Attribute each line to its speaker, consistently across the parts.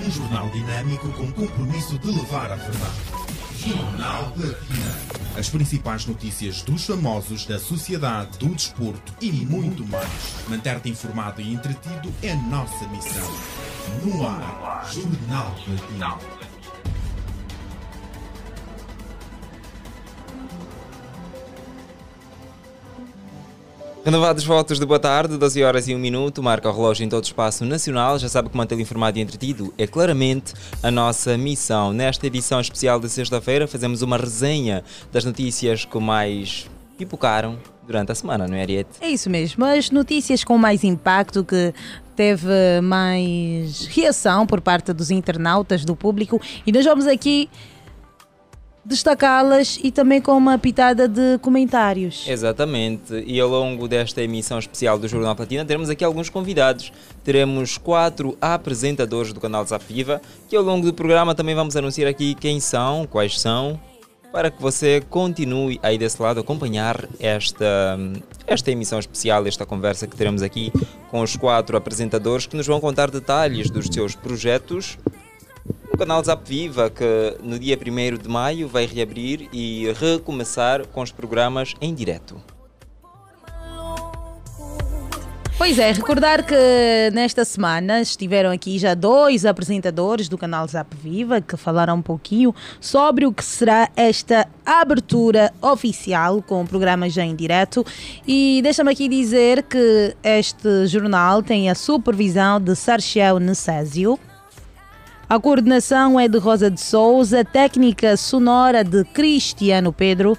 Speaker 1: Um jornal dinâmico com compromisso de levar a verdade. Jornal Platina. As principais notícias dos famosos, da sociedade, do desporto e muito mais. Manter-te informado e entretido é nossa missão. No ar, Jornal Platina.
Speaker 2: Renovados votos de boa tarde, 12 horas e 1 minuto, marca o relógio em todo o espaço nacional. Já sabe que mantê-lo informado e entretido é claramente a nossa missão. Nesta edição especial de sexta-feira, fazemos uma resenha das notícias que mais pipocaram durante a semana, não é, Ariete?
Speaker 3: É isso mesmo. As notícias com mais impacto que teve mais reação por parte dos internautas, do público, e nós vamos aqui destacá-las e também com uma pitada de comentários.
Speaker 2: Exatamente. E ao longo desta emissão especial do Jornal Platina, teremos aqui alguns convidados. Teremos quatro apresentadores do canal Desafiva, que ao longo do programa também vamos anunciar aqui quem são, quais são, para que você continue aí desse lado a acompanhar esta, esta emissão especial, esta conversa que teremos aqui com os quatro apresentadores que nos vão contar detalhes dos seus projetos o canal Zap Viva, que no dia 1 de maio vai reabrir e recomeçar com os programas em direto.
Speaker 3: Pois é, recordar que nesta semana estiveram aqui já dois apresentadores do canal Zap Viva que falaram um pouquinho sobre o que será esta abertura oficial com o programa já em direto. E deixa-me aqui dizer que este jornal tem a supervisão de Sarchel Necésio. A coordenação é de Rosa de Souza, técnica sonora de Cristiano Pedro.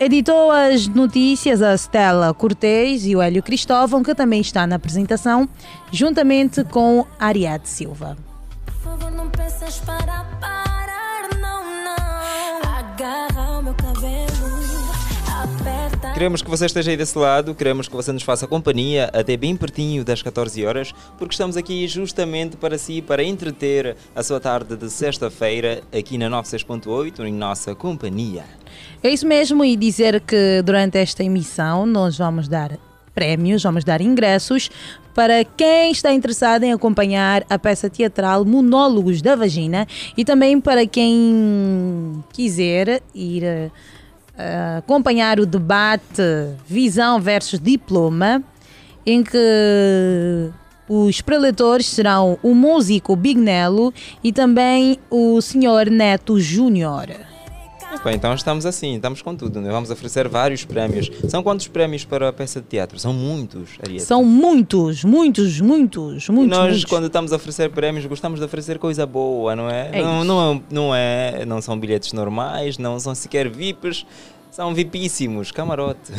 Speaker 3: Editou as notícias a Stella Cortez e o Hélio Cristóvão, que também está na apresentação, juntamente com Ariadne Silva.
Speaker 4: Por favor, não pensas para parar, não, não. Agarra o meu cabelo, aperta.
Speaker 2: Queremos que você esteja aí desse lado, queremos que você nos faça companhia até bem pertinho das 14 horas, porque estamos aqui justamente para si, para entreter a sua tarde de sexta-feira aqui na 96.8, em nossa companhia.
Speaker 3: É isso mesmo, e dizer que durante esta emissão nós vamos dar prémios, vamos dar ingressos para quem está interessado em acompanhar a peça teatral Monólogos da Vagina e também para quem quiser ir eh, eh, acompanhar o debate Visão versus Diploma, em que os preletores serão o músico Bignello e também o senhor Neto Júnior.
Speaker 2: Bem, então estamos assim, estamos com tudo, né? vamos oferecer vários prémios. São quantos prémios para a peça de teatro? São muitos, Ariete.
Speaker 3: São muitos, muitos, muitos,
Speaker 2: E
Speaker 3: muitos.
Speaker 2: nós,
Speaker 3: muitos.
Speaker 2: quando estamos a oferecer prémios, gostamos de oferecer coisa boa, não é?
Speaker 3: É
Speaker 2: não,
Speaker 3: isso.
Speaker 2: não, é- não é? Não são bilhetes normais, não são sequer VIPs, são VIPíssimos, camarote.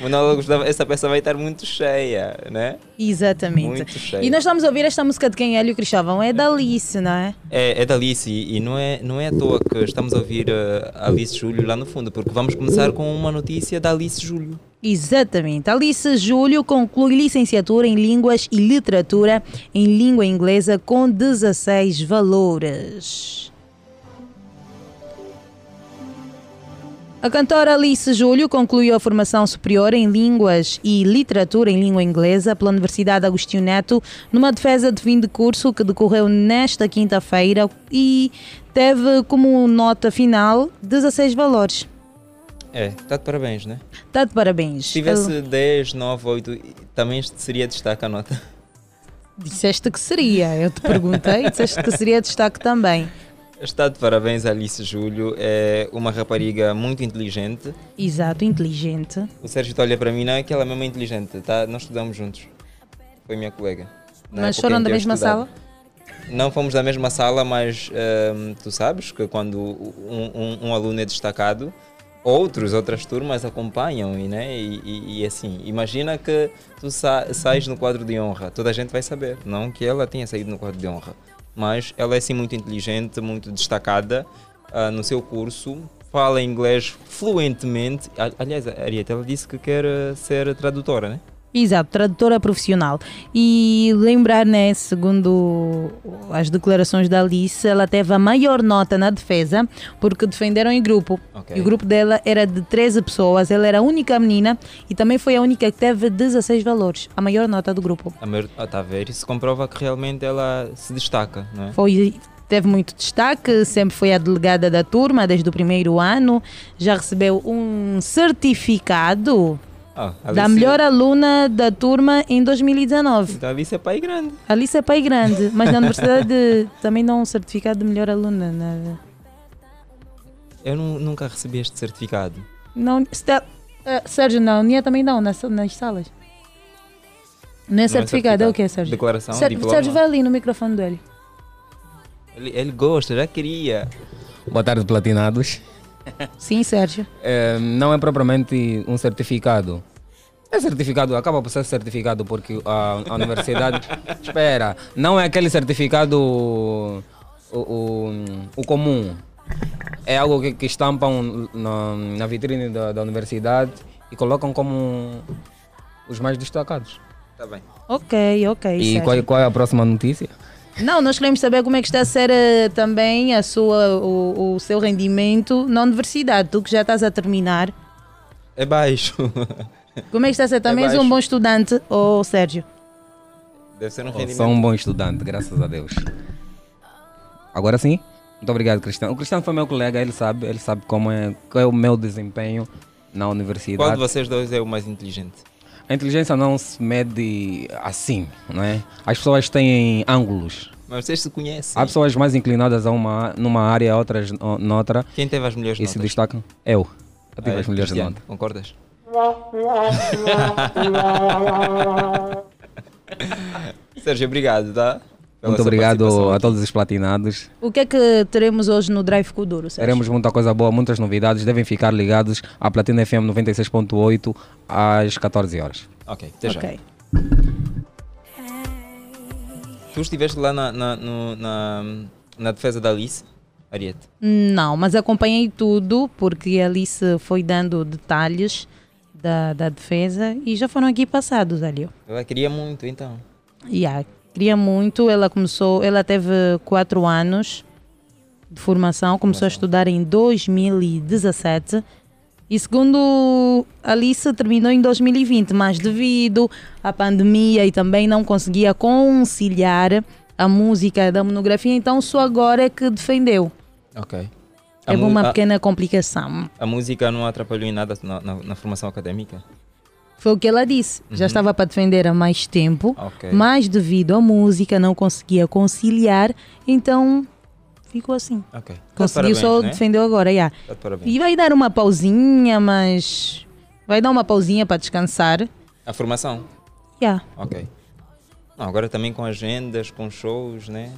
Speaker 2: Monólogos, da- essa peça vai estar muito cheia, né?
Speaker 3: Exatamente.
Speaker 2: Muito cheio.
Speaker 3: E nós estamos a ouvir esta música de quem é Hélio Cristóvão? É da Alice, não é?
Speaker 2: É, é da Alice e não é, não é à toa que estamos a ouvir eh, Alice Júlio lá no fundo, porque vamos começar com uma notícia da Alice Júlio.
Speaker 3: Exatamente. Alice Júlio conclui licenciatura em Línguas e Literatura em Língua Inglesa com 16 valores. A cantora Alice Júlio concluiu a formação superior em Línguas e Literatura em Língua Inglesa pela Universidade Agostinho Neto, numa defesa de fim de curso que decorreu nesta quinta-feira e teve como nota final 16 valores.
Speaker 2: É, está de parabéns, né?
Speaker 3: Está de parabéns.
Speaker 2: Se tivesse 10, 9, 8, também seria destaque a nota.
Speaker 3: Disseste que seria, eu te perguntei, disseste que seria destaque também.
Speaker 2: Está de parabéns a Alice Júlio, é uma rapariga muito inteligente.
Speaker 3: Exato, inteligente.
Speaker 2: O Sérgio tá olha para mim, não é que ela é mesmo inteligente, tá? nós estudamos juntos. Foi minha colega. Na
Speaker 3: Mas
Speaker 2: época
Speaker 3: foram
Speaker 2: em
Speaker 3: da
Speaker 2: que é eu
Speaker 3: mesma
Speaker 2: estudava.
Speaker 3: sala?
Speaker 2: Não fomos da mesma sala, mas ehm, tu sabes que quando um, um- um aluno é destacado, outros, outras turmas acompanham e, né? e, e- e assim. Imagina que tu sa sais no quadro de honra, toda a gente vai saber, não que ela tenha saído no quadro de honra, mas ela é assim muito inteligente, muito destacada ah, no seu curso. Fala inglês fluentemente. A- Aliás, a Ariete, ela disse que quer eh, ser tradutora, né?
Speaker 3: Exato, tradutora profissional. E lembrar, né, segundo as declarações da Alice, ela teve a maior nota na defesa porque defenderam em grupo.
Speaker 2: Ok.
Speaker 3: E o grupo dela era de 13 pessoas, ela era a única menina e também foi a única que teve 16 valores, a maior nota do grupo.
Speaker 2: A maior, ah, tá a ver, isso comprova que realmente ela se destaca, não é?
Speaker 3: Foi, teve muito destaque, sempre foi a delegada da turma desde o primeiro ano, já recebeu um certificado
Speaker 2: Ah,
Speaker 3: da
Speaker 2: Alice-
Speaker 3: melhor aluna da turma em 2019.
Speaker 2: Então, Alice é pai grande.
Speaker 3: Alice é pai grande, mas na universidade também dá um certificado de melhor aluna. na-
Speaker 2: Eu nu- nunca recebi este certificado.
Speaker 3: Não, está- ah, Sérgio, na Unia também dão nas, nas salas. Não é certificado, é o que é, Sérgio?
Speaker 2: Declaração,
Speaker 3: Sér-
Speaker 2: diploma.
Speaker 3: Sérgio, vai ali no microfone do Hélio.
Speaker 2: Ele, ele gosta, já queria.
Speaker 5: Boa tarde, platinados.
Speaker 3: Sim, Sérgio.
Speaker 5: Eh, não é propriamente um certificado. É certificado, acaba por ser certificado porque a, a universidade. Espera, não é aquele certificado o, o, o comum. É algo que, que estampam na, na vitrine da, da universidade e colocam como os mais destacados.
Speaker 2: Tá bem.
Speaker 3: Ok, ok.
Speaker 5: E
Speaker 3: Sérgio.
Speaker 5: qual, qual é a próxima notícia?
Speaker 3: Não, nós queremos saber como é que está a ser eh, também a sua, o, o seu rendimento na universidade. Tu que já estás a terminar,
Speaker 2: É baixo.
Speaker 3: como é que está a ser? Também és um
Speaker 2: baixo.
Speaker 3: bom estudante, ou Sérgio?
Speaker 2: Deve ser um
Speaker 5: Sou
Speaker 2: rendimento.
Speaker 5: um bom estudante, graças a Deus. Agora sim? Muito obrigado, Cristiano. O Cristiano foi meu colega, ele sabe, ele sabe como é, qual é o meu desempenho na
Speaker 2: Qual
Speaker 5: universidade.
Speaker 2: de vocês dois é o mais inteligente?
Speaker 5: A inteligência não se mede assim, não é? As pessoas têm ângulos.
Speaker 2: Mas vocês se conhecem.
Speaker 5: Há pessoas mais inclinadas a uma, numa área, outras no- noutra,
Speaker 2: Quem teve as melhores
Speaker 5: e se
Speaker 2: notas?
Speaker 5: destacam. Eu. Eu tive
Speaker 2: Ah, é,
Speaker 5: as melhores
Speaker 2: Cristiano,
Speaker 5: notas.
Speaker 2: Concordas? Sérgio, obrigado, tá? Pela
Speaker 5: Muito
Speaker 2: sua
Speaker 5: obrigado
Speaker 2: participação.
Speaker 5: a todos os platinados.
Speaker 3: O que é que teremos hoje no Drive Kuduro, Sérgio?
Speaker 5: Teremos muita coisa boa, muitas novidades. Devem ficar ligados à Platina FM 96.8 às 14 horas.
Speaker 2: Ok, até já.
Speaker 3: Ok.
Speaker 2: Tu estiveste lá na, na, no- na, na defesa da Alice, Ariete.
Speaker 3: Não, mas acompanhei tudo, porque a Alice foi dando detalhes da, da defesa e já foram aqui passados, Hélio.
Speaker 2: Ela queria muito, então.
Speaker 3: Yeah, queria muito. Ela começou, ela teve quatro anos de formação, começou a estudar em 2017 e segundo Alice terminou em 2020, mas devido à pandemia e também não conseguia conciliar a música da monografia, então só agora é que defendeu.
Speaker 2: Ok. A,
Speaker 3: Teve
Speaker 2: mu-
Speaker 3: É uma
Speaker 2: a-
Speaker 3: pequena complicação.
Speaker 2: a música não atrapalhou em nada na, na- na formação académica?
Speaker 3: Foi o que ela disse. Já estava para defender há mais tempo,
Speaker 2: Uhum. Ok.
Speaker 3: mas devido à música não conseguia conciliar, então ficou assim.
Speaker 2: Ok. Tá de
Speaker 3: Conseguiu,
Speaker 2: parabéns,
Speaker 3: só
Speaker 2: né?
Speaker 3: defendeu agora, já.
Speaker 2: Tá de parabéns.
Speaker 3: E vai dar uma pausinha, mas. Vai dar uma pausinha para descansar. Já.
Speaker 2: A formação? Ok. Não, agora também com agendas, com shows, né?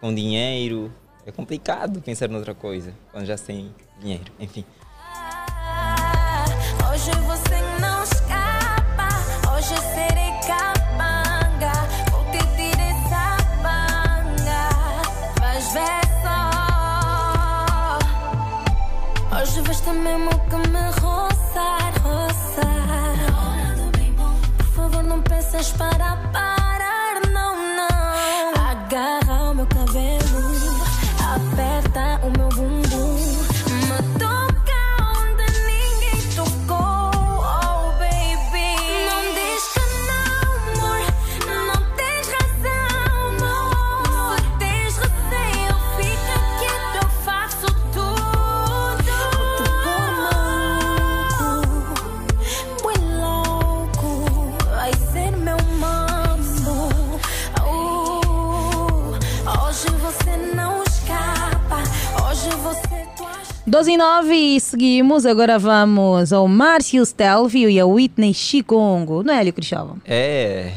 Speaker 2: Com dinheiro. É complicado pensar noutra coisa quando já se tem dinheiro. Enfim.
Speaker 4: Hoje você não escapa. Hoje serei capanga. Vou te tirar essa manga. Mas vê só. Hoje vais mesmo que me roçar, roçar. Por favor, não pensas para parar, não, não. Agarra o meu cabelo, aperta o meu bumbum. Me toca onde ninguém tocou, oh baby. Não diz que não, amor, não tens razão, amor. Se tens receio, fica quieto, eu faço tudo. Te vou maluco. Põe louco, vai ser meu mambo. Uh, hoje você não escapa. Hoje você tua
Speaker 3: 12 e 9 e seguimos. Agora vamos ao Márcio Stelvio e a Whitney Chicongo. Não é, Hélio Cristóvão?
Speaker 2: É.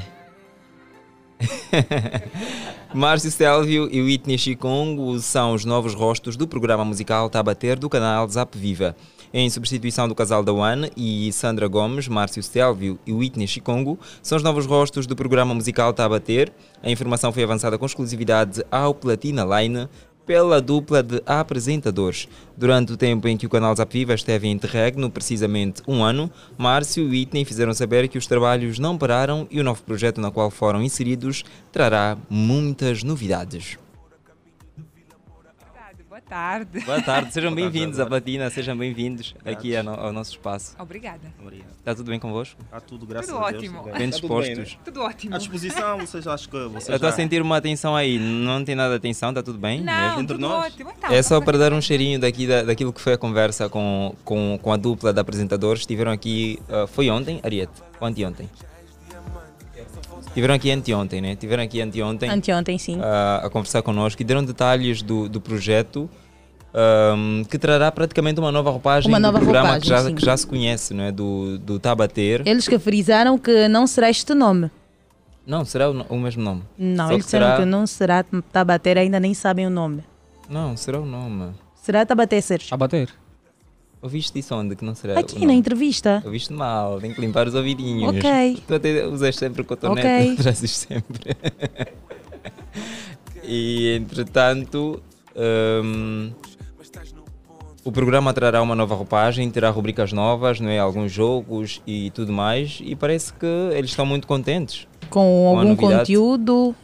Speaker 2: Márcio Stelvio e Whitney Chikongo são os novos rostos do programa musical Tabater do canal Zap Viva. Em substituição do casal da One e Sandra Gomes, Márcio Stelvio e Whitney Chikongo são os novos rostos Tá do programa musical Tabater. A informação foi avançada com exclusividade ao Platina Line pela dupla de apresentadores. Durante o tempo em que o canal Zap Viva esteve em interregno, precisamente um ano, Márcio e Whitney fizeram saber que os trabalhos não pararam e o novo projeto na qual foram inseridos trará muitas novidades.
Speaker 6: Boa tarde.
Speaker 2: Boa tarde, sejam bem-vindos à Platina, sejam bem-vindos aqui ao no- ao nosso espaço.
Speaker 6: Obrigada.
Speaker 7: Obrigado.
Speaker 2: Está Tá tudo bem convosco?
Speaker 7: Está Tá tudo, graças
Speaker 6: Tudo
Speaker 7: a Deus. Tá
Speaker 6: ótimo.
Speaker 7: tudo
Speaker 2: né? Tá Bem
Speaker 7: bem, né?
Speaker 2: dispostos?
Speaker 6: Tudo ótimo.
Speaker 7: À disposição, vocês acham que vocês
Speaker 2: Eu estou a
Speaker 7: já-
Speaker 2: sentir uma atenção aí, não tem nada de atenção, está tudo bem?
Speaker 6: Não,
Speaker 7: entre
Speaker 6: tudo
Speaker 7: nós?
Speaker 6: ótimo.
Speaker 3: Tá,
Speaker 6: Então,
Speaker 2: É só
Speaker 6: vamos
Speaker 2: para dar um cheirinho daqui da, daquilo que foi a conversa com, com, com a dupla de apresentadores. Estiveram aqui, ah, foi ontem, Ariete? Ou anteontem? Estiveram aqui anteontem, né? Estiveram aqui anteontem
Speaker 3: Anteontem, sim.
Speaker 2: ah, a conversar connosco e deram detalhes do, do projeto ahm, que trará praticamente uma nova roupagem
Speaker 3: Uma
Speaker 2: do
Speaker 3: nova
Speaker 2: programa
Speaker 3: roupagem,
Speaker 2: que, já,
Speaker 3: sim.
Speaker 2: que já se conhece, não é? Do, do Tabater.
Speaker 3: Eles que frisaram que não será este nome.
Speaker 2: Não, será o, no- o mesmo nome?
Speaker 3: Não,
Speaker 2: Só
Speaker 3: eles
Speaker 2: que
Speaker 3: disseram
Speaker 2: será-
Speaker 3: que não será Tabater, ainda nem sabem o nome.
Speaker 2: Não, será o nome.
Speaker 3: Será Tabater Sérgio?
Speaker 5: A bater.
Speaker 2: Ouviste isso onde que não será o
Speaker 3: Aqui
Speaker 2: nome?
Speaker 3: na entrevista.
Speaker 2: Ouviste mal, tem que limpar os ouvidinhos.
Speaker 3: Ok.
Speaker 2: Tu até usas sempre cotonete,
Speaker 3: Ok.
Speaker 2: trazes sempre. e entretanto, hum, o programa trará uma nova roupagem, terá rubricas novas, não é? alguns jogos e tudo mais. E parece que eles estão muito contentes.
Speaker 3: Com
Speaker 2: Uma
Speaker 3: algum
Speaker 2: novidade.
Speaker 3: conteúdo.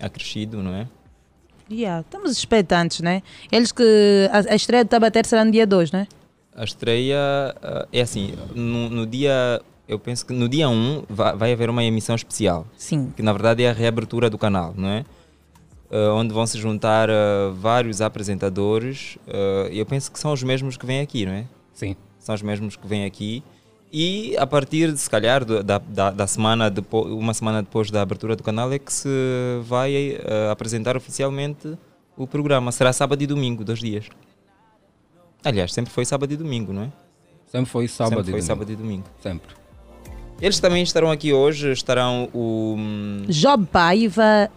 Speaker 2: Acrescido, não é?
Speaker 3: Yeah, estamos expectantes, né? Eles que. A, a estreia do Tabater será no dia 2, né?
Speaker 2: A estreia ah, é assim, no, no dia. Eu penso que no dia 1 vai, vai haver uma emissão especial.
Speaker 3: Sim.
Speaker 2: que na verdade é a reabertura do canal, não é? Ah, onde vão se juntar ah, vários apresentadores, ah, eu penso que são os mesmos que vêm aqui, não é?
Speaker 5: Sim.
Speaker 2: São os mesmos que vêm aqui. E a partir, de, se calhar, do- da, da, da semana depo- uma semana depois da abertura do canal, é que se vai ah, apresentar oficialmente o programa. Será sábado e domingo, dois dias. Aliás, sempre foi sábado e domingo, não é?
Speaker 5: Sempre foi sábado.
Speaker 2: sempre foi sábado e domingo.
Speaker 5: Sempre.
Speaker 2: Eles também estarão aqui hoje, estarão o hum,
Speaker 3: Job Paiva,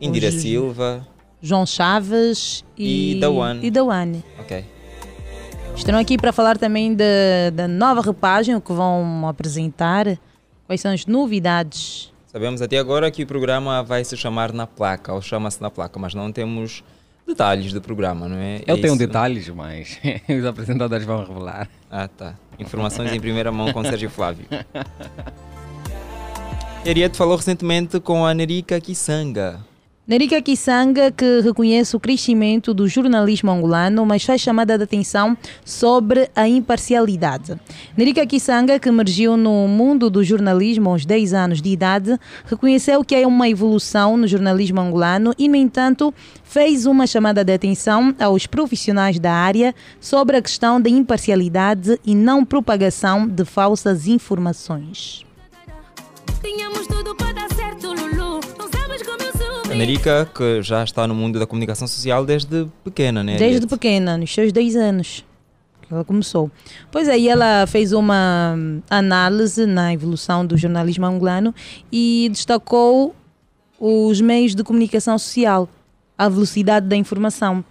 Speaker 2: Indira
Speaker 3: Hoje-
Speaker 2: Silva,
Speaker 3: João Chaves e.
Speaker 2: E Dawane.
Speaker 3: E Dawane.
Speaker 2: ok.
Speaker 3: Estarão aqui para falar também da- da nova repagem, o que vão apresentar. Quais são as novidades?
Speaker 2: Sabemos até agora que o programa vai se chamar Na Placa, ou chama-se Na Placa, mas não temos detalhes do programa, não é?
Speaker 5: Eu
Speaker 2: É
Speaker 5: tenho
Speaker 2: isso.
Speaker 5: detalhes, mas os apresentadores vão revelar.
Speaker 2: Ah, tá. Informações em primeira mão com Sérgio Flávio. Ariete falou recentemente com a Nerika Kisanga.
Speaker 3: Narika Kisanga, que reconhece o crescimento do jornalismo angolano, mas faz chamada de atenção sobre a imparcialidade. Narika Kisanga, que emergiu no mundo do jornalismo aos 10 anos de idade, reconheceu que há uma evolução no jornalismo angolano e, no entanto, fez uma chamada de atenção aos profissionais da área sobre a questão da imparcialidade e não propagação de falsas informações.
Speaker 4: Tínhamos tudo para dar certo, Lulu. Não sabes como eu
Speaker 2: A
Speaker 4: subi.
Speaker 2: Nerika, que já está no mundo da comunicação social desde pequena, né?
Speaker 3: Desde
Speaker 2: Ariete?
Speaker 3: pequena, nos seus 10 anos, que ela começou. Pois aí ela fez uma hum, análise na evolução do jornalismo angolano e destacou os meios de comunicação social, a velocidade da informação.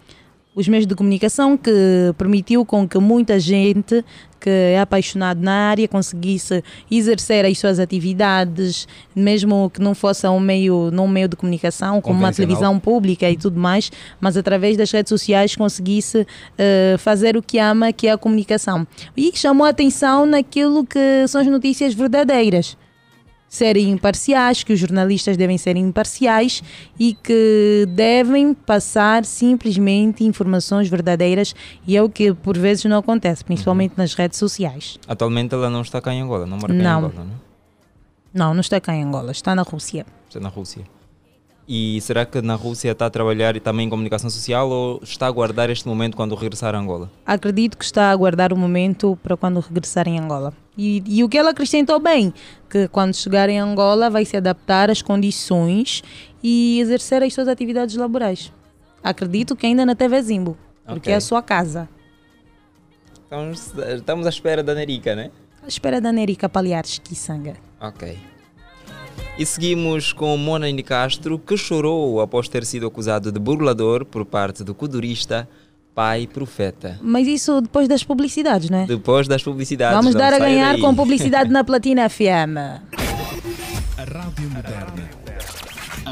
Speaker 3: Os meios de comunicação que permitiu com que muita gente que é apaixonada na área conseguisse exercer as suas atividades, mesmo que não fosse um meio, num meio de comunicação, como uma
Speaker 5: Convencional.
Speaker 3: televisão pública e tudo mais, mas através das redes sociais conseguisse eh, fazer o que ama, que é a comunicação. E chamou a atenção naquilo que são as notícias verdadeiras serem imparciais, que os jornalistas devem ser imparciais e que devem passar simplesmente informações verdadeiras e é o que por vezes não acontece, principalmente nas redes sociais.
Speaker 2: Atualmente ela não está cá em Angola, não mora cá em
Speaker 3: Não.
Speaker 2: Angola, não?
Speaker 3: Não, não está cá em Angola, está na Rússia.
Speaker 2: Está na Rússia. E será que na Rússia está a trabalhar e também em comunicação social ou está a aguardar este momento quando regressar a Angola?
Speaker 3: Acredito que está a aguardar o momento para quando regressar em Angola. E, e o que ela acrescentou bem, que quando chegar em Angola vai se adaptar às condições e exercer as suas atividades laborais. Acredito que ainda na TV Zimbo, porque
Speaker 2: Ok.
Speaker 3: é a sua casa.
Speaker 2: Então, estamos à espera da Nerika, né?
Speaker 3: À espera da Nerika Paliares Kisanga.
Speaker 2: Ok. E seguimos com Mona de Castro, que chorou após ter sido acusado de burlador por parte do codurista Pai Profeta.
Speaker 3: Mas isso depois das publicidades, não é?
Speaker 2: Depois das publicidades.
Speaker 3: Vamos
Speaker 2: não
Speaker 3: dar a
Speaker 2: saia
Speaker 3: ganhar
Speaker 2: daí.
Speaker 3: com publicidade na Platina FM.
Speaker 1: A Rádio Moderna. A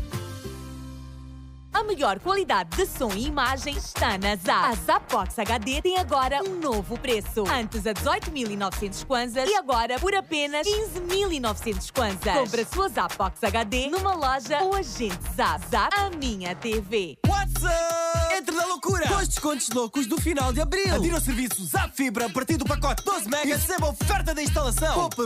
Speaker 6: A melhor qualidade de som e imagem está na ZAP. A ZAP Box HD tem agora um novo preço. Antes a 18.900 kwanzas e agora por apenas 15.900 kwanzas. Compre a sua ZAP Box HD numa loja ou agente ZAP. ZAP, a minha TV.
Speaker 8: What's up? Entre na loucura! Com os descontos loucos do final de abril. Adira o serviço Zap Fibra a partir do pacote 12 mega e receba a oferta da instalação. Poupa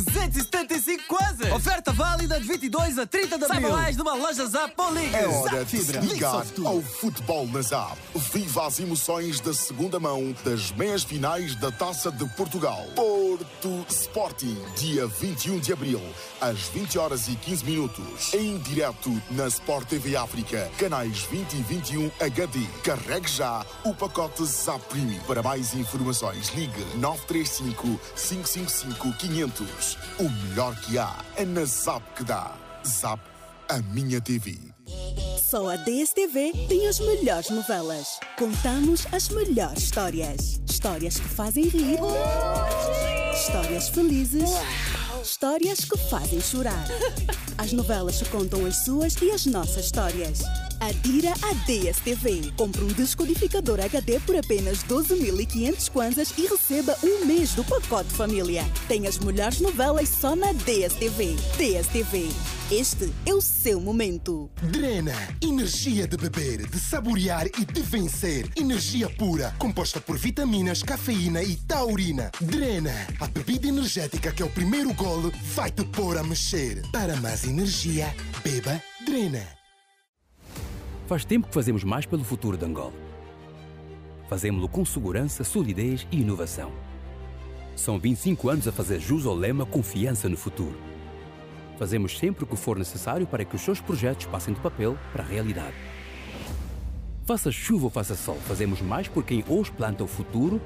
Speaker 8: 21.375 quase. Oferta válida de 22 a 30 de abril. Saiba mais numa loja Zap ou liga.
Speaker 9: É
Speaker 8: Zap
Speaker 9: hora de se
Speaker 8: Fibra.
Speaker 9: ligar
Speaker 8: Ligue-se ao
Speaker 9: ao
Speaker 8: futuro.
Speaker 9: futebol na ZAP. Viva as emoções da segunda mão das meias finais da Taça de Portugal. Porto Sporting, dia 21 de abril, às 20 horas e 15 minutos. Em direto na Sport TV África, canais 20 e 21 HD. Carregue já o pacote ZAP Premium. Para mais informações, ligue 935 555 500. O melhor que há é na ZAP que dá. ZAP, a minha TV.
Speaker 10: Só a DSTV tem as melhores novelas. Contamos as melhores histórias. Histórias que fazem rir. Histórias felizes. Histórias que fazem chorar. As novelas que contam as suas e as nossas histórias. Adira à DSTV. Compre um descodificador HD por apenas 12.500 kwanzas e receba um mês do pacote família. Tem as melhores novelas só na DSTV. DSTV. Este é o seu momento.
Speaker 11: Drena, energia de beber, de saborear e de vencer. Energia pura, composta por vitaminas, cafeína e taurina. Drena, a bebida energética que é o primeiro golo vai te pôr a mexer. Para mais energia, beba Drena.
Speaker 12: Faz tempo que fazemos mais pelo futuro de Angola. Fazemos-lo com segurança, solidez e inovação. São 25 anos a fazer jus ao lema Confiança no Futuro. Fazemos sempre o que for necessário para que os seus projetos passem do papel para a realidade. Faça chuva ou faça sol, fazemos mais por quem hoje planta o futuro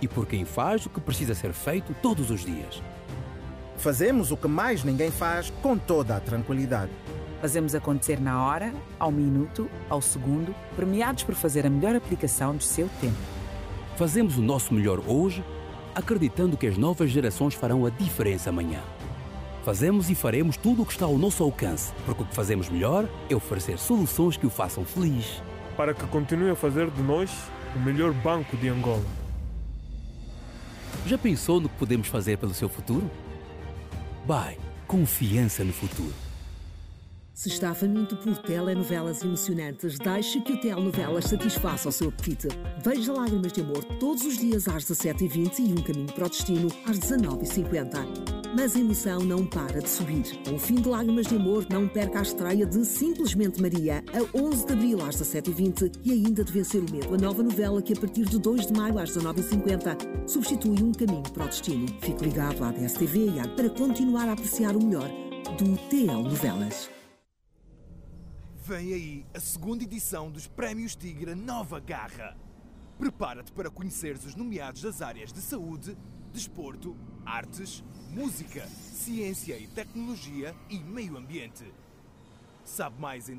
Speaker 12: e por quem faz o que precisa ser feito todos os dias.
Speaker 13: Fazemos o que mais ninguém faz com toda a tranquilidade.
Speaker 14: Fazemos acontecer na hora, ao minuto, ao segundo, premiados por fazer a melhor aplicação do seu tempo.
Speaker 12: Fazemos o nosso melhor hoje, acreditando que as novas gerações farão a diferença amanhã. Fazemos e faremos tudo o que está ao nosso alcance, porque o que fazemos melhor é oferecer soluções que o façam feliz.
Speaker 15: para que continue a fazer de nós o melhor banco de Angola.
Speaker 12: Já pensou no que podemos fazer pelo seu futuro? Bye, confiança no futuro.
Speaker 16: Se está faminto por telenovelas emocionantes, deixe que o Telenovelas satisfaça o seu apetite. Veja Lágrimas de Amor todos os dias às 17h20 e Um Caminho para o Destino às 19h50. Mas a emoção não para de subir. Com o fim de Lágrimas de Amor, não perca a estreia de Simplesmente Maria, a 11 de abril às 17h20 e ainda de Vencer o Medo, a nova novela que a partir de 2 de maio às 19h50 substitui Um Caminho para o Destino. Fique ligado à DSTV e à- para continuar a apreciar o melhor do Telenovelas.
Speaker 8: Vem aí a segunda edição dos Prémios Tigre Nova Garra. Prepara-te para conheceres os nomeados das áreas de saúde, desporto, artes, música, ciência e tecnologia e meio ambiente. Sabe mais em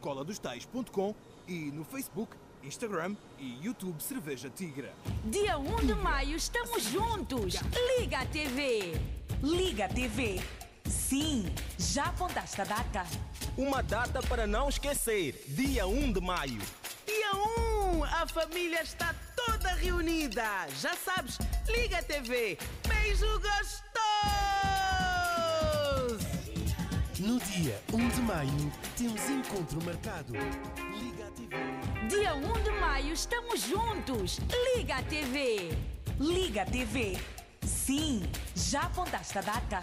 Speaker 8: www.escoladostais.com e no Facebook, Instagram e YouTube Cerveja Tigra.
Speaker 17: Dia 1 de maio estamos juntos. Liga a TV. Liga a TV. Sim, já apontaste a data?
Speaker 8: Uma data para não esquecer, dia 1 de maio.
Speaker 18: Dia 1, a família está toda reunida. Já sabes, liga a TV. Beijo gostoso!
Speaker 11: No dia 1 de maio, temos encontro marcado. Liga a TV.
Speaker 17: Dia 1 de maio estamos juntos. Liga a TV. Liga a TV. Sim, já apontaste a data?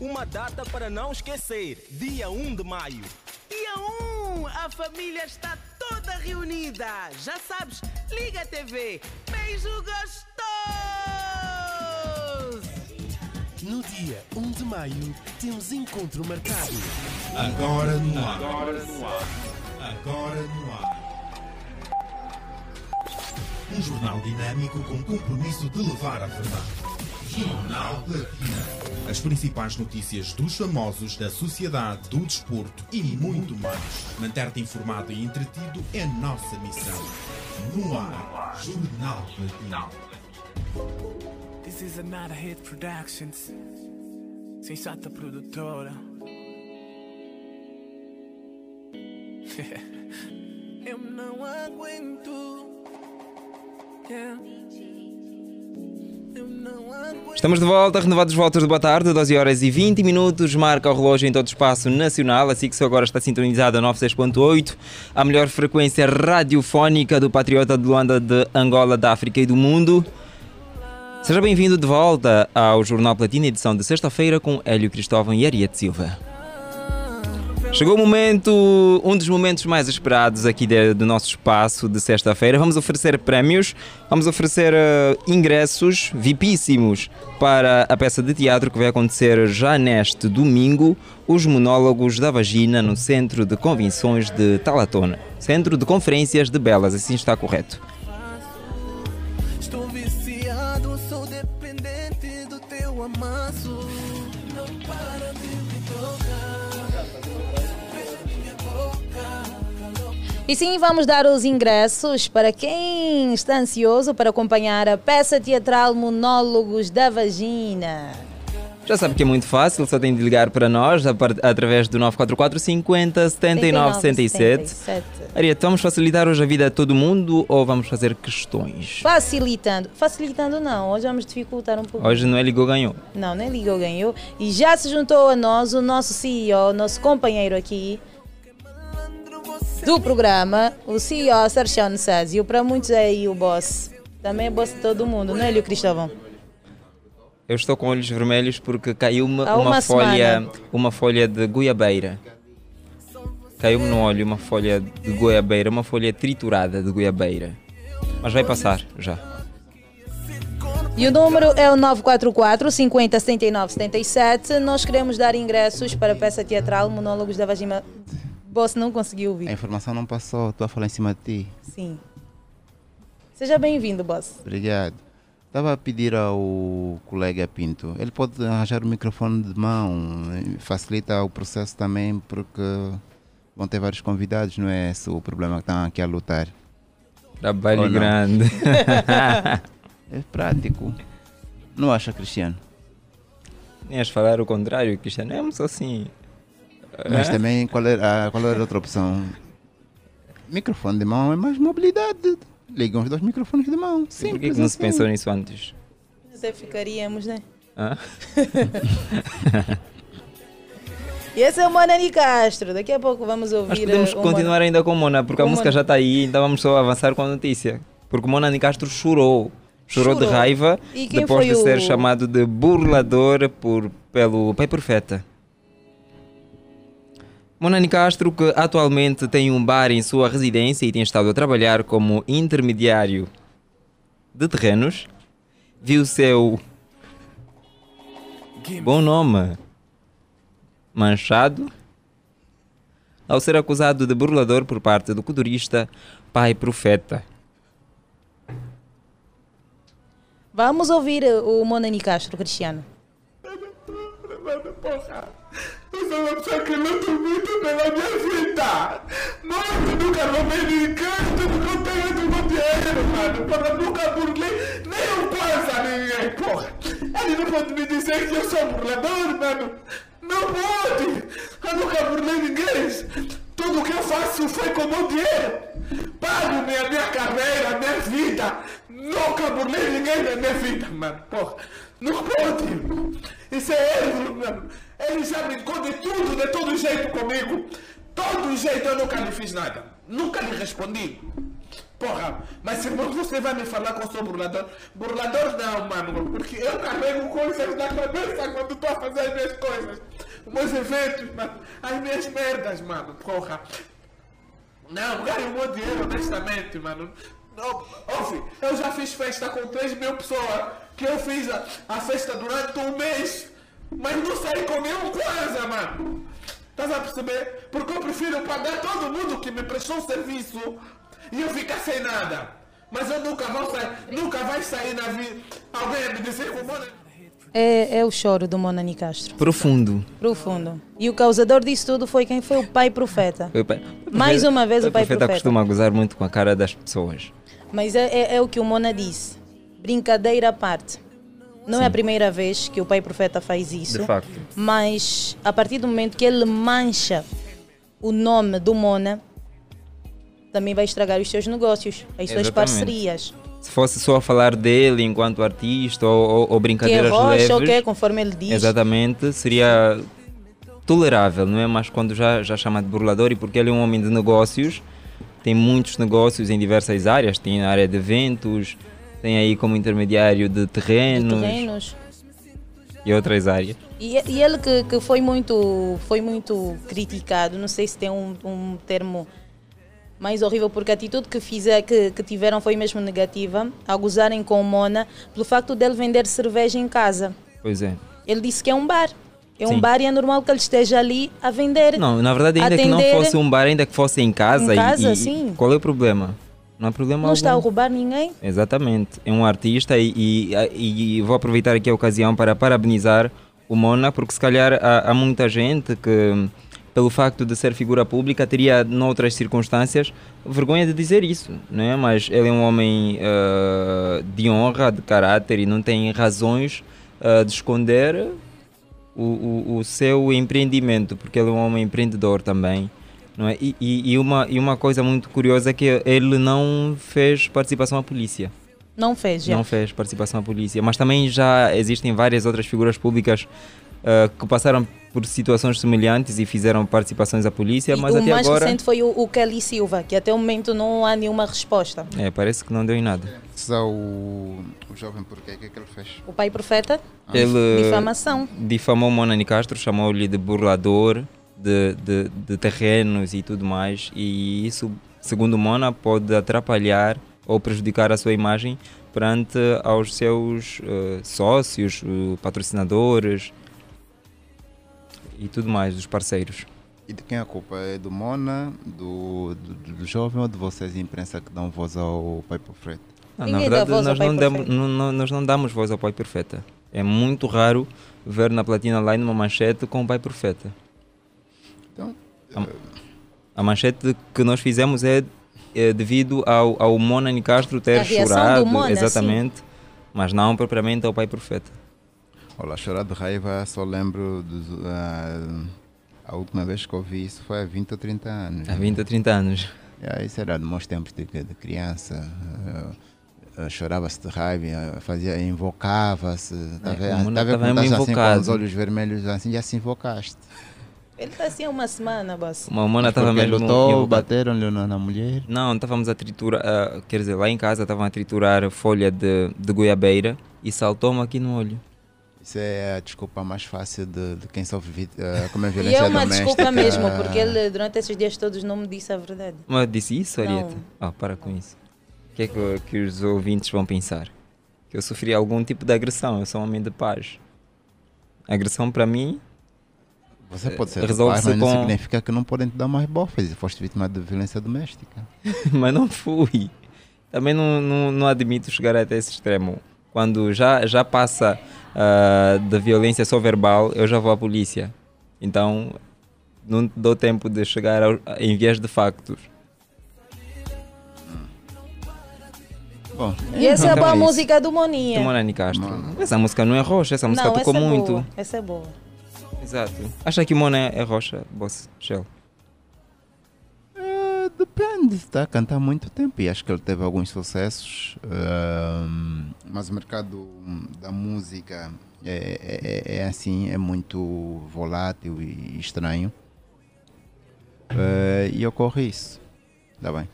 Speaker 8: Uma data para não esquecer, dia 1 de maio.
Speaker 18: Dia 1, a família está toda reunida. Já sabes, liga a TV. Beijo gostoso!
Speaker 11: No dia 1 de maio, temos encontro marcado.
Speaker 1: Agora no ar. Agora no ar. Agora no ar. Um jornal dinâmico com compromisso de levar a verdade. Jornal da Pina. As principais notícias dos famosos, da sociedade, do desporto e muito mais. Manter-te informado e entretido é nossa missão. No ar, Jornal da Pina.
Speaker 16: This is another hit productions. Sensata produtora.
Speaker 19: Eu não aguento. Yeah. Eu não aguento.
Speaker 2: Estamos de volta, renovados voltas de boa tarde, 12 horas e 20 minutos, marca o relógio em todo o espaço nacional, assim que só agora está sintonizada 96.8, a melhor frequência radiofónica do patriota de Luanda, de Angola, da África e do mundo. Seja bem-vindo de volta ao Jornal Platina, edição de sexta-feira, com Hélio Cristóvão e Ariete Silva. Chegou o momento, um dos momentos mais esperados aqui de- do nosso espaço de sexta-feira. Vamos oferecer prémios, vamos oferecer eh, ingressos vipíssimos para a peça de teatro que vai acontecer já neste domingo, Os Monólogos da Vagina, no Centro de Convenções de Talatona. Centro de Conferências de Belas, assim está correto.
Speaker 19: Estou viciado, sou dependente do teu amasso. Não para de me tocar. Pela minha boca.
Speaker 3: E sim, vamos dar os ingressos para quem está ansioso para acompanhar a peça teatral Monólogos da Vagina.
Speaker 2: Já sabe que é muito fácil, só tem de ligar para nós a par- através do 944 50 79 77.
Speaker 3: 77.
Speaker 2: Arieta, vamos facilitar hoje a vida a todo mundo ou vamos fazer questões?
Speaker 3: Facilitando. Facilitando não, hoje vamos dificultar um pouco.
Speaker 2: Hoje não é ligou, ganhou.
Speaker 3: Não, nem ligou, ganhou. E já se juntou a nós o nosso CEO, o nosso companheiro aqui do programa, o CEO Sarchão Sazio. Para muitos é aí o boss. Também é boss de todo mundo, não é, Lio Cristóvão?
Speaker 2: Eu estou com olhos vermelhos porque caiu me
Speaker 3: Há
Speaker 2: uma,
Speaker 3: uma
Speaker 2: folha,
Speaker 3: semana.
Speaker 2: uma folha de goiabeira. Caiu-me no olho uma folha de goiabeira, uma folha triturada de goiabeira. Mas vai passar já.
Speaker 3: E o número é o 944 50 79 77. Nós queremos dar ingressos para a peça teatral Monólogos da Vagina. Boss não conseguiu
Speaker 20: A
Speaker 3: ouvir.
Speaker 20: informação não passou, estou a falar em cima de ti.
Speaker 3: Sim. Seja bem-vindo, boss.
Speaker 20: Obrigado. Estava a pedir ao colega Pinto, ele pode arranjar o microfone de mão, facilita o processo também, porque vão ter vários convidados, não é esse o problema que estão aqui a lutar.
Speaker 2: Trabalho
Speaker 20: Ou não?
Speaker 2: grande.
Speaker 20: é prático. Não acha, Cristiano?
Speaker 2: Ias falar o contrário, Cristiano. É só assim.
Speaker 20: Mas
Speaker 2: É?
Speaker 20: também, qual era, a- qual era a outra opção? Microfone de mão é mais mobilidade. Ligam os dois microfones assim. de mão.
Speaker 2: E
Speaker 20: Sim,
Speaker 2: Por que, que não se pensou nisso antes?
Speaker 3: Até ficaríamos, né?
Speaker 2: Hã?
Speaker 3: E esse é o Monani Castro. Daqui a pouco vamos ouvir.
Speaker 2: Mas podemos
Speaker 3: eh, o
Speaker 2: continuar
Speaker 3: Mona-
Speaker 2: ainda com Mona, porque a
Speaker 3: o
Speaker 2: música
Speaker 3: Mona-
Speaker 2: já está aí, então vamos só avançar com a notícia. Porque Mona de Castro chorou. Chorou de
Speaker 3: Chorou.
Speaker 2: raiva
Speaker 3: E quem
Speaker 2: depois
Speaker 3: foi
Speaker 2: de ser
Speaker 3: o-
Speaker 2: chamado de burlador por, pelo Pai Profeta. Monani Castro, que atualmente tem um bar em sua residência e tem estado a trabalhar como intermediário de terrenos, viu seu bom nome manchado ao ser acusado de burlador por parte do culturista Pai Profeta.
Speaker 3: Vamos ouvir eh, o Monani Castro, Cristiano.
Speaker 21: Mano, porra. Eu sou uma pessoa que luto muito pela minha vida. Mano, nunca roubei de canto, nunca tenho do meu dinheiro, mano. Porra, nunca burlei nem um quase a ninguém, porra. Ele não pode me dizer que eu sou um burlador, mano. Não pode. Eu nunca burlei ninguém. Tudo que eu faço foi com meu dinheiro. Pago minha, minha carreira, minha vida. Nunca burlei ninguém na minha vida, mano. Porra, não pode. Isso é erro, mano. Ele já brincou de tudo, de todo jeito comigo. Todo jeito eu nunca lhe fiz nada. Nunca lhe respondi. Porra, mas irmão, você vai me falar que eu sou burlador? Burlador não, mano, porque eu carrego coisas na cabeça quando estou a fazer as minhas coisas. Os meus eventos, mano, as minhas merdas, mano, porra. Não, ganho meu dinheiro honestamente, mano. Não, ouve, eu já fiz festa com 3 mil pessoas, que eu fiz a, a festa durante um mês, mas não saí com nenhum coisa, mano. Estás a perceber? Porque eu prefiro pagar todo mundo que me prestou serviço e eu ficar sem nada. Mas eu nunca vou sair, nunca vai sair na vida alguém a me dizer como
Speaker 3: É, é o choro do Monani Castro.
Speaker 2: Profundo.
Speaker 3: Profundo. E o causador disso tudo foi quem foi o pai profeta.
Speaker 2: Eu pe-
Speaker 3: Mais uma vez o pai
Speaker 2: profeta
Speaker 3: profeta.
Speaker 2: costuma gozar muito com a cara das pessoas.
Speaker 3: Mas é, é- é o que o Mona disse. Brincadeira à parte. Não é a primeira vez que o pai profeta faz isso.
Speaker 2: De facto.
Speaker 3: Mas a partir do momento que ele mancha o nome do Mona, também vai estragar os seus negócios, as suas
Speaker 2: Exatamente.
Speaker 3: parcerias.
Speaker 2: Se fosse só falar dele enquanto artista ou, ou- ou
Speaker 3: Que é
Speaker 2: brincadeiras leves,
Speaker 3: rocha ou que é, conforme ele diz.
Speaker 2: exatamente, seria tolerável, não é? Mas quando já, já chama de burlador e porque ele é um homem de negócios, tem muitos negócios em diversas áreas, tem na área de eventos, tem aí como intermediário de terrenos,
Speaker 3: Terrenos.
Speaker 2: e outras áreas.
Speaker 3: E, e ele que, que foi, muito, foi muito criticado, não sei se tem um, um termo mais horrível, porque a atitude que, fizer, que, que tiveram foi mesmo negativa, a gozarem com o Mona, pelo facto dele vender cerveja em casa.
Speaker 2: Pois é.
Speaker 3: Ele disse que é um bar. É um
Speaker 2: Sim.
Speaker 3: bar e é normal que ele esteja ali a vender.
Speaker 2: Não, na verdade, ainda que não
Speaker 3: atender.
Speaker 2: fosse um bar, ainda que fosse em casa,
Speaker 3: Em
Speaker 2: e-
Speaker 3: casa,
Speaker 2: e, e
Speaker 3: sim.
Speaker 2: qual é o problema? Não há problema
Speaker 3: Não está a
Speaker 2: algum.
Speaker 3: roubar ninguém.
Speaker 2: Exatamente. É um artista e, e- e vou aproveitar aqui a ocasião para parabenizar o Mona, porque se calhar há, há muita gente que, pelo facto de ser figura pública, teria, noutras circunstâncias, vergonha de dizer isso, né? Mas ele é um homem ah, de honra, de caráter e não tem razões ah, de esconder o, o- o seu empreendimento, porque ele é um homem empreendedor também. Não é? e, e- e uma, e uma coisa muito curiosa é que ele não fez participação à polícia.
Speaker 3: Não fez, já.
Speaker 2: Não fez participação à polícia. Mas também já existem várias outras figuras públicas ah, que passaram por situações semelhantes e fizeram participações à polícia, mas
Speaker 3: o
Speaker 2: até
Speaker 3: mais
Speaker 2: agora.
Speaker 3: recente foi o, o Kelly Silva, que até o momento não há nenhuma resposta.
Speaker 2: É, parece que não deu em nada.
Speaker 20: Só o, o jovem porquê, o que é que ele fez?
Speaker 3: O pai profeta,
Speaker 2: Ah. Ele
Speaker 3: difamação.
Speaker 2: difamou Monani Castro, chamou-lhe de burlador de, de, de terrenos e tudo mais. E isso, segundo Mona, pode atrapalhar ou prejudicar a sua imagem perante aos seus eh, sócios, eh, patrocinadores e tudo mais, dos parceiros.
Speaker 20: E de quem é a culpa? É do Mona, do, do, do jovem ou de vocês, imprensa, que dão voz ao pai profeta?
Speaker 2: Não, Ah, na verdade, nós não, damos, não- não- nós não damos voz ao Pai Profeta. É muito raro ver na Platina Line uma manchete com o Pai Profeta.
Speaker 20: Então,
Speaker 2: a, a manchete que nós fizemos é, é devido ao, ao Mona Nicastro ter
Speaker 3: A reação do
Speaker 2: chorado,
Speaker 3: Mona, sim.
Speaker 2: exatamente, mas não propriamente ao Pai Profeta.
Speaker 20: Olha, chorar de raiva, só lembro dos, ah, a última vez que ouvi isso foi há 20 ou 30 anos.
Speaker 2: Há 20 ou 30 anos.
Speaker 20: É, isso era de meus tempos de, de criança. Ah, ah, Chorava-se de raiva, ah, fazia, invocava-se. Tá
Speaker 2: É,
Speaker 20: vendo?
Speaker 2: o mundo
Speaker 20: Tá vendo
Speaker 2: tava
Speaker 20: quando estás assim com
Speaker 2: invocado.
Speaker 20: os olhos vermelhos assim, já se invocaste.
Speaker 3: Ele está assim há uma semana, boss.
Speaker 2: Uma Mona
Speaker 20: Mas
Speaker 2: estava
Speaker 20: porque
Speaker 2: mesmo.
Speaker 20: lutou,
Speaker 2: invocada.
Speaker 20: bateram-lhe na, na mulher.
Speaker 2: Não, estávamos a triturar, ah, quer dizer, lá em casa estavam a triturar folha de, de goiabeira e saltou-me aqui no olho.
Speaker 20: Isso é a desculpa mais fácil de, de quem sofre vi- ah, como é
Speaker 3: E
Speaker 20: violência
Speaker 3: é uma
Speaker 20: doméstica. Ah.
Speaker 3: desculpa mesmo, porque ele durante esses dias todos não me disse a verdade.
Speaker 2: Mas eu disse isso,
Speaker 3: Não.
Speaker 2: Arieta? Ah, para com isso. O que é que, que os ouvintes vão pensar? Que eu sofri algum tipo de agressão, eu sou um homem de paz. Agressão para mim.
Speaker 20: Você
Speaker 2: eh,
Speaker 20: pode ser
Speaker 2: resolve-se
Speaker 20: rapaz, mas não
Speaker 2: com-
Speaker 20: significa que não podem te dar mais bofas se foste vítima de violência doméstica.
Speaker 2: mas não fui. Também não, não, não admito chegar até esse extremo. Quando já, já passa ah, da violência só verbal, eu já vou à polícia. Então, não dou tempo de chegar ao, em viés de factos.
Speaker 20: Bom,
Speaker 3: E essa é a
Speaker 2: então
Speaker 3: boa
Speaker 2: isso.
Speaker 3: música do Moninha.
Speaker 2: Simone Ani Castro. Essa música não é roxa, essa música
Speaker 3: não,
Speaker 2: tocou
Speaker 3: essa é
Speaker 2: muito.
Speaker 3: Boa, essa é boa.
Speaker 2: Exato. Acha que Mona é rocha, boss? Shell.
Speaker 20: Eh, Depende, está a cantar há muito tempo e acho que ele teve alguns sucessos, ahm, mas o mercado hum, da música é, é- é- é assim, é muito volátil e estranho. Eh, e ocorre isso. Está bem.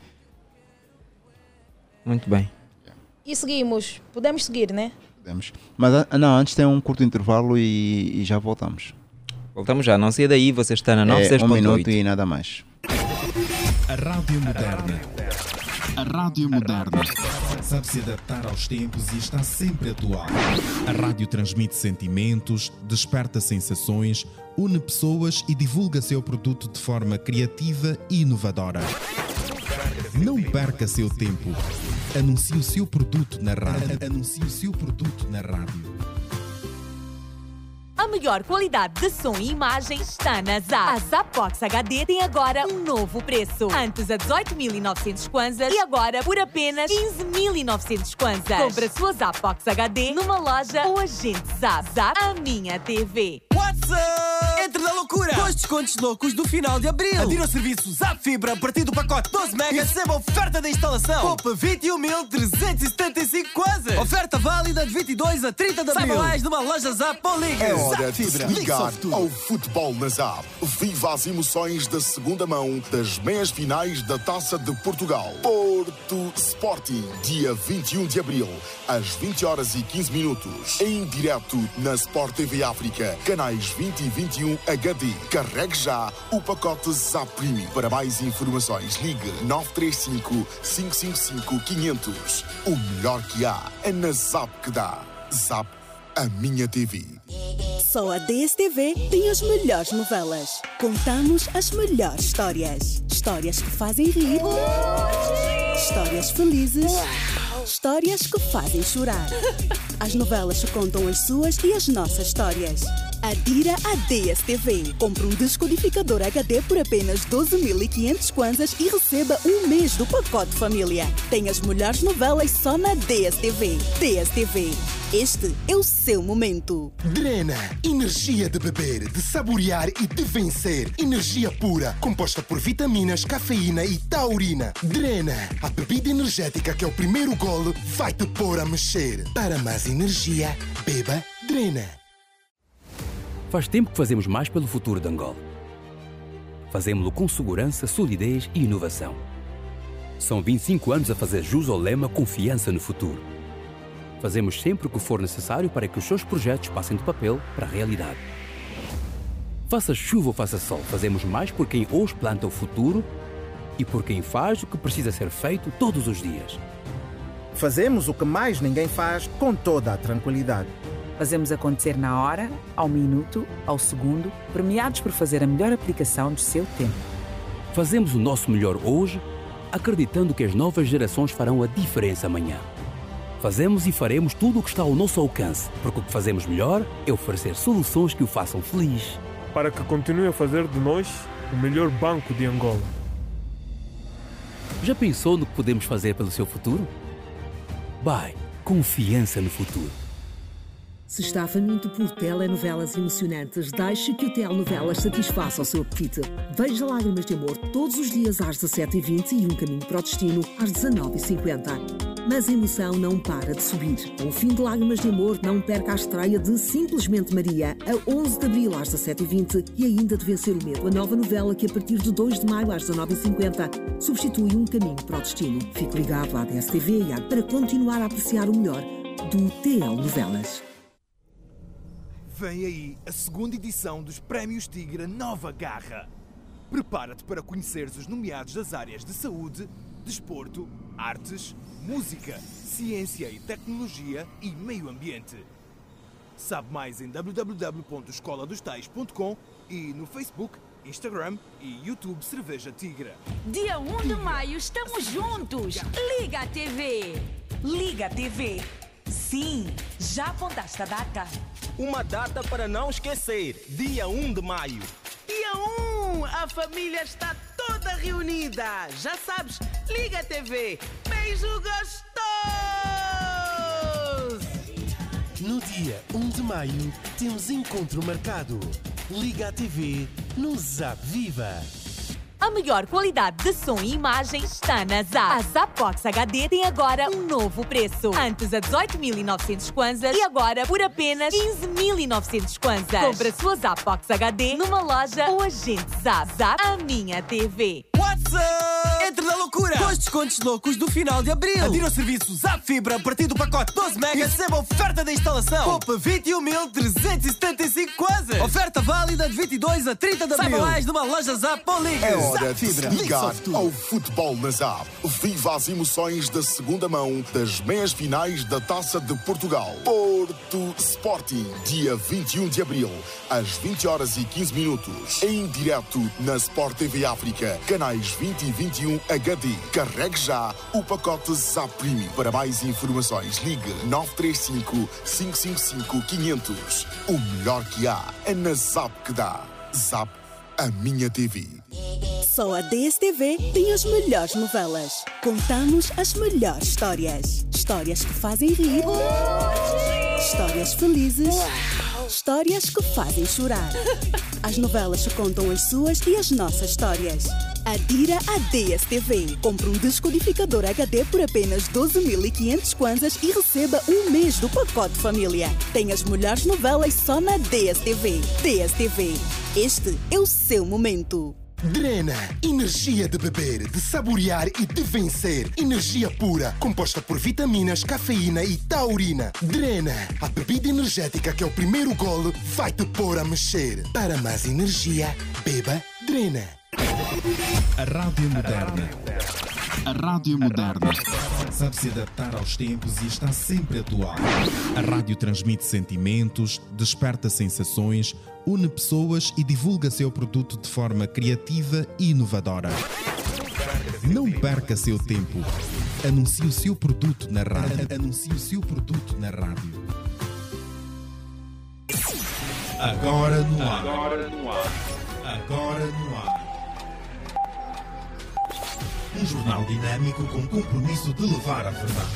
Speaker 2: Muito bem.
Speaker 3: E seguimos. Podemos seguir, né?
Speaker 20: Podemos. Mas ah, não, antes tem um curto intervalo e, e já voltamos.
Speaker 2: Voltamos já, não sei daí, você está na
Speaker 20: É, um
Speaker 2: 96.8.
Speaker 20: minuto e nada mais.
Speaker 1: A Rádio Moderna. A Rádio Moderna. Sabe se adaptar aos tempos e está sempre atual. A rádio transmite sentimentos, desperta sensações, une pessoas e divulga seu produto de forma criativa e inovadora. Não perca seu tempo. Anuncie o seu produto na rádio. Anuncie o seu produto na rádio.
Speaker 6: melhor qualidade de som e imagem está na ZAP. A ZAP Box HD tem agora um novo preço. Antes a 18.900 kwanzas e agora por apenas 15.900 kwanzas. Compre a sua ZAP Box HD numa loja ou agente ZAP. ZAP, a minha TV.
Speaker 22: What's up? Entre na loucura com os descontos loucos do final de abril. Adira o serviço Zap Fibra a partir do pacote 12 mega e receba a oferta da instalação. Poupa 21.375 quase. Oferta válida de 22 a 30 de abril.
Speaker 9: Saiba
Speaker 22: mais numa loja Zap ou liga.
Speaker 9: É hora de se ligar ao futebol na Zap. Viva as emoções da segunda mão das meias finais da Taça de Portugal. Porto Sporting, dia 21 de abril, às 20 horas e 15 minutos. Em direto na Sport TV África, canais 20 e 21 HD. Carregue já o pacote Zap Premium. Para mais informações, ligue 935 555 500. O melhor que há é na Zap que dá. Zap, a minha TV.
Speaker 10: Só a DSTV tem as melhores novelas. Contamos as melhores histórias. Histórias que fazem rir. Histórias felizes. Histórias que fazem chorar. As novelas que contam as suas e as nossas histórias. Adira à DSTV. Compre um descodificador HD por apenas 12.500 kwanzas e receba um mês do pacote família. Tem as melhores novelas só na DSTV. DSTV. Este é o seu momento.
Speaker 11: Drena, energia de beber, de saborear e de vencer. Energia pura, composta por vitaminas, cafeína e taurina. Drena, a bebida energética que é o primeiro golo, vai te pôr a mexer. Para mais energia, beba Drena.
Speaker 12: Faz tempo que fazemos mais pelo futuro de Angola. Fazemos-lo com segurança, solidez e inovação. São 25 anos a fazer jus ao lema Confiança no Futuro. Fazemos sempre o que for necessário para que os seus projetos passem do papel para a realidade. Faça chuva ou faça sol, fazemos mais por quem hoje planta o futuro e por quem faz o que precisa ser feito todos os dias.
Speaker 23: Fazemos o que mais ninguém faz com toda a tranquilidade.
Speaker 14: Fazemos acontecer na hora, ao minuto, ao segundo, premiados por fazer a melhor aplicação do seu tempo.
Speaker 12: Fazemos o nosso melhor hoje, acreditando que as novas gerações farão a diferença amanhã. Fazemos e faremos tudo o que está ao nosso alcance, porque o que fazemos melhor é oferecer soluções que o façam feliz.
Speaker 24: Para que continue a fazer de nós o melhor banco de Angola.
Speaker 12: Já pensou no que podemos fazer pelo seu futuro? Bye, confiança no futuro.
Speaker 16: Se está faminto por telenovelas emocionantes, deixe que o Telenovelas satisfaça o seu apetite. Veja Lágrimas de Amor todos os dias às 17h20 e Um Caminho para o Destino às 19h50. Mas a emoção não para de subir. Ao fim de Lágrimas de Amor, não perca a estreia de Simplesmente Maria, a 11 de abril às 17h20 e ainda de Vencer o Medo, a nova novela que a partir de 2 de maio às 19h50 substitui Um Caminho para o Destino. Fique ligado à DSTV e à- para continuar a apreciar o melhor do Telenovelas.
Speaker 8: Vem aí a segunda edição dos Prémios Tigra Nova Garra. Prepara-te para conheceres os nomeados das áreas de saúde, desporto, artes, música, ciência e tecnologia e meio ambiente. Sabe mais em www.escoladostais.com e no Facebook, Instagram e YouTube Cerveja Tigra.
Speaker 17: Dia 1 de maio estamos juntos. Liga a TV.
Speaker 6: Liga TV. Sim, já apontaste a data?
Speaker 22: Uma data para não esquecer. Dia 1 de maio.
Speaker 18: Dia 1, a família está toda reunida. Já sabes, liga a TV. Beijo gostoso!
Speaker 22: No dia 1 de maio, temos encontro marcado. Liga a TV no Zap Viva.
Speaker 6: A melhor qualidade de som e imagem está na ZAP. A ZAP Box HD tem agora um novo preço. Antes a 18.900 kwanzas e agora por apenas 15.900 kwanzas. Compre a sua ZAP Box HD numa loja ou agente ZAP. ZAP, a minha TV.
Speaker 22: What's up? Entre na loucura com os descontos loucos do final de abril. Adira o serviço Zap Fibra a partir do pacote 12 mega e receba a oferta da instalação. Poupa 21.375 quase. Oferta válida de 22 a 30 de abril. Saiba mais numa loja Zap ou liga.
Speaker 9: É hora
Speaker 22: Zap
Speaker 9: de se
Speaker 22: Fibra.
Speaker 9: ligar ao futebol na Zap. Viva as emoções da segunda mão das meias finais da Taça de Portugal. Porto Sporting, dia 21 de abril, às 20 horas e 15 minutos. Em direto na Sport TV África, canais 20 e 21 HD. ti. Carregue já o pacote Zap Prime. Para mais informações, ligue 935 555 500. O melhor que há é na Zap que dá. Zap, a minha TV.
Speaker 10: Só a DSTV tem as melhores novelas. Contamos as melhores histórias. Histórias que fazem rir. Histórias felizes. Histórias que fazem chorar. As novelas contam as suas e as nossas histórias. Adira à DSTV. Compre um descodificador HD por apenas 12.500 kwanzas e receba um mês do pacote família. Tem as melhores novelas só na DSTV. DSTV. Este é o seu momento.
Speaker 11: Drena, energia de beber, de saborear e de vencer. Energia pura, composta por vitaminas, cafeína e taurina. Drena, a bebida energética que é o primeiro golo, vai te pôr a mexer. Para mais energia, beba Drena.
Speaker 1: A Rádio Moderna. A Rádio Moderna. Sabe se adaptar aos tempos e está sempre atual. A rádio transmite sentimentos, desperta sensações, une pessoas e divulga seu produto de forma criativa e inovadora. Não perca seu tempo. Anuncie o seu produto na rádio. Anuncie o seu produto na rádio. Agora no ar.
Speaker 19: Agora no ar.
Speaker 1: Agora no ar. Um jornal dinâmico com compromisso de levar a verdade.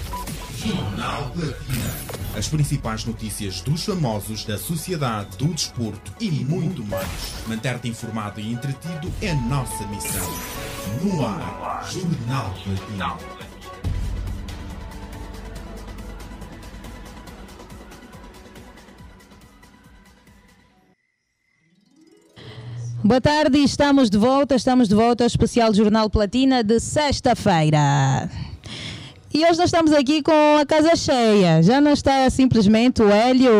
Speaker 1: Jornal Platina. As principais notícias dos famosos, da sociedade, do desporto e muito mais. Manter-te informado e entretido é nossa missão. No ar, Jornal Platina.
Speaker 3: Boa tarde, estamos de volta, estamos de volta ao especial Jornal Platina de sexta-feira. E hoje nós estamos aqui com a casa cheia. Já não está simplesmente o Hélio,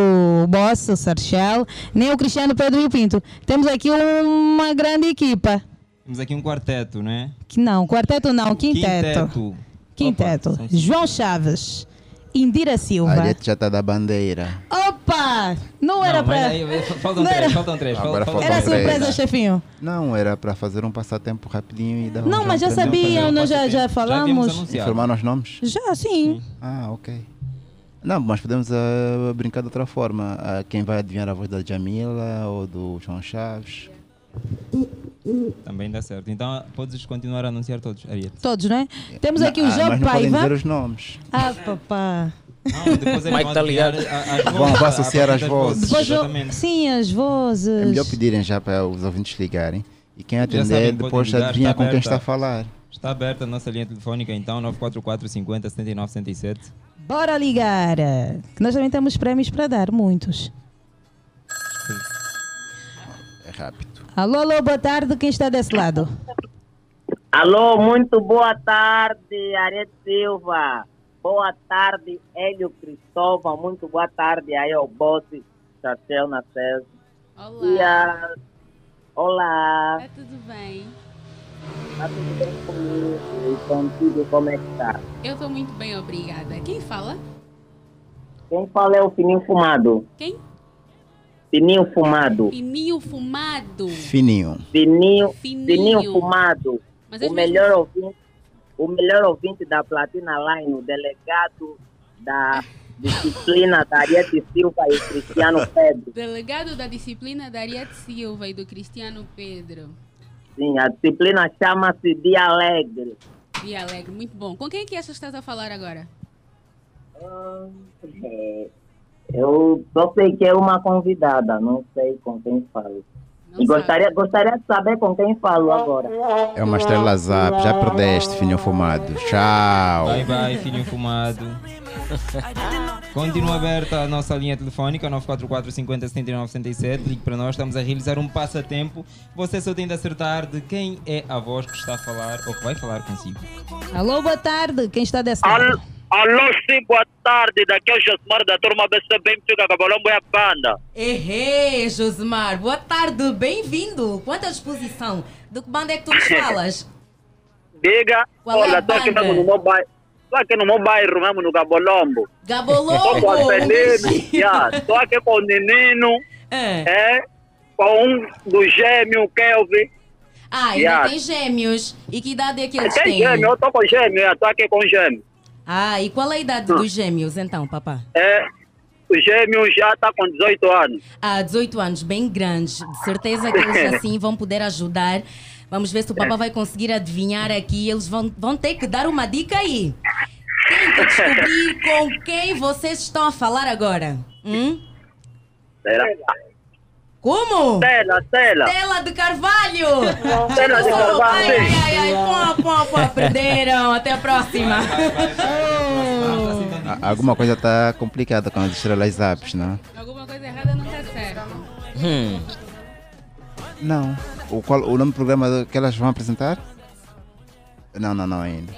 Speaker 3: o Boss, o Sarchel, nem o Cristiano Pedro e o Pinto. Temos aqui uma grande equipa.
Speaker 2: Temos aqui um quarteto, não é?
Speaker 3: Que não, quarteto não, quinteto.
Speaker 2: Quinteto.
Speaker 3: Quinteto. João Chaves, Indira Silva.
Speaker 20: Olha, já está da bandeira.
Speaker 3: Opa! Não era
Speaker 2: mas
Speaker 3: para.
Speaker 2: aí, faltam
Speaker 3: Não
Speaker 2: três,
Speaker 3: era-
Speaker 2: faltam três.
Speaker 20: Agora
Speaker 2: faltam
Speaker 20: faltam
Speaker 3: Era
Speaker 20: três.
Speaker 3: surpresa, chefinho.
Speaker 20: Não, era para fazer um passatempo rapidinho e dar um
Speaker 3: Não, mas já sabiam,
Speaker 2: um
Speaker 3: nós já, já falamos.
Speaker 20: Informaram os nomes?
Speaker 3: Já, sim.
Speaker 20: Ah, ok. Não, mas podemos ah, brincar de outra forma. Ah, quem vai adivinhar a voz da Jamila ou do João Chaves?
Speaker 2: Também dá certo. Então podes continuar a anunciar todos, Ariete.
Speaker 3: Todos, não é? Temos aqui
Speaker 20: Ah,
Speaker 3: o João
Speaker 20: mas não podem
Speaker 3: Paiva.
Speaker 20: dizer os nomes.
Speaker 3: Ah, papá.
Speaker 2: Depois eles
Speaker 20: Mike
Speaker 2: vão
Speaker 20: tá
Speaker 2: adivinhar
Speaker 20: ligado.
Speaker 2: a- as
Speaker 20: Vão-
Speaker 2: vozes,
Speaker 20: vão
Speaker 2: a-
Speaker 20: associar
Speaker 2: a-
Speaker 20: as vozes.
Speaker 3: Depois eu-
Speaker 2: Exatamente.
Speaker 3: Sim, as vozes.
Speaker 20: É melhor pedirem já para os ouvintes ligarem. E quem
Speaker 2: Já sabem,
Speaker 20: atender,
Speaker 2: podem
Speaker 20: depois
Speaker 2: ligar,
Speaker 20: adivinha
Speaker 2: está
Speaker 20: com quem
Speaker 2: aberta.
Speaker 20: está a falar.
Speaker 2: Está aberta a nossa linha telefónica então, 944 50 79 77.
Speaker 3: Bora ligar. Que nós também temos prémios para dar, muitos.
Speaker 20: É rápido.
Speaker 3: Alô, alô, boa tarde. Quem está desse lado?
Speaker 5: Alô, muito boa tarde, Arete Silva. Boa tarde, Hélio Cristóvão. Muito boa tarde aí ao Bosse Chachel Nacés.
Speaker 7: Olá.
Speaker 5: E a- Olá.
Speaker 7: Tá tudo bem?
Speaker 5: Tá tudo bem comigo e contigo? Como é que tá?
Speaker 7: Eu tô muito bem, obrigada. Quem fala?
Speaker 5: Quem fala é o Fininho Fumado.
Speaker 7: Quem?
Speaker 5: Fininho Fumado.
Speaker 7: Fininho fumado.
Speaker 20: Fininho.
Speaker 5: Fininho,
Speaker 7: Fininho.
Speaker 5: Fininho Fumado.
Speaker 7: Mas é
Speaker 5: O
Speaker 7: mesmo-
Speaker 5: melhor, ouvinte, o melhor ouvinte da Platina Line, o delegado da disciplina da Ariete Silva e Cristiano Pedro.
Speaker 7: Delegado da disciplina da Ariete Silva e do Cristiano Pedro.
Speaker 5: Sim, a disciplina chama-se Dia Alegre.
Speaker 7: E alegre, muito bom. Com quem é que essa estás a falar agora?
Speaker 5: É, eu só sei que é uma convidada, não sei com quem falo. E gostaria, gostaria de saber com quem falo agora.
Speaker 20: É uma estrela zap, já perdeste, filhinho fumado. Tchau.
Speaker 2: Bye bye, filhinho fumado. Continua aberta a nossa linha telefónica 944 50 79 77. Ligue para nós, estamos a realizar um passatempo. Você só tem de acertar de quem é a voz que está a falar ou que vai falar consigo.
Speaker 3: Alô, boa tarde. Quem está desse lado?
Speaker 14: Alô, sim, boa tarde. Daqui é o Josmar da turma BC bem fica Cabalombo e a banda.
Speaker 25: Errei, Josmar. Boa tarde, bem-vindo. Quanto à exposição, do que banda é que tu nos falas?
Speaker 14: Diga,
Speaker 25: Qual é a
Speaker 14: olha, tô aqui
Speaker 25: banda?
Speaker 14: mesmo no meu bairro. Tô aqui no meu bairro mesmo, no Gabolombo.
Speaker 25: Gabolombo,
Speaker 14: Tô com o apelido,
Speaker 25: imagina.
Speaker 14: já. Tô aqui é, com o Nino, é. com um do gêmeo, o Kelvin.
Speaker 25: Ah, ainda
Speaker 26: Yeah.
Speaker 25: tem gêmeos. E que idade é que eles
Speaker 26: Tem
Speaker 25: têm?
Speaker 26: gêmeo, eu estou com gêmeo, eu estou aqui com gêmeo.
Speaker 25: Ah, e qual é a idade dos gêmeos então, papá?
Speaker 26: É, o gêmeo já
Speaker 14: tá
Speaker 26: está com 18 anos.
Speaker 25: Há 18 anos, bem grandes. De certeza que eles assim vão poder ajudar. Vamos ver se o papá vai conseguir adivinhar aqui. Eles vão, vão ter que dar uma dica aí. Tem que descobrir com quem vocês estão a falar agora. Hum?
Speaker 26: Será?
Speaker 25: Como?
Speaker 26: Tela, tela.
Speaker 25: Tela de Carvalho!
Speaker 26: Tela de Carvalho,
Speaker 25: Ai,
Speaker 26: sim.
Speaker 25: ai, ai, pô, pô, pô, perderam. Até a próxima.
Speaker 20: A- Alguma coisa está complicada com as estrelas apps, né? não?
Speaker 7: Alguma coisa errada não tá está certa.
Speaker 20: Não. O, qual, o nome do programa que elas vão apresentar? Não, não, não ainda.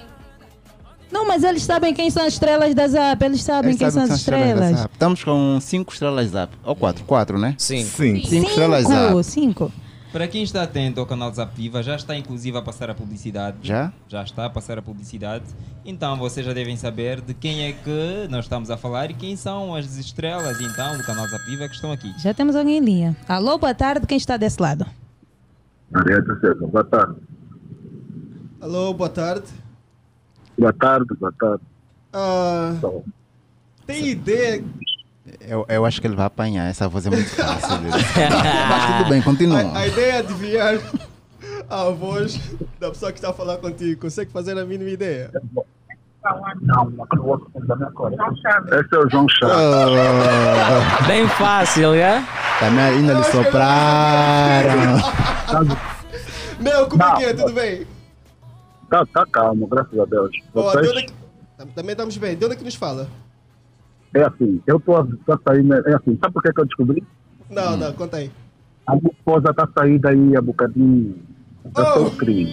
Speaker 3: Não, mas eles sabem quem são as estrelas da Zap. Eles sabem
Speaker 20: Eles
Speaker 3: quem
Speaker 20: sabem
Speaker 3: são as estrelas.
Speaker 20: da Zap. Estamos com 5 estrelas Zap. Ou 4, 4, né?
Speaker 2: Sim.
Speaker 20: Sim. 5 estrelas
Speaker 3: Cinco,
Speaker 20: Zap.
Speaker 3: cinco.
Speaker 2: Para quem está atento ao canal Zapiva, já está inclusive a passar a publicidade.
Speaker 20: Já?
Speaker 2: Já está a passar a publicidade. Então vocês já devem saber de quem é que nós estamos a falar e quem são as estrelas então do canal Zapiva que estão aqui.
Speaker 3: Já temos alguém em linha. Alô, boa tarde, quem está desse lado?
Speaker 14: Ariete César, boa tarde.
Speaker 27: Alô, boa tarde.
Speaker 14: Boa tarde, boa tarde.
Speaker 27: Ah,
Speaker 20: Tá
Speaker 27: tem ideia?
Speaker 20: Eu, eu acho que ele vai apanhar. Essa voz é muito fácil. dele. Mas tudo bem, continua.
Speaker 27: A, a ideia é adivinhar a voz da pessoa que está a falar contigo. Consegue fazer a mínima ideia?
Speaker 14: Esse é o João Chá.
Speaker 20: Ah.
Speaker 28: Bem fácil, é?
Speaker 20: Também ainda lhe sopraram.
Speaker 27: Meu, como é que é? Tudo bem?
Speaker 14: Tá, tá calmo, graças a Deus.
Speaker 27: Ó, de
Speaker 14: Vocês,
Speaker 27: onde é que- Tam- Também estamos bem. De onde é que nos fala?
Speaker 14: é assim, eu tô, tô saindo, é assim, sabe por que que eu descobri?
Speaker 27: Não,
Speaker 20: Hum.
Speaker 27: não, conta aí.
Speaker 14: A minha esposa tá saindo aí há bocadinho. Eu
Speaker 27: Oh.
Speaker 14: sou o Cris.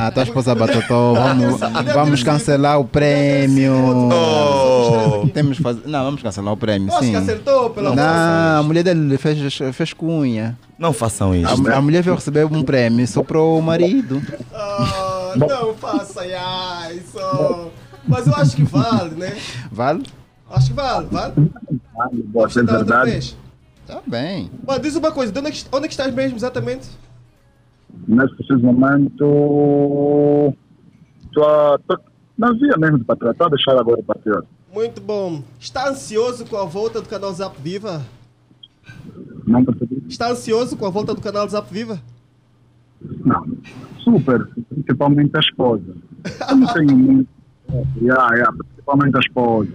Speaker 20: Ah, tua esposa Batotó, vamos, vamos cancelar o prêmio.
Speaker 27: Oh.
Speaker 20: Temos que fazer. Não, vamos cancelar o prêmio,
Speaker 27: Nossa,
Speaker 20: sim.
Speaker 27: que acertou, pelo amor de
Speaker 20: Não, a mulher dele fez, fez cunha.
Speaker 29: Não façam isso.
Speaker 20: A, a mulher veio receber um prêmio, soprou o marido.
Speaker 27: Ah, não faça ai, isso. Mas eu acho que vale, né?
Speaker 20: Vale?
Speaker 27: Acho que vale, vale.
Speaker 14: Você é
Speaker 27: Tá outra
Speaker 14: verdade?
Speaker 27: vez.
Speaker 20: Tá bem.
Speaker 27: Mas diz uma coisa, de onde é que, onde é que estás mesmo exatamente?
Speaker 14: Neste preciso um momento. Tô, tô, não via mesmo de patriota, tô a deixar agora o patriota.
Speaker 27: Muito bom. Está ansioso com a volta do canal Zap Viva?
Speaker 14: Não percebi?
Speaker 27: Está ansioso com a volta do canal Zap Viva?
Speaker 14: Não. Super, principalmente a esposa. Eu não tenho muito. Yeah, yeah, principalmente a esposa.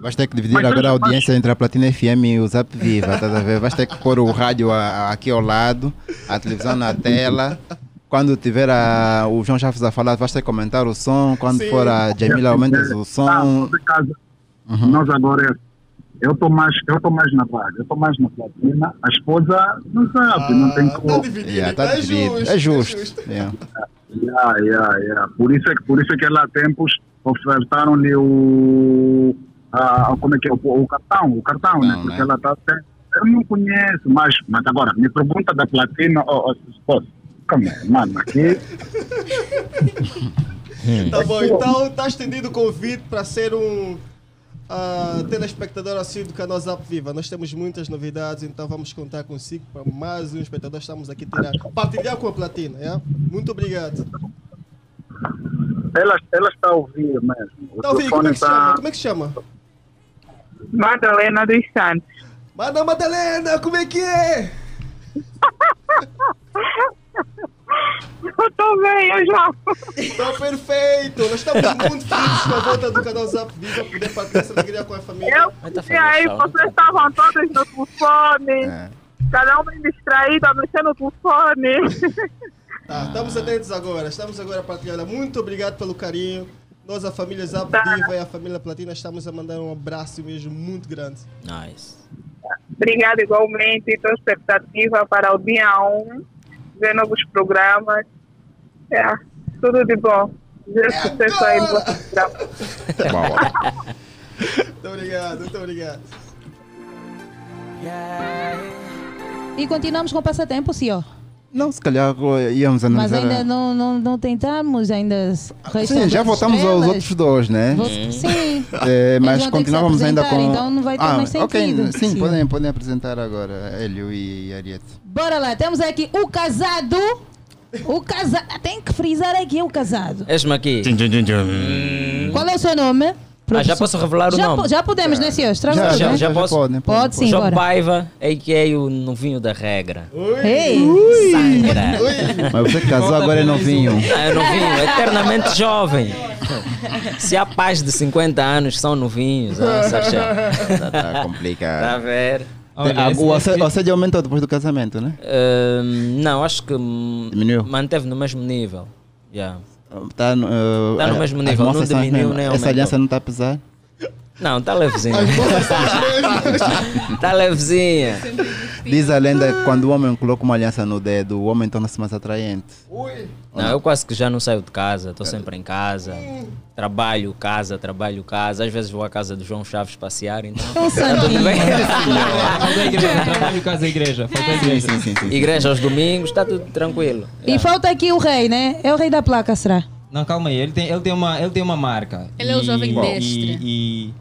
Speaker 20: Vais ter que dividir
Speaker 14: Mas
Speaker 20: agora a
Speaker 14: mas-
Speaker 20: audiência entre a Platina FM e o Zap Viva, estás a ver? Vais ter que pôr o rádio a- a- aqui ao lado, a televisão na tela. Quando tiver a- o João Chaves a falar, vais ter que comentar o som. Quando
Speaker 14: Sim. Ah,
Speaker 20: for a Jamila, aumentas o som. Uhum.
Speaker 14: Nós agora, eu estou mais, eu tô mais na vaga, eu estou mais na platina. A esposa não
Speaker 20: Ah,
Speaker 14: sabe, não tem como.
Speaker 20: Yeah, tá dividido. É justo. É. Yeah.
Speaker 14: Yeah, yeah, yeah. Por isso é que, por isso é que lá há tempos ofertaram-lhe o ah, como é que é, o, o cartão, o cartão, né? Porque ela está até, eu não conheço, mas, mas agora, me pergunta da platina, oh, oh, pô, calma, mano, aqui Hum.
Speaker 27: Tá bom, então está estendido o convite para ser um ah, telespectador assim do canal Zap Viva. Nós temos muitas novidades, então vamos contar consigo para mais um espectador. Estamos aqui tirar, partilhar com a platina, é? Muito obrigado.
Speaker 14: ela, ela está a ouvir mesmo. O tá-
Speaker 27: Então, Vic, como é que se chama? Como é que se chama?
Speaker 21: Madalena dos Santos.
Speaker 27: Madame Ah, Madalena, como é que é?
Speaker 21: Eu tô bem, eu já.
Speaker 27: Então, perfeito. Nós estamos muito felizes com a volta do canal Zap Viva, poder partilhar essa alegria com a família.
Speaker 21: E aí, vocês estavam todas no telefone.
Speaker 27: É.
Speaker 21: Cada um bem distraído, a mexer no telefone.
Speaker 27: Tá, estamos atentos agora, estamos agora partilhando. Muito obrigado pelo carinho. Nós, a família Zap
Speaker 21: Tá.
Speaker 27: Viva e a família Platina, estamos a mandar um abraço mesmo muito grande.
Speaker 28: Nice.
Speaker 21: Obrigada igualmente. Estou expectativa para o dia 1, ver novos um, programas. É, tudo de bom. Desejo
Speaker 27: É
Speaker 21: sucesso aí no vosso programa.
Speaker 27: Muito obrigado, muito obrigado.
Speaker 3: E continuamos com o passatempo, senhor.
Speaker 20: Não, se calhar eh, íamos
Speaker 3: Mas
Speaker 20: analisar.
Speaker 3: ainda não, não, não tentamos, ainda. restam
Speaker 20: Sim, já
Speaker 3: duas
Speaker 20: voltamos aos
Speaker 3: estrelas.
Speaker 20: outros dois, né?
Speaker 3: Vou- Sim.
Speaker 20: É, mas
Speaker 3: Eles vão ter que se
Speaker 20: continuávamos ainda com.
Speaker 3: apresentar, então não vai ter
Speaker 20: ah,
Speaker 3: mais
Speaker 20: ok,
Speaker 3: sentido.
Speaker 20: Sim,
Speaker 3: Sim.
Speaker 20: Podem, podem apresentar agora, Hélio e Ariete.
Speaker 3: Bora lá, temos aqui o casado. O casado. Tem que frisar aqui o casado.
Speaker 28: Este-me aqui. Hum.
Speaker 3: Qual é o seu nome?
Speaker 28: Ah, já posso revelar o
Speaker 3: já,
Speaker 28: nome?
Speaker 3: po- já podemos, né, senhores? Traga
Speaker 28: já,
Speaker 3: tudo,
Speaker 28: já,
Speaker 3: né?
Speaker 28: já posso?
Speaker 3: Pode, sim,
Speaker 28: João
Speaker 3: bora.
Speaker 28: Paiva, a.k.a. o novinho da regra.
Speaker 3: Ei.
Speaker 28: Sandra.
Speaker 20: Mas você que casou agora é
Speaker 30: um.
Speaker 20: novinho.
Speaker 28: Não, é novinho, eternamente jovem. Se há pais de 50 anos, são novinhos. Ah, sabes, já.
Speaker 20: Tá, tá complicado.
Speaker 28: Tá a ver?
Speaker 20: Ah, o, assédio, o assédio aumentou depois do casamento, né?
Speaker 28: Ahm, não, acho que hum, manteve no mesmo nível. Yeah.
Speaker 20: Tá, no- eh,
Speaker 28: Tá no
Speaker 20: a-
Speaker 28: mesmo
Speaker 20: as
Speaker 28: nível, não
Speaker 20: moças são as
Speaker 28: diminuiu
Speaker 20: mesmas.
Speaker 28: nem
Speaker 20: Essa
Speaker 28: aumentou.
Speaker 20: aliança não está a pesar?
Speaker 28: Não, tá está levezinha. Está levezinha.
Speaker 20: Diz a lenda que quando o homem coloca uma aliança no dedo, o homem torna-se mais atraente.
Speaker 28: Não, eu quase que já não saio de casa, estou sempre em casa. Trabalho, casa, trabalho, casa. Às vezes vou à casa do João Chaves passear, então. tá tudo bem.
Speaker 12: Fazer é igreja, trabalho, casa, é igreja. Fazer igreja.
Speaker 28: Igreja aos domingos, está tudo tranquilo.
Speaker 3: E falta aqui o rei, né? É o rei da placa, será?
Speaker 12: Não, calma aí, ele tem, ele tem, uma, ele tem uma marca.
Speaker 7: Ele é o jovem
Speaker 12: E,
Speaker 7: mestre.
Speaker 12: e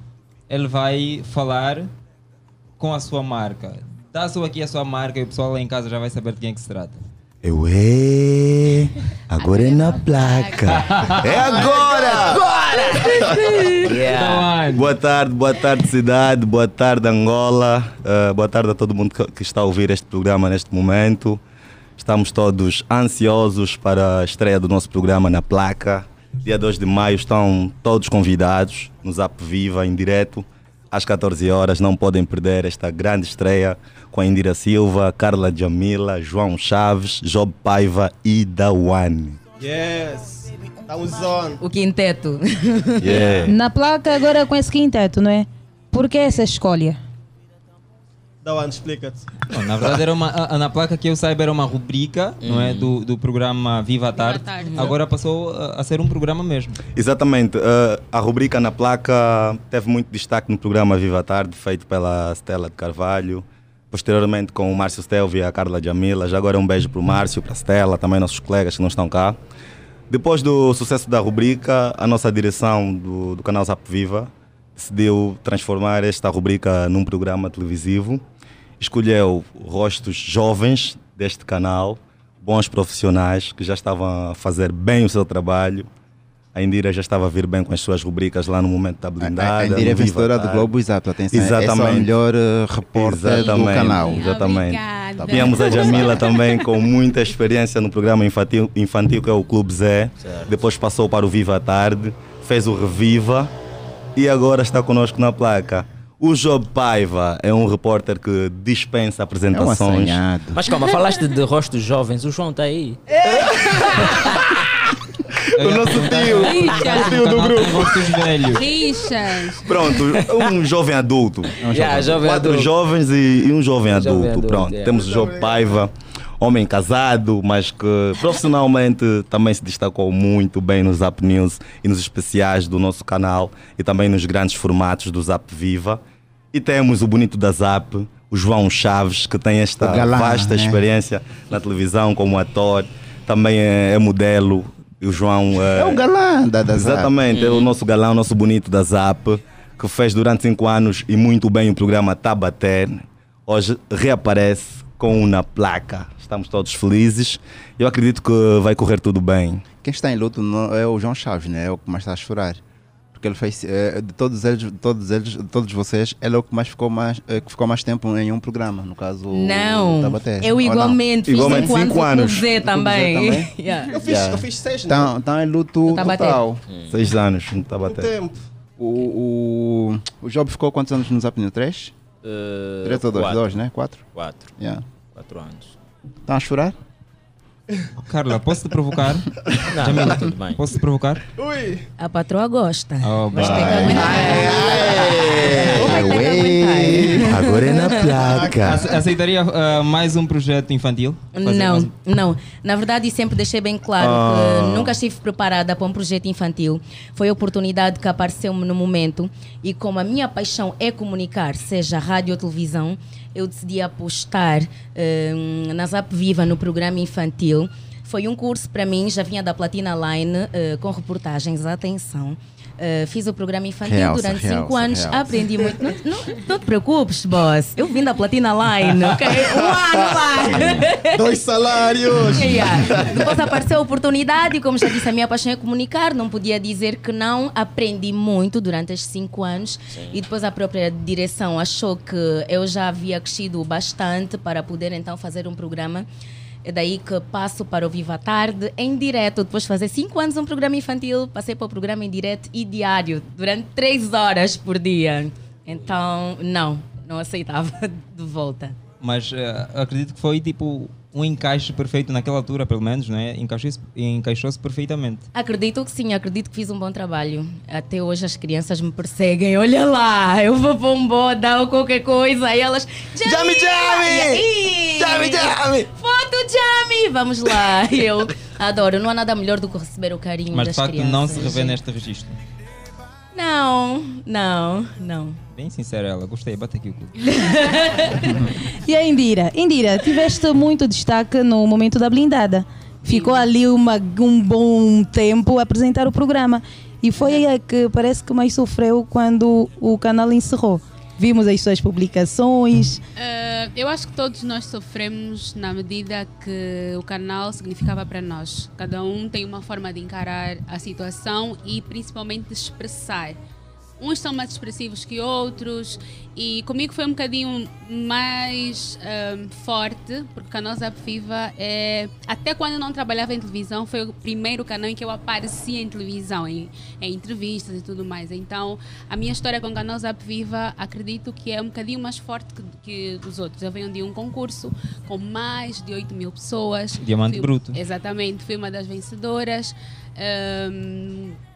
Speaker 12: ele vai falar com a sua marca. Dá só aqui a sua marca e o pessoal lá em casa já vai saber de quem é que se trata.
Speaker 30: Eu é. Agora é na placa. É agora!
Speaker 14: Então,
Speaker 30: Boa tarde, boa tarde cidade, boa tarde Angola, eh, boa tarde a todo mundo que, que está a ouvir este programa neste momento. Estamos todos ansiosos para a estreia do nosso programa na placa. Dia 2 de maio estão todos convidados no Zap Viva, em direto, às 14 horas. Não podem perder esta grande estreia com a Indira Silva, Carla Jamila, João Chaves, Job Paiva e Dawane.
Speaker 27: Yes! Estamos on!
Speaker 25: O quinteto.
Speaker 30: Yeah.
Speaker 3: Na placa agora com esse quinteto, não é? Por que essa escolha?
Speaker 27: Dawan, explica-te.
Speaker 12: Bom, na verdade, era uma, a- a- na placa que eu saiba era uma rubrica não
Speaker 25: Hum.
Speaker 12: é, do, do programa Viva a Tarde.
Speaker 27: Tarde.
Speaker 12: Agora passou a, a ser um programa mesmo.
Speaker 30: Exatamente. eh, a rubrica na placa teve muito destaque no programa Viva a Tarde, feito pela Stella de Carvalho. Posteriormente com o Márcio Stelvio e a Carla Jamila. Já agora um beijo para o Márcio, para a Stella, também nossos colegas que não estão cá. Depois do sucesso da rubrica, a nossa direção do, do canal Zap Viva decidiu transformar esta rubrica num programa televisivo. Escolheu rostos jovens deste canal, bons profissionais que já estavam a fazer bem o seu trabalho. A Indira já estava a vir bem com as suas rubricas lá no momento da blindada.
Speaker 20: A Indira é
Speaker 30: no Viva
Speaker 20: vencedora do
Speaker 30: Tarde.
Speaker 20: Globo Exato, atenção. Exatamente. Essa é a
Speaker 30: Exatamente.
Speaker 20: melhor eh, repórter do
Speaker 30: Exatamente,
Speaker 20: canal.
Speaker 30: Exatamente. Tínhamos a Jamila também com muita experiência no programa infantil, infantil que é o Clube Zé. Depois passou para o Viva à Tarde, fez o Reviva e agora está conosco na placa. O Job Paiva é um repórter que
Speaker 20: É um
Speaker 30: dispensa apresentações.
Speaker 28: É Mas calma, falaste de rostos jovens, o João está aí.
Speaker 30: o nosso tio, o tio do grupo.
Speaker 7: Rixas.
Speaker 30: Pronto, um jovem
Speaker 20: É
Speaker 30: adulto.
Speaker 28: Yeah, jovem
Speaker 30: Quatro
Speaker 28: adulto.
Speaker 30: jovens e, e um jovem adulto.
Speaker 28: jovem adulto,
Speaker 30: Pronto,
Speaker 28: yeah.
Speaker 30: temos o João Paiva, homem casado, mas que profissionalmente também se destacou muito bem nos Zap News e nos especiais do nosso canal e também nos grandes formatos do Zap Viva. E temos o bonito da Zap, o João Chaves, que tem esta
Speaker 20: O galã,
Speaker 30: vasta
Speaker 20: né?
Speaker 30: experiência na televisão como ator, também é, é modelo. E o João eh,
Speaker 20: É o galã da, da Zap.
Speaker 30: Exatamente,
Speaker 20: Uhum.
Speaker 25: Hum.
Speaker 30: é o nosso galão, o nosso bonito da Zap, que fez durante cinco anos e muito bem o programa Tabaté. Hoje reaparece com uma placa. Estamos todos felizes. Eu acredito que vai correr tudo bem.
Speaker 20: Quem está em luto não é o João Chaves, né? É o que mais está a chorar. Porque ele fez. eh, de todos eles, de todos eles, de todos vocês, ele é o que mais ficou mais, eh, que ficou mais tempo em um programa, no caso. o
Speaker 25: Não,
Speaker 20: Tabaté.
Speaker 25: eu
Speaker 20: Ou não?
Speaker 25: igualmente fiz Igualmente cinco cinco anos no anos. Clube Z
Speaker 20: No Clube Z
Speaker 25: também.
Speaker 20: também?
Speaker 25: Yeah.
Speaker 27: Eu fiz,
Speaker 20: Yeah.
Speaker 27: eu fiz seis, né?
Speaker 20: Então, então é luto
Speaker 27: Tabaté.
Speaker 20: total.
Speaker 27: Hum.
Speaker 30: Seis anos no
Speaker 27: O tempo.
Speaker 20: O, o, o Job ficou quantos anos no Zap News? Três?
Speaker 28: Eh,
Speaker 20: Três ou dois?
Speaker 28: quatro.
Speaker 20: Dois, né? Quatro?
Speaker 28: Quatro.
Speaker 20: Yeah.
Speaker 28: Quatro anos.
Speaker 20: Estão a chorar?
Speaker 12: Carla, posso te provocar?
Speaker 25: Não,
Speaker 12: Jamila,
Speaker 25: tá tudo bem.
Speaker 12: posso te provocar?
Speaker 25: A patroa gosta.
Speaker 12: Oh,
Speaker 25: mas
Speaker 12: vai.
Speaker 25: é tem tá, que tá? aguentar. Ou vai ter que aguentar.
Speaker 30: Agora é na placa. Caraca.
Speaker 12: Ace- Aceitaria ah, mais um projeto infantil? Fazer mais
Speaker 25: Não,
Speaker 12: um-
Speaker 25: não. Na verdade, eu sempre deixei bem claro
Speaker 12: Ah.
Speaker 25: que nunca estive preparada para um projeto infantil. Foi a oportunidade que apareceu-me no momento. E como a minha paixão é comunicar, seja rádio ou televisão, eu decidi apostar eh, na Zap Viva, no programa infantil. Foi um curso para mim, já vinha da Platina Line, eh, com reportagens, atenção. Eh, fiz o programa infantil Realça, durante cinco realça, anos, realça. aprendi muito. Não, não, não te preocupes, boss. Eu vim da Platina Line, ok? Um ano lá.
Speaker 27: Dois salários!
Speaker 25: Yeah. Depois apareceu a oportunidade e, como já disse, a minha paixão é comunicar, não podia dizer que não. Aprendi muito durante estes cinco anos e depois a própria direção achou que eu já havia crescido bastante para poder então fazer um programa. É daí que passo para o Viva a Tarde em direto. Depois de fazer cinco anos um programa infantil, passei para o programa em direto e diário, durante três horas por dia. Então, não, não aceitava de volta.
Speaker 12: Mas ah, acredito que foi tipo um encaixe perfeito naquela altura, pelo menos, né? Encaixou-se encaixou perfeitamente.
Speaker 25: Acredito que sim, acredito que fiz um bom trabalho. Até hoje as crianças me perseguem. Olha lá, eu vou para um boda ou qualquer coisa e elas.
Speaker 19: Jami, Jami! Jami, Jami!
Speaker 25: Foto, Jami! Vamos lá, eu adoro. Não há nada melhor do que receber o carinho
Speaker 12: Mas de
Speaker 25: das
Speaker 12: facto
Speaker 25: crianças.
Speaker 12: não se revê neste registro.
Speaker 25: Não, não, não.
Speaker 12: Bem sincera ela, gostei, bate aqui o cu.
Speaker 3: E a Indira? Indira, tiveste muito destaque no momento da blindada. Ficou ali uma- um bom tempo a apresentar o programa. E foi a que parece que mais sofreu quando o canal encerrou. Vimos as suas publicações.
Speaker 7: Ah, eu acho que todos nós sofremos na medida que o canal significava para nós. Cada um tem uma forma de encarar a situação e principalmente de expressar. Uns são mais expressivos que outros e comigo foi um bocadinho mais ahm, forte, porque o canal Zap Viva é. Até quando eu não trabalhava em televisão, foi o primeiro canal em que eu aparecia em televisão, em, em entrevistas e tudo mais. Então, a minha história com o canal Zap Viva, acredito que é um bocadinho mais forte que, que dos outros. Eu venho de um concurso com mais de 8 mil pessoas.
Speaker 12: Diamante
Speaker 7: Fui-
Speaker 12: bruto.
Speaker 7: Exatamente, fui uma das vencedoras. Hum, Ahm,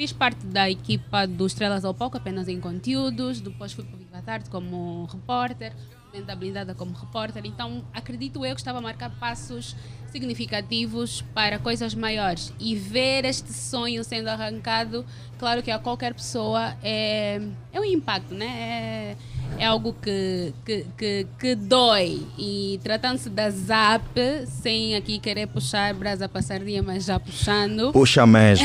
Speaker 7: Fiz parte da equipa do Estrelas ao Palco, apenas em conteúdos. Depois fui para o Viva à Tarde como repórter, dentro da blindada como repórter. Então, acredito eu que estava a marcar passos significativos para coisas maiores. E ver este sonho sendo arrancado, claro que a qualquer pessoa é, é um impacto, né? É, é algo que, que, que, que dói. E tratando-se da ZAP, sem aqui querer puxar brasa para sardinha, mas já puxando.
Speaker 30: Puxa mesmo.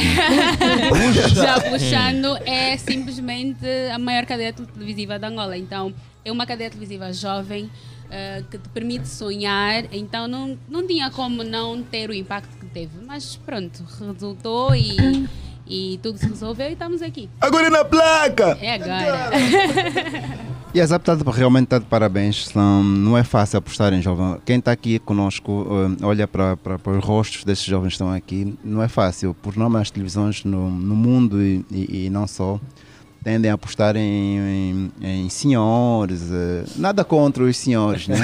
Speaker 7: Já puxando, é simplesmente a maior cadeia televisiva da Angola. Então, é uma cadeia televisiva jovem eh, que te permite sonhar. Então, não, não tinha como não ter o impacto que teve. Mas pronto, resultou e, e tudo se resolveu e estamos aqui.
Speaker 30: Agora na placa!
Speaker 7: É agora.
Speaker 20: E as aptas realmente está de parabéns, são, não é fácil apostar em jovem. Quem está aqui conosco eh, olha para, para, para os rostos desses jovens que estão aqui, não é fácil. Por norma, as televisões no, no mundo e, e- e não só tendem a apostar em, em- em senhores, eh, nada contra os senhores, né?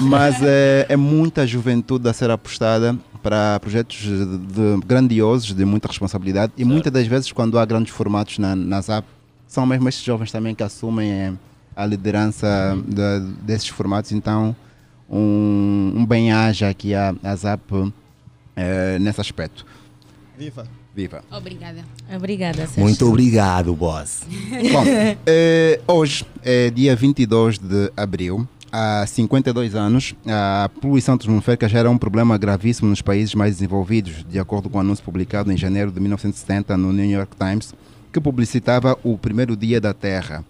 Speaker 20: Mas eh, é, muita juventude a ser apostada para projetos de- de- grandiosos, de muita responsabilidade. E muitas das vezes, quando há grandes formatos na, na ZAP, são mesmo estes jovens também que assumem eh, a liderança da- desses formatos. Então, um, um bem-aja aqui à, à ZAP eh, nesse aspecto.
Speaker 27: Viva!
Speaker 20: Viva!
Speaker 7: Obrigada.
Speaker 25: Obrigada, Sérgio.
Speaker 20: Muito
Speaker 30: obrigado, boss.
Speaker 20: Bom, eh, hoje é dia 22 de abril. Há 52 anos, a poluição atmosférica já era um problema gravíssimo nos países mais desenvolvidos, de acordo com um anúncio publicado em janeiro de 1970 no New York Times, que publicitava o primeiro dia da Terra.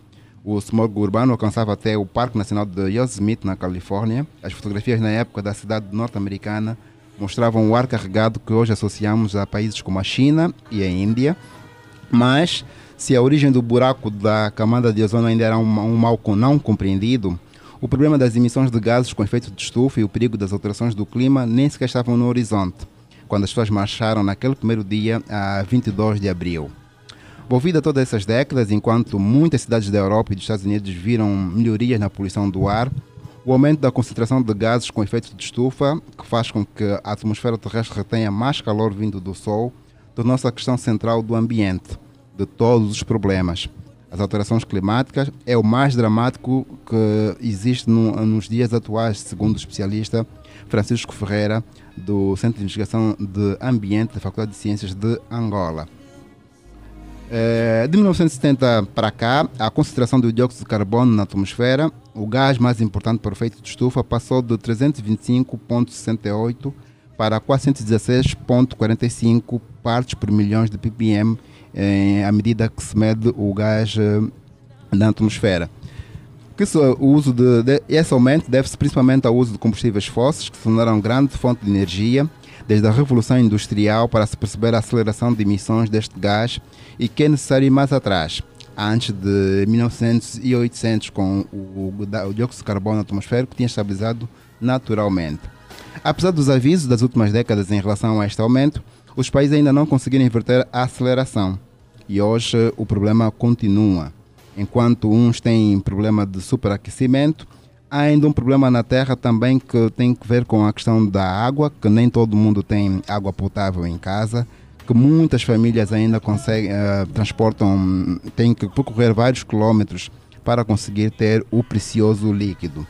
Speaker 20: O smog urbano alcançava até o Parque Nacional de Yosemite, na Califórnia. As fotografias na época da cidade norte-americana mostravam o ar carregado que hoje associamos a países como a China e a Índia, mas se a origem do buraco da camada de ozono ainda era um, um mal com- não compreendido, o problema das emissões de gases com efeito de estufa e o perigo das alterações do clima nem sequer estavam no horizonte, quando as pessoas marcharam naquele primeiro dia, a 22 de abril. Envolvida todas essas décadas, enquanto muitas cidades da Europa e dos Estados Unidos viram melhorias na poluição do ar, o aumento da concentração de gases com efeito de estufa, que faz com que a atmosfera terrestre retenha mais calor vindo do Sol, tornou-se a questão central do ambiente, de todos os problemas. As alterações climáticas é o mais dramático que existe no- nos dias atuais, segundo o especialista Francisco Ferreira, do Centro de Investigação de Ambiente da Faculdade de Ciências de Angola. Eh, de 1970 para cá, a concentração do dióxido de carbono na atmosfera, o gás mais importante para o efeito de estufa, passou de 325,68 para 416,45 partes por milhões de ppm eh, à medida que se mede o gás eh, na atmosfera. Que isso, o uso de, de, esse aumento deve-se principalmente ao uso de combustíveis fósseis, que se tornaram grande fonte de energia desde a Revolução Industrial para se perceber a aceleração de emissões deste gás e que é necessário ir mais atrás, antes de 1900 e 800, com o, o da- o dióxido de carbono atmosférico que tinha estabilizado naturalmente. Apesar dos avisos das últimas décadas em relação a este aumento, os países ainda não conseguiram inverter a aceleração e hoje o problema continua. Enquanto uns têm problema de superaquecimento, há ainda um problema na terra também que tem que ver com a questão da água, que nem todo mundo tem água potável em casa, que muitas famílias ainda conseguem, eh, transportam, têm que percorrer vários quilómetros para conseguir ter o precioso líquido.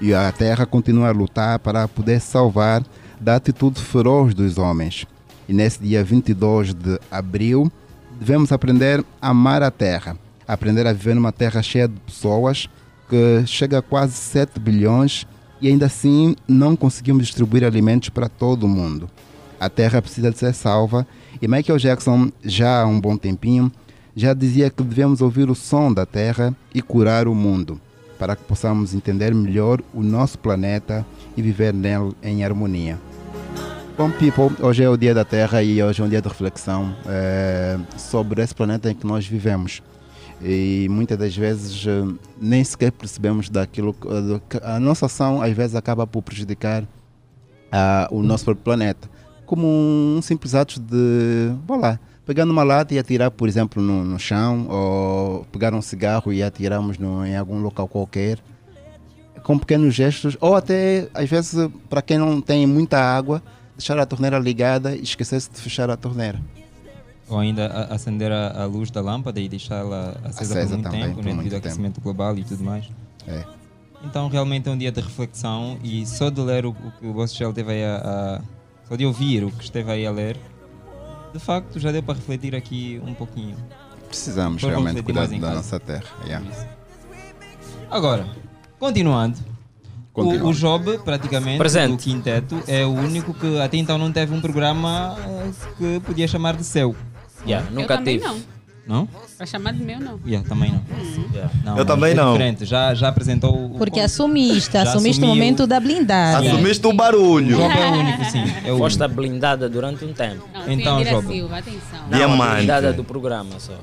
Speaker 20: E a terra continua a lutar para poder salvar da atitude feroz dos homens. E nesse dia 22 de abril, devemos aprender a amar a terra, aprender a viver numa terra cheia de pessoas que chega a quase 7 bilhões e ainda assim não conseguimos distribuir alimentos para todo mundo. A terra precisa de ser salva e Michael Jackson, já há um bom tempinho, já dizia que devemos ouvir o som da terra e curar o mundo, para que possamos entender melhor o nosso planeta e viver nele em harmonia. Bom, people, hoje é o Dia da Terra e hoje é um dia de reflexão eh, sobre esse planeta em que nós vivemos. E muitas das vezes eh, nem sequer percebemos daquilo que- do que a nossa ação às vezes acaba por prejudicar ah, o nosso próprio planeta. Como um simples ato de, vá lá, pegar numa lata e atirar, por exemplo, no, no chão, ou pegar um cigarro e atirarmos no, em algum local qualquer com pequenos gestos, ou até, às vezes, para quem não tem muita água, deixar a torneira ligada e esquecer-se de fechar a torneira.
Speaker 12: Ou ainda a- acender a, a luz da lâmpada e deixá-la acesa,
Speaker 20: Acesa
Speaker 12: por muito
Speaker 20: também,
Speaker 12: tempo,
Speaker 20: por
Speaker 12: né,
Speaker 20: muito
Speaker 12: devido ao
Speaker 20: tempo.
Speaker 12: aquecimento global e tudo mais.
Speaker 20: É.
Speaker 12: Então realmente é um dia de reflexão e só de ler o, o que o Boss Shell teve aí a, a- Só de ouvir o que esteve aí a ler, de facto já deu para refletir aqui um pouquinho.
Speaker 20: Precisamos
Speaker 12: Depois vamos
Speaker 20: realmente
Speaker 12: refletir
Speaker 20: cuidar
Speaker 12: mais em
Speaker 20: da
Speaker 12: casa.
Speaker 20: nossa terra. yeah.
Speaker 12: Agora, continuando. o-
Speaker 20: Continuando.
Speaker 12: O, Job, praticamente,
Speaker 28: Presente.
Speaker 12: do Quinteto, é o único que até então não teve um programa eh, que podia chamar de seu.
Speaker 28: Yeah,
Speaker 7: nunca também tive. não.
Speaker 12: Não?
Speaker 7: Para chamar de meu, não.
Speaker 12: Yeah, também não.
Speaker 7: Hum.
Speaker 30: Eu também
Speaker 12: é
Speaker 30: não.
Speaker 12: Diferente. Já, já apresentou o.
Speaker 3: Porque assumiste, assumiste o
Speaker 12: assumiu.
Speaker 3: momento da blindagem.
Speaker 30: um barulho.
Speaker 28: Job
Speaker 12: é o único, sim. É o
Speaker 28: Foste a blindada durante um tempo.
Speaker 7: Não, então, Silva, atenção.
Speaker 28: Não, a
Speaker 12: Diamante.
Speaker 28: blindada do programa só.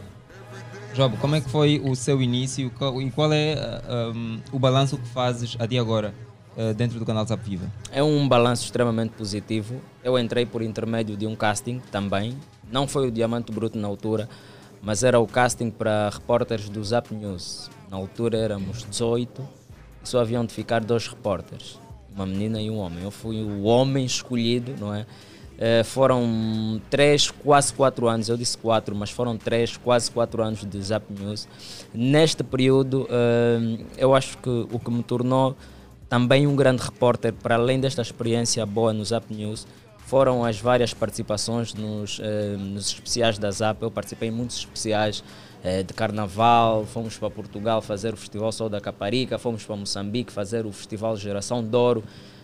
Speaker 12: Job, como é que foi o seu início Qual- e qual é ah, um, o balanço que fazes até agora ah, dentro do canal Zap Viva?
Speaker 28: É um balanço extremamente positivo. Eu entrei por intermédio de um casting também. Não foi o Diamante Bruto na altura, mas era o casting para repórteres do Zap News. Na altura éramos 18 e só haviam de ficar dois repórteres, uma menina e um homem. Eu fui o homem escolhido, não é? Eh, foram três, quase quatro anos, eu disse quatro, mas foram três, quase quatro anos de Zap News. Neste período, eh, eu acho que o que me tornou também um grande repórter, para além desta experiência boa no Zap News, foram as várias participações nos, eh, nos especiais da Zap. Eu participei em muitos especiais eh, de carnaval, fomos para Portugal fazer o Festival Sol da Caparica, fomos para Moçambique fazer o Festival Geração de Ouro.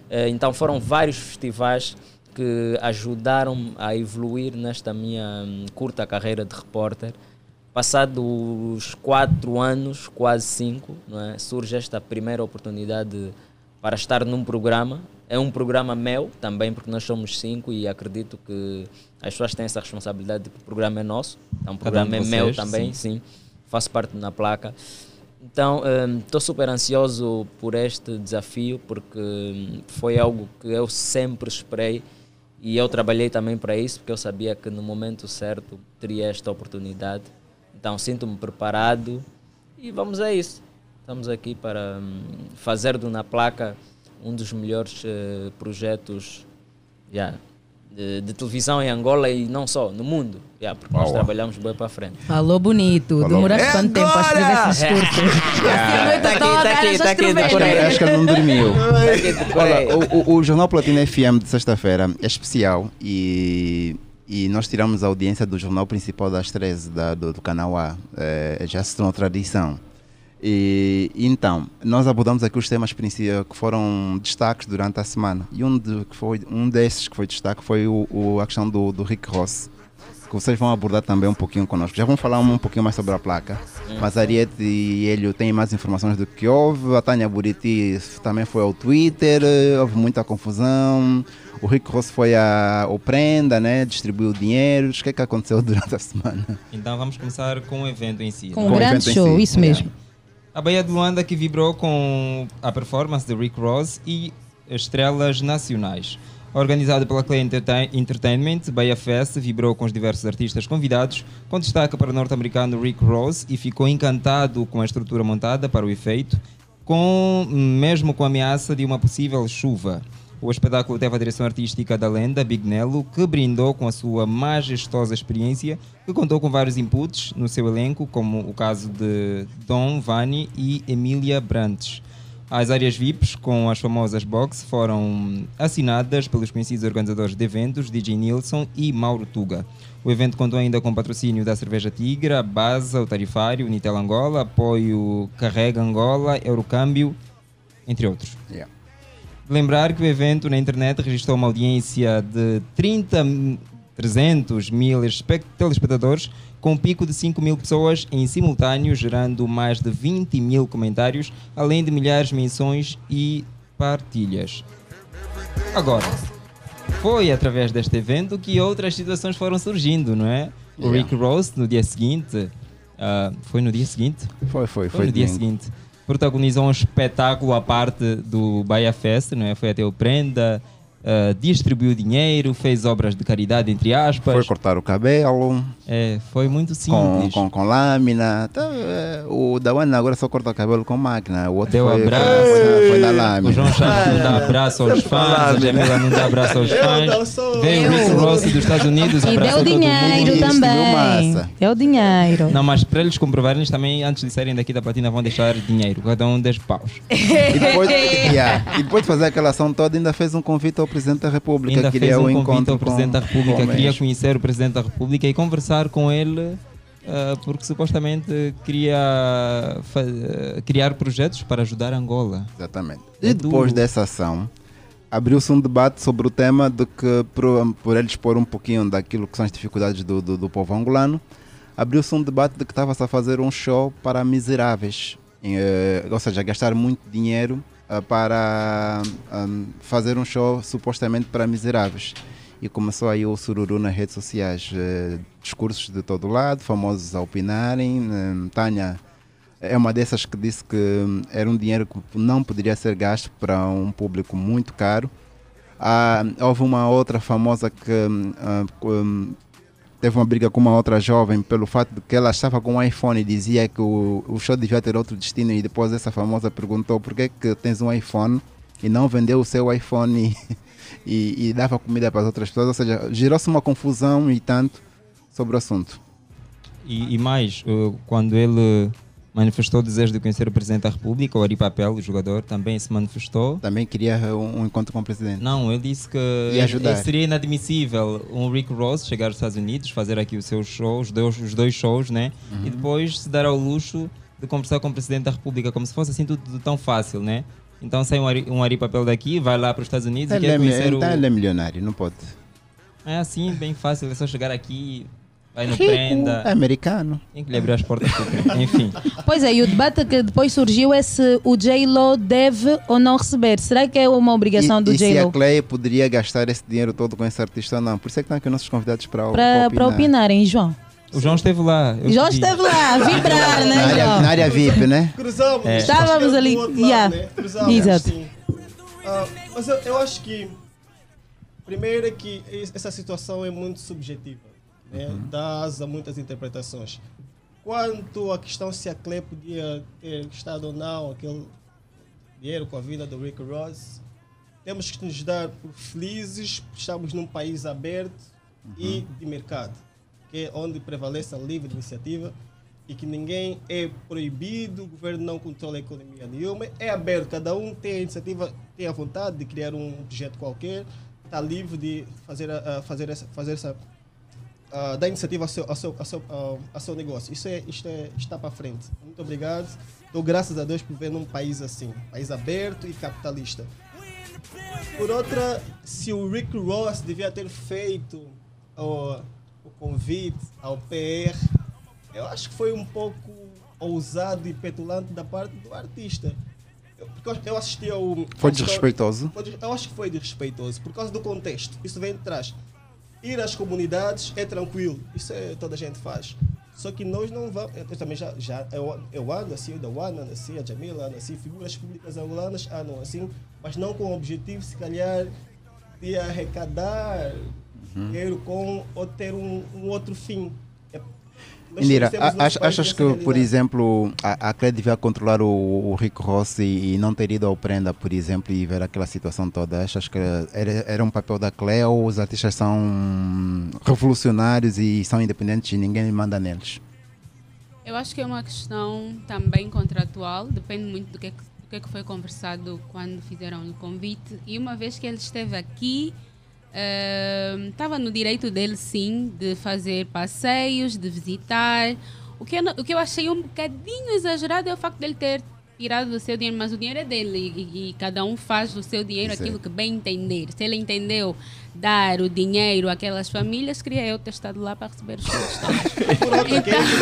Speaker 28: Eh, então foram vários festivais que ajudaram a evoluir nesta minha hum, curta carreira de repórter. Passados quatro anos, quase cinco, não é? surge esta primeira oportunidade para estar num programa. É um programa meu também, porque nós somos cinco e acredito que as pessoas têm essa responsabilidade de que o programa é nosso. Então, o
Speaker 12: Cada um
Speaker 28: programa é
Speaker 12: de
Speaker 28: meu
Speaker 12: vocês,
Speaker 28: também,
Speaker 12: sim.
Speaker 28: sim. Faço parte na placa. Então, estou super ansioso por este desafio, porque hum, foi algo que eu sempre esperei e eu trabalhei também para isso, porque eu sabia que no momento certo teria esta oportunidade. Então, sinto-me preparado e vamos a isso. Estamos aqui para hum, fazer do Na Placa um dos melhores eh, projetos já de, de televisão em Angola e não só, no mundo. Yeah, porque nós trabalhamos bem para frente.
Speaker 25: Falou bonito. Demoraste
Speaker 28: É
Speaker 25: quanto tempo a escrever esse discurso?
Speaker 28: Yeah.
Speaker 25: noite
Speaker 28: Tá aqui,
Speaker 25: toda,
Speaker 28: tá aqui,
Speaker 25: já
Speaker 28: tá aqui,
Speaker 25: escreveu.
Speaker 28: tá aqui.
Speaker 25: Decorei.
Speaker 20: Acho que ele não dormiu.
Speaker 28: Tá aqui, decorei.
Speaker 20: Olha, o, o- o Jornal Platina FM de sexta-feira é especial e, e nós tiramos a audiência do jornal principal das 13 da- do, do canal A. É, já se tornou tradição. E, então, nós abordamos aqui os temas princi- que foram destaques durante a semana. E um, de, que foi, um desses que foi destaque foi o, o- a questão do, do Rick Ross, que vocês vão abordar também um pouquinho conosco. Já vão falar um, pouquinho mais sobre a placa. Mas Ariete e Hélio têm mais informações do que houve. A Tânia Buriti também foi ao Twitter, eh, houve muita confusão. O Rick Ross foi à ao prenda, né? distribuiu dinheiros. O que é que aconteceu durante a semana?
Speaker 2: Então vamos começar com o evento em si. né?
Speaker 25: Com o Com o grande evento em show, si, isso é. mesmo.
Speaker 2: A Baía de Luanda que vibrou com a performance de Rick Ross e estrelas nacionais. Organizado pela Clay Entertain- Entertainment, Baía Fest vibrou com os diversos artistas convidados, com destaque para o norte-americano Rick Ross e ficou encantado com a estrutura montada para o efeito, com mesmo com a ameaça de uma possível chuva. O espetáculo teve a direção artística da lenda Big Nelo, que brindou com a sua majestosa experiência, que contou com vários inputs no seu elenco, como o caso de Dom Vani e Emília Brantes. As áreas VIPs com as famosas box foram assinadas pelos conhecidos organizadores de eventos, DJ Nilson e Mauro Tuga. O evento contou ainda com patrocínio da Cerveja Tigra, Baza, o Tarifário, Unitel Angola, apoio Carrega Angola, Eurocâmbio, entre outros. Lembrar que o evento na internet registrou uma audiência de 30, mi- 300 mil espe- telespectadores, com um pico de 5 mil pessoas em simultâneo, gerando mais de 20 mil comentários, além de milhares de menções e partilhas. Agora, foi através deste evento que outras situações foram surgindo, não é? O
Speaker 20: Yeah.
Speaker 2: Rick Ross, no dia seguinte, ah, foi no dia seguinte?
Speaker 20: Foi, foi,
Speaker 2: foi
Speaker 20: foi
Speaker 2: no dia
Speaker 20: domingo.
Speaker 2: seguinte. Protagonizou um espetáculo à parte do Baia Fest, não é? Foi até o Prenda, ah, distribuiu dinheiro, fez obras de caridade, entre aspas.
Speaker 20: Foi cortar o cabelo.
Speaker 2: É, foi muito
Speaker 20: Com,
Speaker 2: simples.
Speaker 20: com, com lâmina. Tá, eh, o Dawana agora só corta o cabelo com máquina. O outro
Speaker 2: Deu
Speaker 20: foi,
Speaker 2: abraço.
Speaker 20: Foi, foi na lâmina.
Speaker 2: O João Chaves não dá abraço aos
Speaker 20: Sempre
Speaker 2: fãs,
Speaker 20: falado, né?
Speaker 2: a Jamila não dá abraço aos
Speaker 20: Eu
Speaker 2: fãs. Veio o Rick
Speaker 20: Eu.
Speaker 2: Ross dos Estados Unidos,
Speaker 3: E
Speaker 2: abraçou
Speaker 3: deu
Speaker 2: todo
Speaker 3: dinheiro
Speaker 2: mundo.
Speaker 3: também. Deu dinheiro.
Speaker 2: Não, mas para eles comprovarem, eles também, antes de saírem daqui da platina, vão deixar dinheiro. Cada um 10 paus.
Speaker 20: E depois, yeah, e depois de fazer aquela ação toda, ainda fez um convite ao Presidente da República.
Speaker 2: Ainda
Speaker 20: queria
Speaker 2: fez um
Speaker 20: o
Speaker 2: convite
Speaker 20: encontro
Speaker 2: ao Presidente
Speaker 20: com,
Speaker 2: da República,
Speaker 20: com
Speaker 2: queria
Speaker 20: eles.
Speaker 2: conhecer o Presidente da República e conversar com ele, ah, porque supostamente queria fa- ah, criar projetos para ajudar Angola.
Speaker 20: Exatamente.
Speaker 2: É
Speaker 20: E depois
Speaker 2: duro.
Speaker 20: dessa ação, abriu-se um debate sobre o tema de que, por, por ele expor um pouquinho daquilo que são as dificuldades do, do, do povo angolano, abriu-se um debate de que estava-se a fazer um show para miseráveis, em, eh, ou seja, gastar muito dinheiro ah, para ahm, fazer um show supostamente para miseráveis. E começou aí o sururu nas redes sociais, eh, discursos de todo lado, famosos a opinarem, eh, Tânia é uma dessas que disse que hum, era um dinheiro que não poderia ser gasto para um público muito caro. Ah, houve uma outra famosa que hum, ah, hum, teve uma briga com uma outra jovem pelo fato de que ela estava com um iPhone e dizia que o, o show devia ter outro destino. E depois essa famosa perguntou por que, é que tens um iPhone e não vendeu o seu iPhone e, e- e dava comida para as outras pessoas. Ou seja, gerou-se uma confusão e tanto sobre o assunto.
Speaker 2: E, e mais, uh, quando ele manifestou o desejo de conhecer o Presidente da República, o Ari Papel, o jogador, também se manifestou.
Speaker 20: Também queria um, um encontro com o Presidente.
Speaker 2: Não, ele disse que
Speaker 20: Ia ajudar.
Speaker 2: é- seria inadmissível um Rick Ross chegar aos Estados Unidos, fazer aqui os seus shows, os dois, os dois shows, né?
Speaker 20: Uhum.
Speaker 2: E depois se dar ao luxo de conversar com o Presidente da República, como se fosse assim tudo tão fácil, né? Então sai um Ari, um Ari Papel daqui, vai lá para os Estados Unidos e
Speaker 20: Ele
Speaker 2: quer
Speaker 20: é, mi-
Speaker 2: conhecer o...
Speaker 20: então ele é milionário, não pode.
Speaker 2: É assim, bem fácil, é só chegar aqui, vai no prenda...
Speaker 20: É americano.
Speaker 2: Tem que lhe abrir as portas para o crime, enfim.
Speaker 3: Pois é, e o debate que depois surgiu é se o J-Lo deve ou não receber. Será que é uma obrigação
Speaker 20: e, é
Speaker 3: do
Speaker 20: e se a
Speaker 3: J-Lo?
Speaker 20: Clay poderia gastar esse dinheiro todo com esse artista ou não? Por isso é que estão aqui os nossos convidados para,
Speaker 3: Para para opinarem, João.
Speaker 2: O João esteve lá. eu
Speaker 3: João
Speaker 2: pedi.
Speaker 3: esteve lá, a vibrar,
Speaker 20: Na
Speaker 3: né,
Speaker 20: área-
Speaker 3: João?
Speaker 20: na área VIP, né?
Speaker 27: Cruzamos.
Speaker 2: É.
Speaker 3: Estávamos ali.
Speaker 27: Do outro lado,
Speaker 3: Yeah.
Speaker 27: né? Cruzamos,
Speaker 3: Exato.
Speaker 27: sim. Ah, mas eu, eu acho que, primeiro, é que es- essa situação é muito subjetiva, né? dá asa a muitas interpretações. Quanto à questão se a Clay podia ter gostado ou não aquele dinheiro com a vida do Rick Ross, Temos que nos dar por felizes, porque estamos num país aberto e de mercado, que é onde prevalece a livre iniciativa e que ninguém é proibido, o governo não controla a economia nenhuma, é aberto, cada um tem a iniciativa, tem a vontade de criar um projeto qualquer, está livre de fazer, a- a- fazer essa, fazer essa ah, dar iniciativa ao seu, ao seu, ao seu, ao- ao seu negócio. Isso, é, isto é, está para frente. Muito obrigado. Dou graças a Deus por ver num país assim, país aberto e capitalista. Por outra, se o Rick Ross devia ter feito o, o convite ao PR, eu acho que foi um pouco ousado e petulante da parte do artista. Eu, porque eu- eu assisti um- ao.
Speaker 20: Foi
Speaker 27: ao-
Speaker 20: desrespeitoso?
Speaker 27: Foi des- eu acho que foi desrespeitoso, por causa do contexto. Isso vem de trás. Ir às comunidades é tranquilo, isso é, toda a gente faz. Só que nós não vamos. Eu também já. já eu, eu ando assim, eu da Wana, ando assim, a Jamila, ando assim, figuras públicas angolanas andam assim, mas não com o objetivo, se calhar, de arrecadar dinheiro com ou ter um, um outro fim. É, nós
Speaker 20: Indira,
Speaker 27: temos
Speaker 20: a-
Speaker 27: nosso
Speaker 20: ach-
Speaker 27: país
Speaker 20: achas que, por
Speaker 27: nessa
Speaker 20: exemplo, a, a Clé devia controlar o, o Rico Rossi e não ter ido ao Prenda, por exemplo, e ver aquela situação toda? Achas que era, era um papel da Clé ou os artistas são revolucionários e são independentes e ninguém manda neles?
Speaker 7: Eu acho que é uma questão também contratual, depende muito do que, é que- do que é que foi conversado quando fizeram o convite. E uma vez que ele esteve aqui, ehm, estava no direito dele sim de fazer passeios, de visitar. O que, eu, não- o que eu achei um bocadinho exagerado é o facto dele ter tirado o seu dinheiro, mas o dinheiro é dele e, e cada um faz do seu dinheiro
Speaker 8: Isso é.
Speaker 7: aquilo que bem entender. Se ele entendeu dar o dinheiro àquelas famílias, queria eu ter estado lá para receber os seus
Speaker 27: Quem não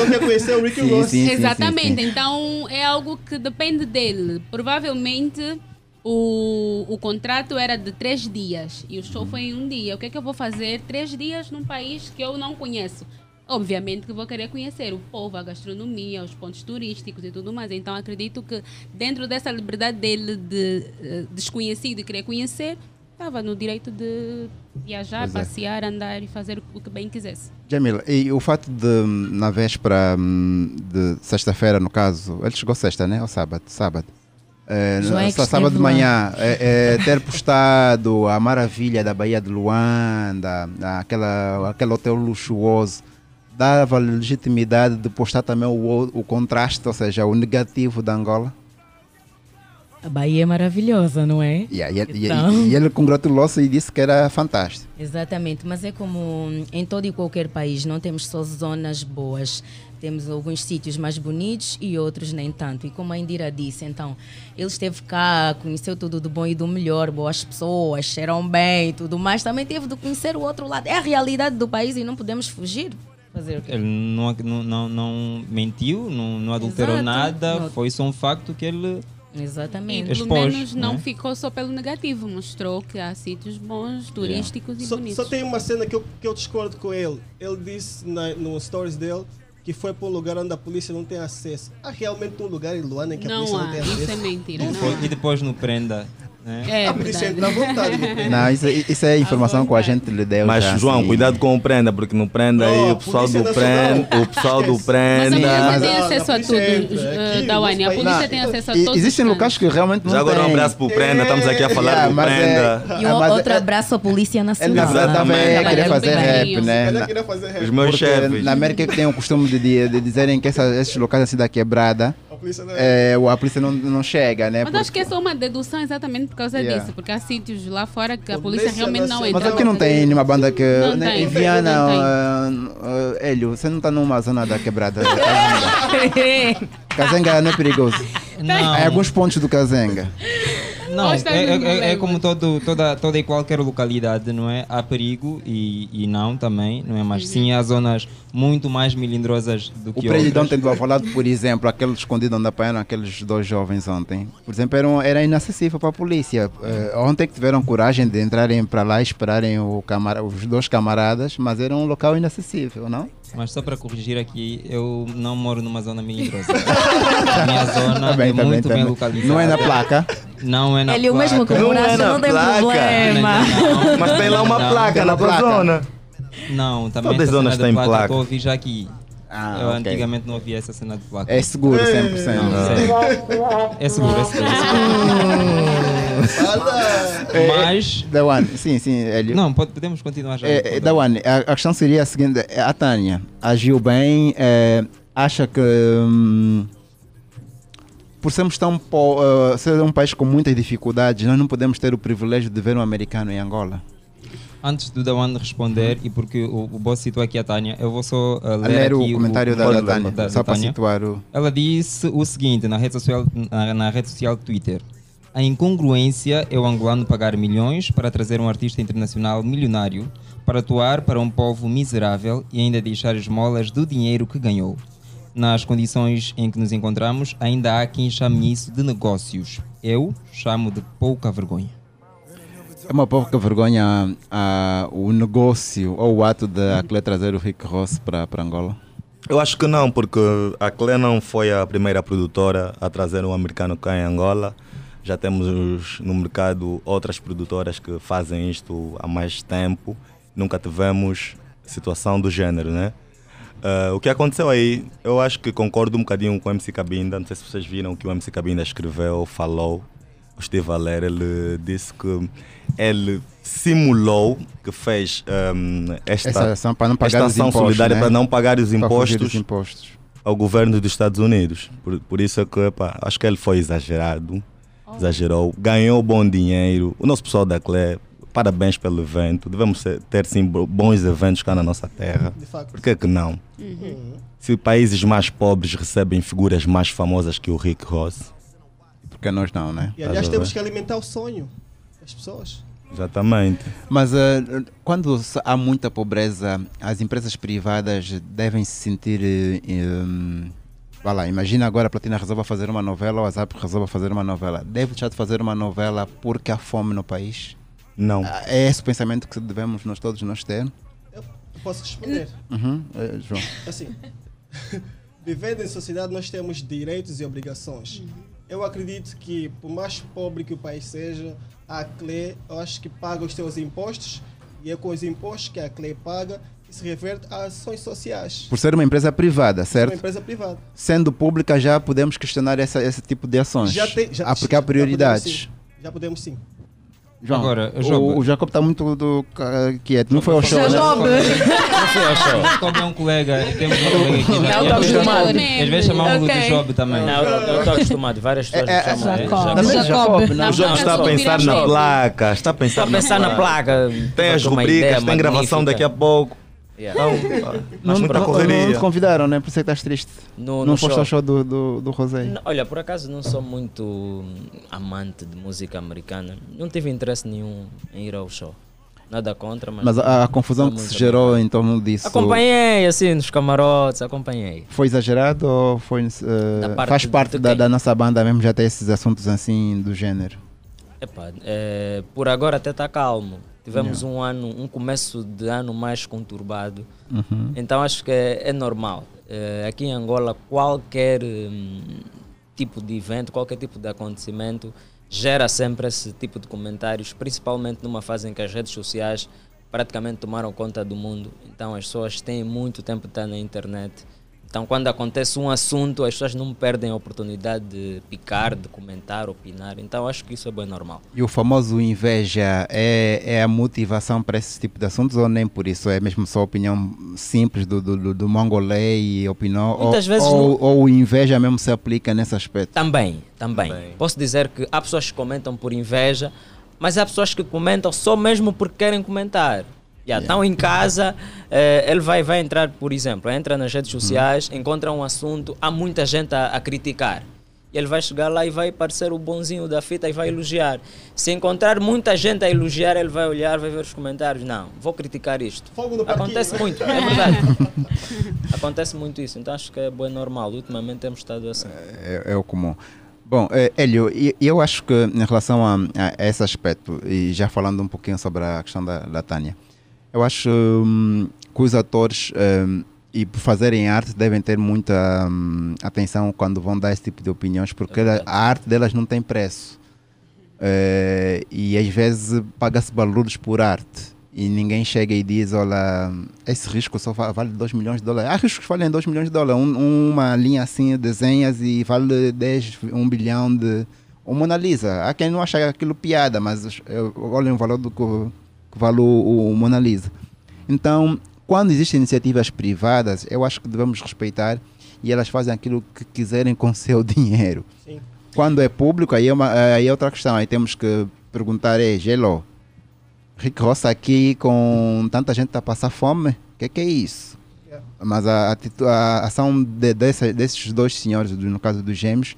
Speaker 27: quer conhecer o Rick Ross?
Speaker 7: Exatamente, então é algo que depende dele. Provavelmente o, o contrato era de três dias e o show foi em um dia. O que é que eu vou fazer três dias num país que eu não conheço? Obviamente que vou querer conhecer o povo, a gastronomia, os pontos turísticos e tudo mais. Então acredito que dentro dessa liberdade dele de eh, desconhecido e querer conhecer, estava no direito de viajar,
Speaker 20: Pois é.
Speaker 7: passear, andar e fazer o que bem quisesse.
Speaker 20: Jamila, e o fato de, na véspera hum, de sexta-feira, no caso, ele chegou sexta, né? Ou sábado? Sábado. É,
Speaker 8: João é que
Speaker 20: só sábado de
Speaker 8: esteve lá.
Speaker 20: manhã, é, é, ter postado a maravilha da Bahia de Luanda, aquela, aquele hotel luxuoso, dava legitimidade de postar também o, ou- o contraste, ou seja, o negativo da Angola.
Speaker 8: A Bahia é maravilhosa, não é?
Speaker 20: E, aí ele- e-
Speaker 8: Então.
Speaker 20: e ele congratulou-se e disse que era fantástico.
Speaker 25: Exatamente, mas é como em todo e qualquer país, não temos só zonas boas. Temos alguns sítios mais bonitos e outros nem tanto. E como a Indira disse, então, ele esteve cá, conheceu tudo do bom e do melhor, boas pessoas, cheiram bem e tudo mais. Também teve de conhecer o outro lado. É a realidade do país e não podemos fugir. Fazer o quê?
Speaker 12: Ele não, ac- não, não, não mentiu, não, não adulterou
Speaker 25: Exato.
Speaker 12: nada,
Speaker 25: Não.
Speaker 12: foi só um facto que ele.
Speaker 7: E
Speaker 25: Exatamente.
Speaker 7: pelo
Speaker 12: Expôs,
Speaker 7: menos
Speaker 12: não
Speaker 7: não
Speaker 12: é?
Speaker 7: ficou só pelo negativo, mostrou que há sítios bons, turísticos e
Speaker 27: só,
Speaker 7: bonitos.
Speaker 27: só tem uma cena que eu, que eu discordo com ele. Ele disse na, no stories dele que foi para um lugar onde a polícia não tem acesso. Há realmente um lugar em Luanda em que a
Speaker 7: Não
Speaker 27: polícia não
Speaker 7: há,
Speaker 27: tem
Speaker 7: isso
Speaker 27: acesso?
Speaker 7: é mentira, não
Speaker 12: Foi- E depois no prenda. né?
Speaker 7: É
Speaker 27: a polícia entra à vontade. no prédio.
Speaker 20: Não, isso, isso
Speaker 8: Tá
Speaker 20: é informação que a gente lhe deu.
Speaker 30: Mas
Speaker 20: já, Oh,
Speaker 30: João,
Speaker 20: assim.
Speaker 30: cuidado com o prenda, porque no prenda aí o pessoal do prenda, o pessoal do
Speaker 7: Você tem
Speaker 30: prenda.
Speaker 7: acesso
Speaker 27: é
Speaker 7: a tudo, Dawane. A polícia tem acesso a
Speaker 20: E-
Speaker 7: todos.
Speaker 20: Existem locais que realmente não
Speaker 30: Já agora um
Speaker 20: têm.
Speaker 30: abraço pro Prenda, estamos aqui a falar do
Speaker 20: É, mas
Speaker 30: Prenda.
Speaker 25: E o-
Speaker 20: Ah, mas é-
Speaker 25: outro abraço à Polícia
Speaker 20: Ele
Speaker 25: Nacional.
Speaker 20: na verdade também é
Speaker 25: Trabalharam
Speaker 20: querer fazer
Speaker 25: bem.
Speaker 20: rap, né?
Speaker 27: Ele
Speaker 20: Na-
Speaker 27: queria fazer rap.
Speaker 20: Porque
Speaker 30: meus chefes.
Speaker 20: Na América que tem o costume de, de- de dizerem que essa- esses locais assim da quebrada,
Speaker 27: polícia não-
Speaker 20: é, o- a polícia não, não chega, né?
Speaker 7: Mas acho que é só uma dedução exatamente por causa
Speaker 20: Yeah.
Speaker 7: disso, porque há sítios lá fora que a polícia realmente não
Speaker 20: Mas
Speaker 7: entra.
Speaker 20: aqui não tem nenhuma banda que.
Speaker 7: Não
Speaker 20: né?
Speaker 7: tem.
Speaker 20: Em
Speaker 7: Não tem,
Speaker 20: Viana,
Speaker 7: não tem.
Speaker 20: ah, ah, Hélio, você não está numa zona da quebrada. Cazenga não é perigoso.
Speaker 12: Não.
Speaker 20: Há alguns pontos do Cazenga.
Speaker 12: Não, é,
Speaker 20: Gosta de
Speaker 12: é-
Speaker 20: um
Speaker 12: é- é
Speaker 20: lembro.
Speaker 12: como todo, toda, toda e qualquer localidade, não é? Há perigo e, e não também, não é? Mas sim há zonas muito mais melindrosas do
Speaker 20: O
Speaker 12: que
Speaker 20: prédio de
Speaker 12: outras.
Speaker 20: ontem do Alvalade, por exemplo, aquele escondido onde apanharam aqueles dois jovens ontem, por exemplo, era, um- era inacessível para a polícia. Eh, ontem que tiveram coragem de entrarem para lá e esperarem o camara- os dois camaradas, mas era um local inacessível, não?
Speaker 12: Mas só para corrigir aqui, eu não moro numa zona melindrosa. A minha zona
Speaker 20: Tá bem,
Speaker 12: é
Speaker 20: tá bem,
Speaker 12: muito
Speaker 20: tá
Speaker 12: bem
Speaker 20: bem.
Speaker 12: localizada.
Speaker 20: Não é na placa?
Speaker 12: Não é na
Speaker 25: Ele, o
Speaker 12: placa.
Speaker 25: mesmo que Não morasse, é na não tem placa. problema.
Speaker 30: Mas tem lá uma placa
Speaker 12: tem
Speaker 30: na
Speaker 12: uma
Speaker 30: tua zona.
Speaker 12: Não, também
Speaker 30: Todas
Speaker 12: essa
Speaker 30: zonas
Speaker 12: cena
Speaker 30: têm
Speaker 12: de placa.
Speaker 30: placa.
Speaker 12: Eu tô a ouvir já aqui. eu
Speaker 30: ok.
Speaker 12: antigamente não ouvia essa cena de placa.
Speaker 20: É seguro, 100%.
Speaker 12: Não, sério. É seguro, é seguro. Mas.
Speaker 20: Da One, sim, sim. Hélio.
Speaker 12: Não, pode- podemos continuar já.
Speaker 20: É, é, da One, a, a questão seria a seguinte: é, a Tânia agiu bem, é, acha que. hum, por sermos tão po- eh, ser um país com muitas dificuldades, nós não podemos ter o privilégio de ver um americano em Angola.
Speaker 12: Antes do Dawan responder,
Speaker 20: Uhum.
Speaker 12: e porque o, o boss citou aqui a Tânia, eu vou só uh, ler,
Speaker 20: ler o
Speaker 12: aqui
Speaker 20: comentário da- da Tânia, só pra
Speaker 12: Tânia.
Speaker 20: situar o-
Speaker 12: Ela disse o seguinte na rede social, na, na rede social Twitter. A incongruência é o angolano pagar milhões para trazer um artista internacional milionário para atuar para um povo miserável e ainda deixar esmolas do dinheiro que ganhou. Nas condições em que nos encontramos, ainda há quem chame isso de negócios. Eu chamo de pouca vergonha.
Speaker 20: É uma pouca vergonha ah, o negócio ou o ato de a Clé trazer o Rick Ross para Angola.
Speaker 30: Eu acho que não, porque a Clé não foi a primeira produtora a trazer um americano cá em Angola. Já temos os- no mercado outras produtoras que fazem isto há mais tempo. Nunca tivemos situação do género, né? Ah, o que aconteceu aí, eu acho que concordo um bocadinho com o MC Cabinda. Não sei se vocês viram o que o MC Cabinda escreveu, falou. Eu estive a ler, ele disse que ele simulou que fez ahm, esta,
Speaker 20: Essa ação para não pagar
Speaker 30: esta
Speaker 20: os
Speaker 30: ação
Speaker 20: impostos,
Speaker 30: solidária
Speaker 20: né?
Speaker 30: para não pagar os
Speaker 20: Para fugir
Speaker 30: impostos,
Speaker 20: dos impostos.
Speaker 30: ao governo dos Estados Unidos. Por, por isso é que, epá, acho que ele foi exagerado, exagerou, ganhou bom dinheiro. O nosso pessoal da Clé, parabéns pelo evento. Devemos ser- ter sim bo- bons eventos cá na nossa terra.
Speaker 27: De facto.
Speaker 30: Por que, que não?
Speaker 7: Uhum.
Speaker 30: Se países mais pobres recebem figuras mais famosas que o Rick Ross.
Speaker 20: Porque nós não, né?
Speaker 27: E aliás, temos que alimentar o sonho das pessoas.
Speaker 30: Exatamente.
Speaker 20: Mas eh, quando se- há muita pobreza, as empresas privadas devem se sentir. eh, em- vá lá, imagina agora a Platina resolve fazer uma novela ou a Zap resolve fazer uma novela. Deve deixar de fazer uma novela porque há fome no país?
Speaker 30: Não.
Speaker 20: Ah, É esse o pensamento que devemos nós todos nós ter?
Speaker 27: Posso responder?
Speaker 20: Uhum, eh, João.
Speaker 27: Assim, vivendo em sociedade, nós temos direitos e obrigações. Eu acredito que, por mais pobre que o país seja, a CLE, eu acho que paga os seus impostos e é com os impostos que a CLE paga que se reverte a ações sociais.
Speaker 20: Por ser uma empresa privada, certo?
Speaker 27: Uma empresa privada.
Speaker 20: Sendo pública, já podemos questionar essa, esse tipo de ações.
Speaker 27: Já tem- já-
Speaker 20: Ah, porque há
Speaker 27: já podemos
Speaker 20: prioridades.
Speaker 27: sim. Já podemos sim.
Speaker 20: João,
Speaker 12: Agora,
Speaker 20: o-
Speaker 12: Job.
Speaker 20: o, Jacob está muito do, ca- quieto. Não foi ao show, né?
Speaker 12: Não foi ao show. Jacob é um colega, temos um colega aqui. né?
Speaker 20: Não,
Speaker 12: E
Speaker 20: tá
Speaker 12: às vezes-
Speaker 20: acostumado.
Speaker 12: Às vezes chamamos-lo de
Speaker 20: Ok.
Speaker 12: Job também.
Speaker 28: Não, eu estou acostumado. Várias pessoas
Speaker 20: É, é,
Speaker 28: me chamam de
Speaker 20: Jacob.
Speaker 28: Jacob.
Speaker 20: Também Jacob, Jacob, não.
Speaker 30: O João está a pensar na placa. Está a pensar,
Speaker 28: Está a pensar na placa.
Speaker 30: Tem as
Speaker 28: Uma ideia
Speaker 30: rubricas, tem gravação
Speaker 28: magnífica.
Speaker 30: daqui a pouco.
Speaker 28: Yeah.
Speaker 30: Então, pá,
Speaker 20: Não,
Speaker 30: mas
Speaker 20: não,
Speaker 30: muita
Speaker 20: não,
Speaker 30: correria.
Speaker 20: não te convidaram, né? Por isso é que estás triste.
Speaker 28: No-
Speaker 20: não
Speaker 28: no
Speaker 20: foste
Speaker 28: show.
Speaker 20: ao show do, do, do Rosé.
Speaker 28: N- Olha, por acaso não sou muito hum, amante de música americana. Não tive interesse nenhum em ir ao show. Nada contra, mas.
Speaker 20: Mas a, a confusão
Speaker 28: não
Speaker 20: que se
Speaker 28: muito.
Speaker 20: gerou em torno disso
Speaker 28: Acompanhei, assim, nos camarotes, acompanhei.
Speaker 20: foi exagerado ou foi, eh,
Speaker 28: Da parte
Speaker 20: faz parte
Speaker 28: de
Speaker 20: da,
Speaker 28: quem?
Speaker 20: da nossa banda mesmo já ter esses assuntos assim do gênero?
Speaker 28: Epá, é, por agora até está calmo. Tivemos um ano, um começo de ano mais conturbado.
Speaker 20: Uhum.
Speaker 28: Então acho que é, é normal. É, aqui em Angola, qualquer hum, tipo de evento, qualquer tipo de acontecimento gera sempre esse tipo de comentários, principalmente numa fase em que as redes sociais praticamente tomaram conta do mundo. Então as pessoas têm muito tempo de estar na internet. Então quando acontece um assunto, as pessoas não perdem a oportunidade de picar, de comentar, opinar. Então acho que isso é bem normal.
Speaker 20: E o famoso inveja é, é a motivação para esse tipo de assuntos ou nem por isso? É mesmo só a opinião simples do, do, do, do mongolês e opinião? ou-
Speaker 28: Muitas vezes
Speaker 20: ou, ou inveja mesmo se aplica nesse aspecto?
Speaker 28: Também, também, Posso dizer que há pessoas que comentam por inveja, mas há pessoas que comentam só mesmo porque querem comentar. Já estão em casa, eh, ele vai, vai entrar, por exemplo, entra nas redes sociais, encontra um assunto, há muita gente a, a criticar. E ele vai chegar lá e vai parecer o bonzinho da fita e vai elogiar. Se encontrar muita gente a elogiar, ele vai olhar, vai ver os comentários. Não, vou criticar isto. Acontece muito, é verdade. Acontece muito isso, então acho que é bem normal. Ultimamente temos estado assim.
Speaker 20: é, é o comum. Bom, eh, Hélio, e- e eu acho que em relação a, a esse aspecto, e já falando um pouquinho sobre a questão da, da Tânia, eu acho hum, que os atores, hum, e por fazerem arte, devem ter muita hum, atenção quando vão dar esse tipo de opiniões, porque ela- a arte delas não tem preço. Eh, e às vezes paga-se valores por arte. E ninguém chega e diz, olha, esse risco só va- vale 2 milhões de dólares. Há riscos que valem 2 milhões de dólares. Um- uma linha assim, desenhas e vale 10, 1 bilhão de... o Mona Lisa. Há quem não acha aquilo piada, mas os- eh, olhem o valor do que o- que valeu o o Mona Lisa. Então, quando existem iniciativas privadas, eu acho que devemos respeitar e elas fazem aquilo que quiserem com o seu dinheiro.
Speaker 27: Sim.
Speaker 20: Quando é público, aí é, uma, aí é outra questão. Aí temos que perguntar, é, Gelo, Rick Roça aqui com tanta gente tá a passar fome, o que, que é isso? Mas a, atitu- a ação de- dessa- desses dois senhores, do- no caso dos gêmeos,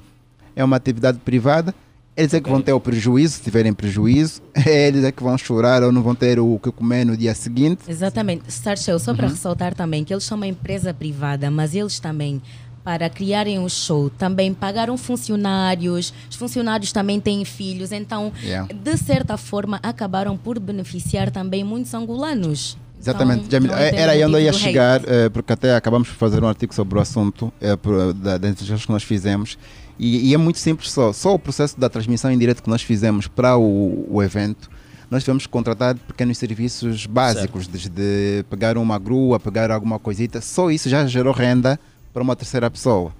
Speaker 20: é uma atividade privada. Eles é que vão ter o prejuízo, se tiverem prejuízo. Eles é que vão chorar ou não vão ter o que comer no dia seguinte.
Speaker 25: Exatamente. Star Show, só para
Speaker 20: Uhum.
Speaker 25: ressaltar também que eles são uma empresa privada, mas eles também, para criarem o show, também pagaram funcionários, os funcionários também têm filhos, então,
Speaker 20: Yeah.
Speaker 25: de certa forma, acabaram por beneficiar também muitos angolanos. Então, um
Speaker 20: Exatamente, Jamil.
Speaker 25: não
Speaker 20: É-
Speaker 25: tem
Speaker 20: Era aí onde eu ia
Speaker 25: motivo do hate.
Speaker 20: chegar, eh, porque até acabamos de fazer um artigo sobre o assunto, eh, por- da- das entrevistas que nós fizemos, e, e é muito simples só. Só o processo da transmissão em direto que nós fizemos para o, o evento, nós tivemos que contratar pequenos serviços básicos, desde pegar uma grua, pegar alguma coisita, só isso já gerou renda para uma terceira pessoa.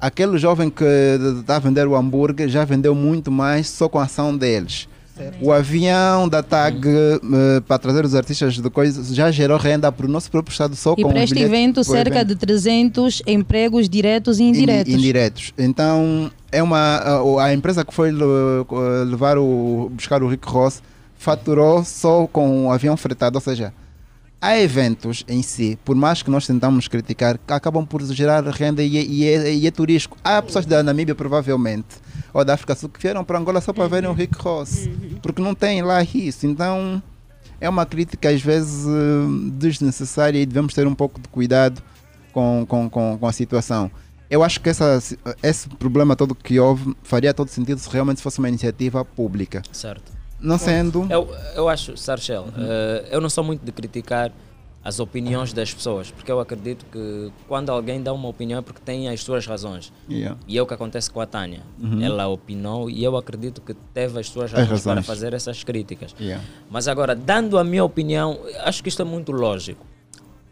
Speaker 20: Aquele jovem que está a vender o hambúrguer já vendeu muito mais só com a ação deles. O avião da TAG eh, para trazer os artistas de coisas já gerou renda para o nosso próprio estado só
Speaker 3: E
Speaker 20: com um
Speaker 3: para
Speaker 20: os
Speaker 3: este
Speaker 20: bilhetes
Speaker 3: evento,
Speaker 20: pro
Speaker 3: cerca
Speaker 20: evento.
Speaker 3: de 300 empregos diretos e indiretos.
Speaker 20: In- indiretos. Então, é uma, a- o- a empresa que foi le- co- levar o, buscar o Rick Ross faturou só com o avião fretado, ou seja, há eventos em si, por mais que nós tentamos criticar, que acabam por gerar renda e, é- e é, e é turístico. Há pessoas da Namíbia, provavelmente, ou da África do Sul, que vieram para Angola só para verem o Rick Ross, porque não tem lá isso. Então, é uma crítica às vezes eh, desnecessária e devemos ter um pouco de cuidado com, com, com, com a situação. Eu acho que essa, esse problema todo que houve faria todo sentido se realmente fosse uma iniciativa pública.
Speaker 28: Certo.
Speaker 20: Não sendo. Uhum.
Speaker 28: Eu, eu acho, Sarchel, eh, eu não sou muito de criticar as opiniões das pessoas, porque eu acredito que quando alguém dá uma opinião é porque tem as suas razões.
Speaker 20: Yeah.
Speaker 28: E é o que acontece com a Tânia.
Speaker 20: Uhum.
Speaker 28: Ela opinou e eu acredito que teve as suas
Speaker 20: As
Speaker 28: razões, para
Speaker 20: razões.
Speaker 28: fazer essas críticas.
Speaker 20: Yeah.
Speaker 28: Mas agora, dando a minha opinião, acho que isto é muito lógico.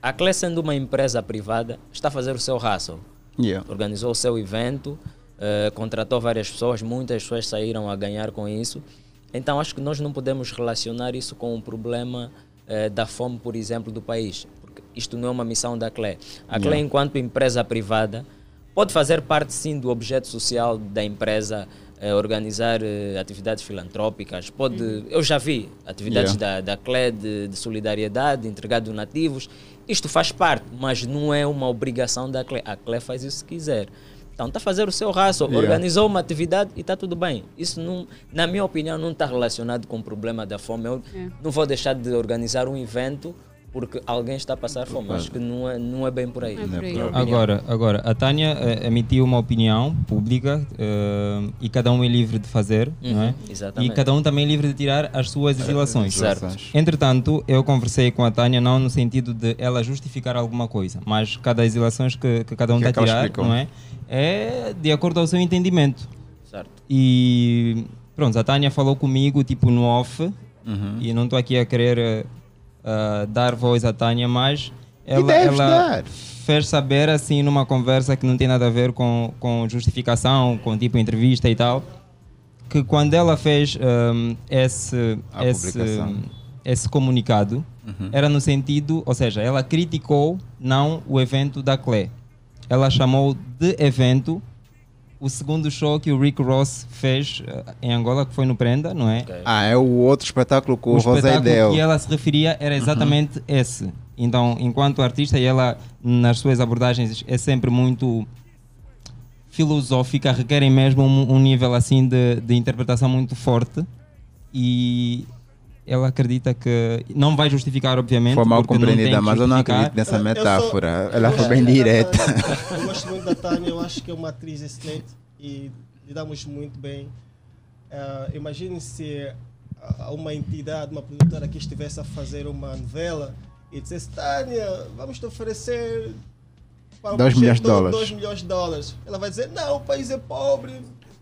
Speaker 28: A Clé, sendo uma empresa privada, está a fazer o seu hustle.
Speaker 20: Yeah.
Speaker 28: Organizou o seu evento, eh, contratou várias pessoas, muitas pessoas saíram a ganhar com isso. Então, acho que nós não podemos relacionar isso com o problema eh, da fome, por exemplo, do país. Porque isto não é uma missão da Clé. A Clé,
Speaker 4: Yeah.
Speaker 28: enquanto empresa privada, pode fazer parte sim do objeto social da empresa, eh, organizar eh, atividades filantrópicas. Pode, eu já vi atividades
Speaker 4: Yeah.
Speaker 28: da da, da CLE de, de solidariedade, entregado nativos. Isto faz parte, mas não é uma obrigação da CLE. A CLE faz isso se quiser. Então está a fazer o seu raço,
Speaker 4: Yeah.
Speaker 28: organizou uma atividade e está tudo bem. Isso, não, na minha opinião, não está relacionado com o problema da fome. Eu
Speaker 4: É.
Speaker 28: não vou deixar de organizar um evento porque alguém está a passar fome. Acho que não é, não é bem por aí.
Speaker 4: por aí.
Speaker 28: Minha opinião.
Speaker 2: Agora, agora, a Tânia eh, emitiu uma opinião pública eh, e cada um é livre de fazer,
Speaker 28: Uhum,
Speaker 2: não é?
Speaker 28: exatamente.
Speaker 2: E cada um também é livre de tirar as suas exilações.
Speaker 28: Certo.
Speaker 2: Entretanto, eu conversei com a Tânia não no sentido de ela justificar alguma coisa, mas cada exilações que, que cada um
Speaker 20: Que
Speaker 2: está a
Speaker 20: é que ela
Speaker 2: tirar,
Speaker 20: explicou.
Speaker 2: não é? É de acordo ao seu entendimento.
Speaker 28: Certo.
Speaker 2: E pronto, a Tânia falou comigo tipo no off
Speaker 20: Uhum.
Speaker 2: e não estou aqui a querer eh, ah, dar voz à Tânia, mas ela,
Speaker 20: deves
Speaker 2: ela
Speaker 20: dar.
Speaker 2: fez saber assim numa conversa que não tem nada a ver com, com justificação, com tipo entrevista e tal, que quando ela fez ahm, esse,
Speaker 20: A
Speaker 2: esse,
Speaker 20: publicação.
Speaker 2: esse comunicado,
Speaker 20: Uhum.
Speaker 2: era no sentido, ou seja, ela criticou não o evento da Clé. Ela chamou de evento o segundo show que o Rick Ross fez eh, em Angola, que foi no Prenda, não é?
Speaker 20: Ah, é o outro espetáculo que o, Uhum.
Speaker 2: o
Speaker 20: Rosé
Speaker 2: espetáculo
Speaker 20: deu.
Speaker 2: que ela se referia era exatamente esse. Então, enquanto artista, e ela nas suas abordagens é sempre muito filosófica, requerem mesmo um, um nível assim de, de interpretação muito forte e ela acredita que não vai justificar obviamente
Speaker 20: Foi mal
Speaker 2: porque não tem
Speaker 20: compreendida,
Speaker 2: que
Speaker 20: mas eu não
Speaker 2: justificar.
Speaker 20: acredito nessa metáfora. Ela foi bem direta.
Speaker 27: Eu gosto muito da Tânia, eu acho que é uma atriz excelente e lidamos muito bem. Ah, Imagine se ah, uma entidade, uma produtora aqui estivesse a fazer uma novela e dissesse: Tânia, vamos te oferecer. para um
Speaker 20: Dois
Speaker 27: projeto
Speaker 20: milhões de
Speaker 27: todo,
Speaker 20: dólares."
Speaker 27: dois milhões de dólares. Ela vai dizer: Não, o país é pobre.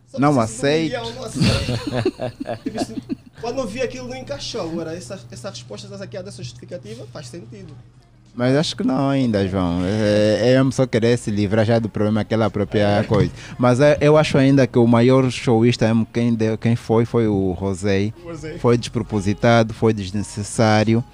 Speaker 27: só
Speaker 20: Não
Speaker 27: preciso de um
Speaker 20: aceito."
Speaker 27: milhão, não aceito. Tipo assim, Quando eu vi aquilo, não encaixou. Agora, essa, essa resposta dessa aqui, dessa justificativa, faz sentido.
Speaker 20: Mas acho que não ainda, João. É, é mesmo só querer se livrar já do problema que ela própria coisa. Mas é- eu acho ainda que o maior showista mesmo quem, deu, quem foi foi o Rosei.
Speaker 27: Rosé.
Speaker 20: Foi despropositado, foi desnecessário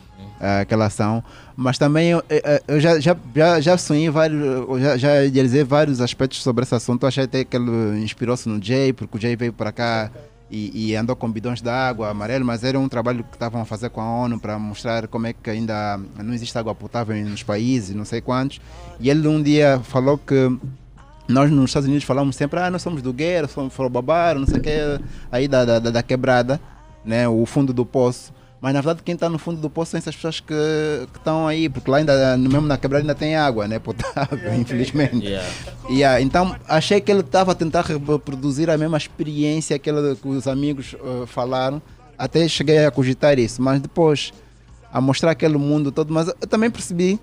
Speaker 20: ah, aquela ação. Mas também eu, eh, eu já, já, já, já sonhei vários, eu já, já idealizei vários aspectos sobre esse assunto. Achei até que ele inspirou-se no Jay, porque o Jay veio para cá e, e andou com bidões de água amarelo, mas era um trabalho que estavam a fazer com a ONU para mostrar como é que ainda não existe água potável nos países, não sei quantos. E ele um dia falou que nós nos Estados Unidos falamos sempre, ah, nós somos do guerra, somos babar, não sei o que, aí da, da, da da quebrada, né, o fundo do poço. Mas na verdade quem está no fundo do poço são essas pessoas que que estão aí, porque lá ainda, mesmo na quebrada ainda tem água, né, potável, infelizmente. Yeah, então achei que ele estava a tentar reproduzir a mesma experiência que, ele- que os amigos eh, falaram. Até cheguei a cogitar isso, mas depois a mostrar aquele mundo todo. Mas eu também percebi